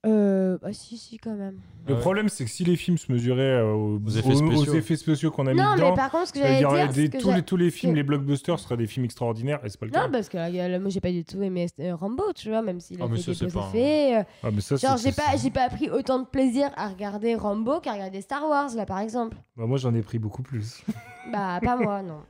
S7: Euh. Ah, si, si, quand même.
S9: Le
S6: Ah ouais.
S9: problème, c'est que si les films se mesuraient euh, aux,
S6: Aux effets
S9: aux- aux
S6: spéciaux.
S9: effets spéciaux
S6: Bah,
S9: qu'on a mis
S7: Non, mais
S9: dedans,
S7: par contre, ce que
S9: ça veut
S7: j'allais
S9: dire,
S7: dire.
S9: des-
S7: c'est que
S9: tous, les,
S7: j'a-
S9: tous les films,
S7: que-
S9: les blockbusters, seraient des films extraordinaires, et c'est pas le cas.
S7: Non, parce que euh, moi, j'ai pas du tout aimé euh, Rambo, tu vois, même s'il a
S6: Ah, mais
S7: fait
S6: ça,
S7: des
S6: c'est
S7: beaux
S6: pas un-
S7: effets. euh,
S9: Ah, mais ça,
S7: Genre,
S9: c'est-
S7: j'ai pas, j'ai pas pris autant de plaisir à regarder Rambo qu'à regarder Star Wars, là, par exemple.
S9: Bah, moi, j'en ai pris beaucoup plus.
S7: Bah, pas moi, non.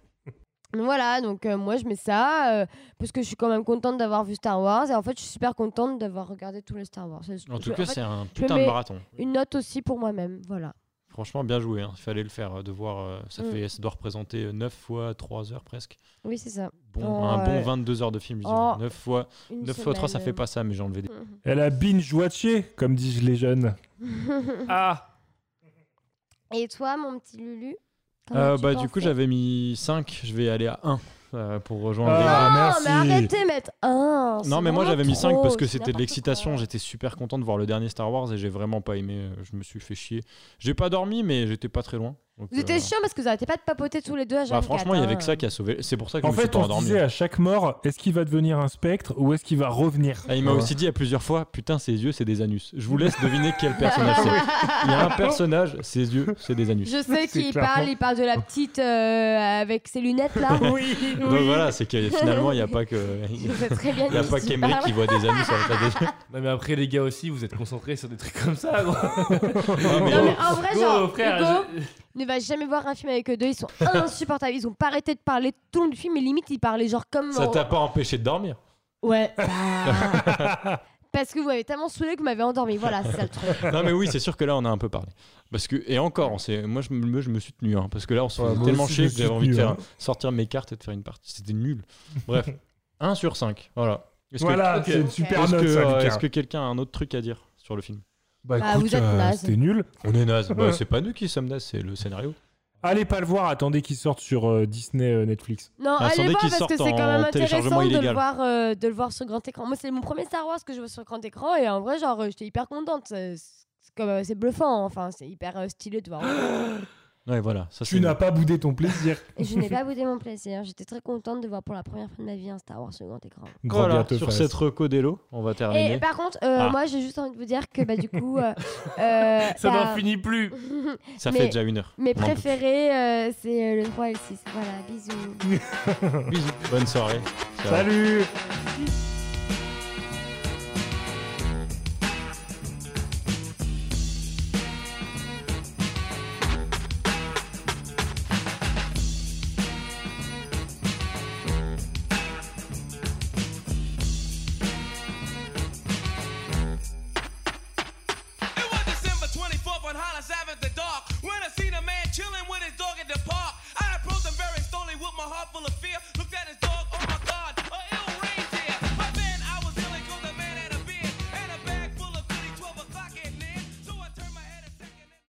S7: Donc Voilà, donc euh, moi je mets ça euh, parce que je suis quand même contente d'avoir vu Star Wars et en fait je suis super contente d'avoir regardé tous les Star Wars. C'est-
S6: En tout
S7: je-
S6: cas,
S7: fait,
S6: c'est un
S7: je
S6: putain de
S7: mets
S6: marathon.
S7: Une note aussi pour moi-même, voilà.
S6: Franchement, bien joué. hein. Il fallait le faire, euh, de voir. euh, ça,
S7: Mm.
S6: fait, ça doit représenter euh, 9 fois 3 heures presque.
S7: Oui, c'est ça.
S6: Bon,
S7: Oh,
S6: un bon
S7: ouais.
S6: 22 heures de film.
S7: Oh,
S6: 9 fois,
S7: une
S6: 9 fois 3, ça
S7: semaine,
S6: fait
S7: euh.
S6: pas ça, mais j'ai enlevé des.
S9: Elle a binge-watché, comme disent les jeunes.
S6: Oh,
S8: Ah
S7: Et toi, mon petit Lulu comment
S6: Euh,
S7: tu
S6: bah,
S7: t'en
S6: du coup,
S7: fais
S6: j'avais mis 5. Je vais aller à 1 euh, pour rejoindre. les-
S9: Ah, merci.
S7: Non, mais arrêtez, mettre un.
S6: Non,
S7: c'est
S6: mais moi
S7: vraiment
S6: j'avais mis 5
S7: trop,
S6: parce que
S7: c'est
S6: c'était de
S7: n'importe
S6: l'excitation. J'étais super content de voir le dernier Star Wars et j'ai vraiment pas aimé. euh, Je me suis fait chier. J'ai pas dormi, mais j'étais pas très loin. Donc,
S7: Vous
S6: euh,
S7: étiez chiant parce que vous arrêtez pas de papoter tous les deux à
S6: bah,
S7: Jean
S6: franchement, il y avait que ça qui a sauvé. C'est pour ça que
S9: En
S6: je me suis
S9: fait,
S6: pas
S9: on se
S6: endormi.
S9: disait à chaque mort, est-ce qu'il va devenir un spectre ou est-ce qu'il va revenir
S6: Ah, il m'a aussi dit à plusieurs fois Putain, ses yeux, c'est des anus. Je vous laisse deviner quel personnage
S7: Ah
S6: c'est. Il y a un personnage, ses yeux, c'est des anus.
S7: Je sais qu'il parle, il parle de la petite euh, avec ses lunettes là. oui,
S6: Donc voilà, c'est que finalement, il n'y a pas que.
S7: sais très bien
S6: Il y a
S7: de
S6: pas
S7: qui tu
S6: qu'Emerick qui
S7: parles.
S6: voit des anus à la place des yeux.
S8: Non, mais après, les gars aussi, vous êtes concentrés sur des trucs comme ça, gros.
S7: Non, mais en vrai,
S8: Gros,
S7: genre,
S8: frère,
S7: Hugo
S8: je-
S7: ne va jamais voir un film avec eux deux. Ils sont insupportables. Ils ont pas arrêté de parler tout le long du film. Et limite, ils parlaient genre comme.
S6: Ça t'a pas empêché de dormir
S7: Ouais. bah. Parce que vous m'avez tellement saoulé que vous m'avez endormi. Voilà, c'est ça le truc.
S6: Non, mais oui, c'est sûr que là, on a un peu parlé. Parce que, et encore, on s'est- moi, je me, je me suis tenu. hein, parce que là, on se
S9: Ouais,
S6: faisait
S9: moi
S6: tellement
S9: aussi,
S6: chier
S9: je
S6: que
S9: me
S6: j'avais
S9: suis
S6: envie de
S9: tenu,
S6: faire-
S9: hein.
S6: sortir mes cartes et de faire une partie. C'était nul. Bref, 1 sur 5. Voilà. Est-ce que-
S9: Voilà,
S6: Ok.
S9: c'est une super
S6: Est-ce
S9: note,
S6: que,
S9: ça,
S6: euh,
S9: Lucas.
S6: Est-ce que quelqu'un a un autre truc à dire sur le film
S9: Bah,
S7: Bah,
S9: écoute,
S7: vous êtes
S9: euh,
S7: naze.
S9: c'était nul.
S6: On est naze. Bah, c'est pas nous qui sommes nazes, c'est le scénario.
S9: Allez pas le voir, attendez qu'il sorte sur euh, Disney euh, Netflix.
S7: Non,
S6: Attendez
S7: allez voir
S6: qu'ils
S7: parce que c'est
S6: sortent
S7: quand même
S6: en téléchargement
S7: intéressant de le,
S6: illégal.
S7: voir, euh, de le voir sur grand écran. Moi, c'est mon premier Star Wars que je vois sur grand écran et en vrai, genre, euh, j'étais hyper contente. C'est c'est comme, euh, c'est bluffant, enfin, c'est hyper euh, stylé de voir.
S6: Ouais, voilà. Ça,
S9: Tu
S6: c'est-
S9: n'as pas boudé ton plaisir.
S7: Et je n'ai pas boudé mon plaisir. J'étais très contente de voir pour la première fois de ma vie un Star Wars sur grand écran.
S9: Grand bien
S6: Voilà,
S9: te
S6: sur
S9: fasse.
S6: cette reco d'Elo, on va terminer.
S7: Et par contre, euh,
S6: Ah.
S7: moi, j'ai juste envie de vous dire que bah, du coup, euh, euh,
S8: Ça
S7: bah,
S8: n'en finit plus.
S6: Ça
S7: mais-
S6: fait déjà une heure.
S7: mes
S6: On en peut plus.
S7: préférés, euh, c'est euh, le 3 et le 6. Voilà, bisous.
S6: Bisous. Bonne soirée. Ciao.
S9: Salut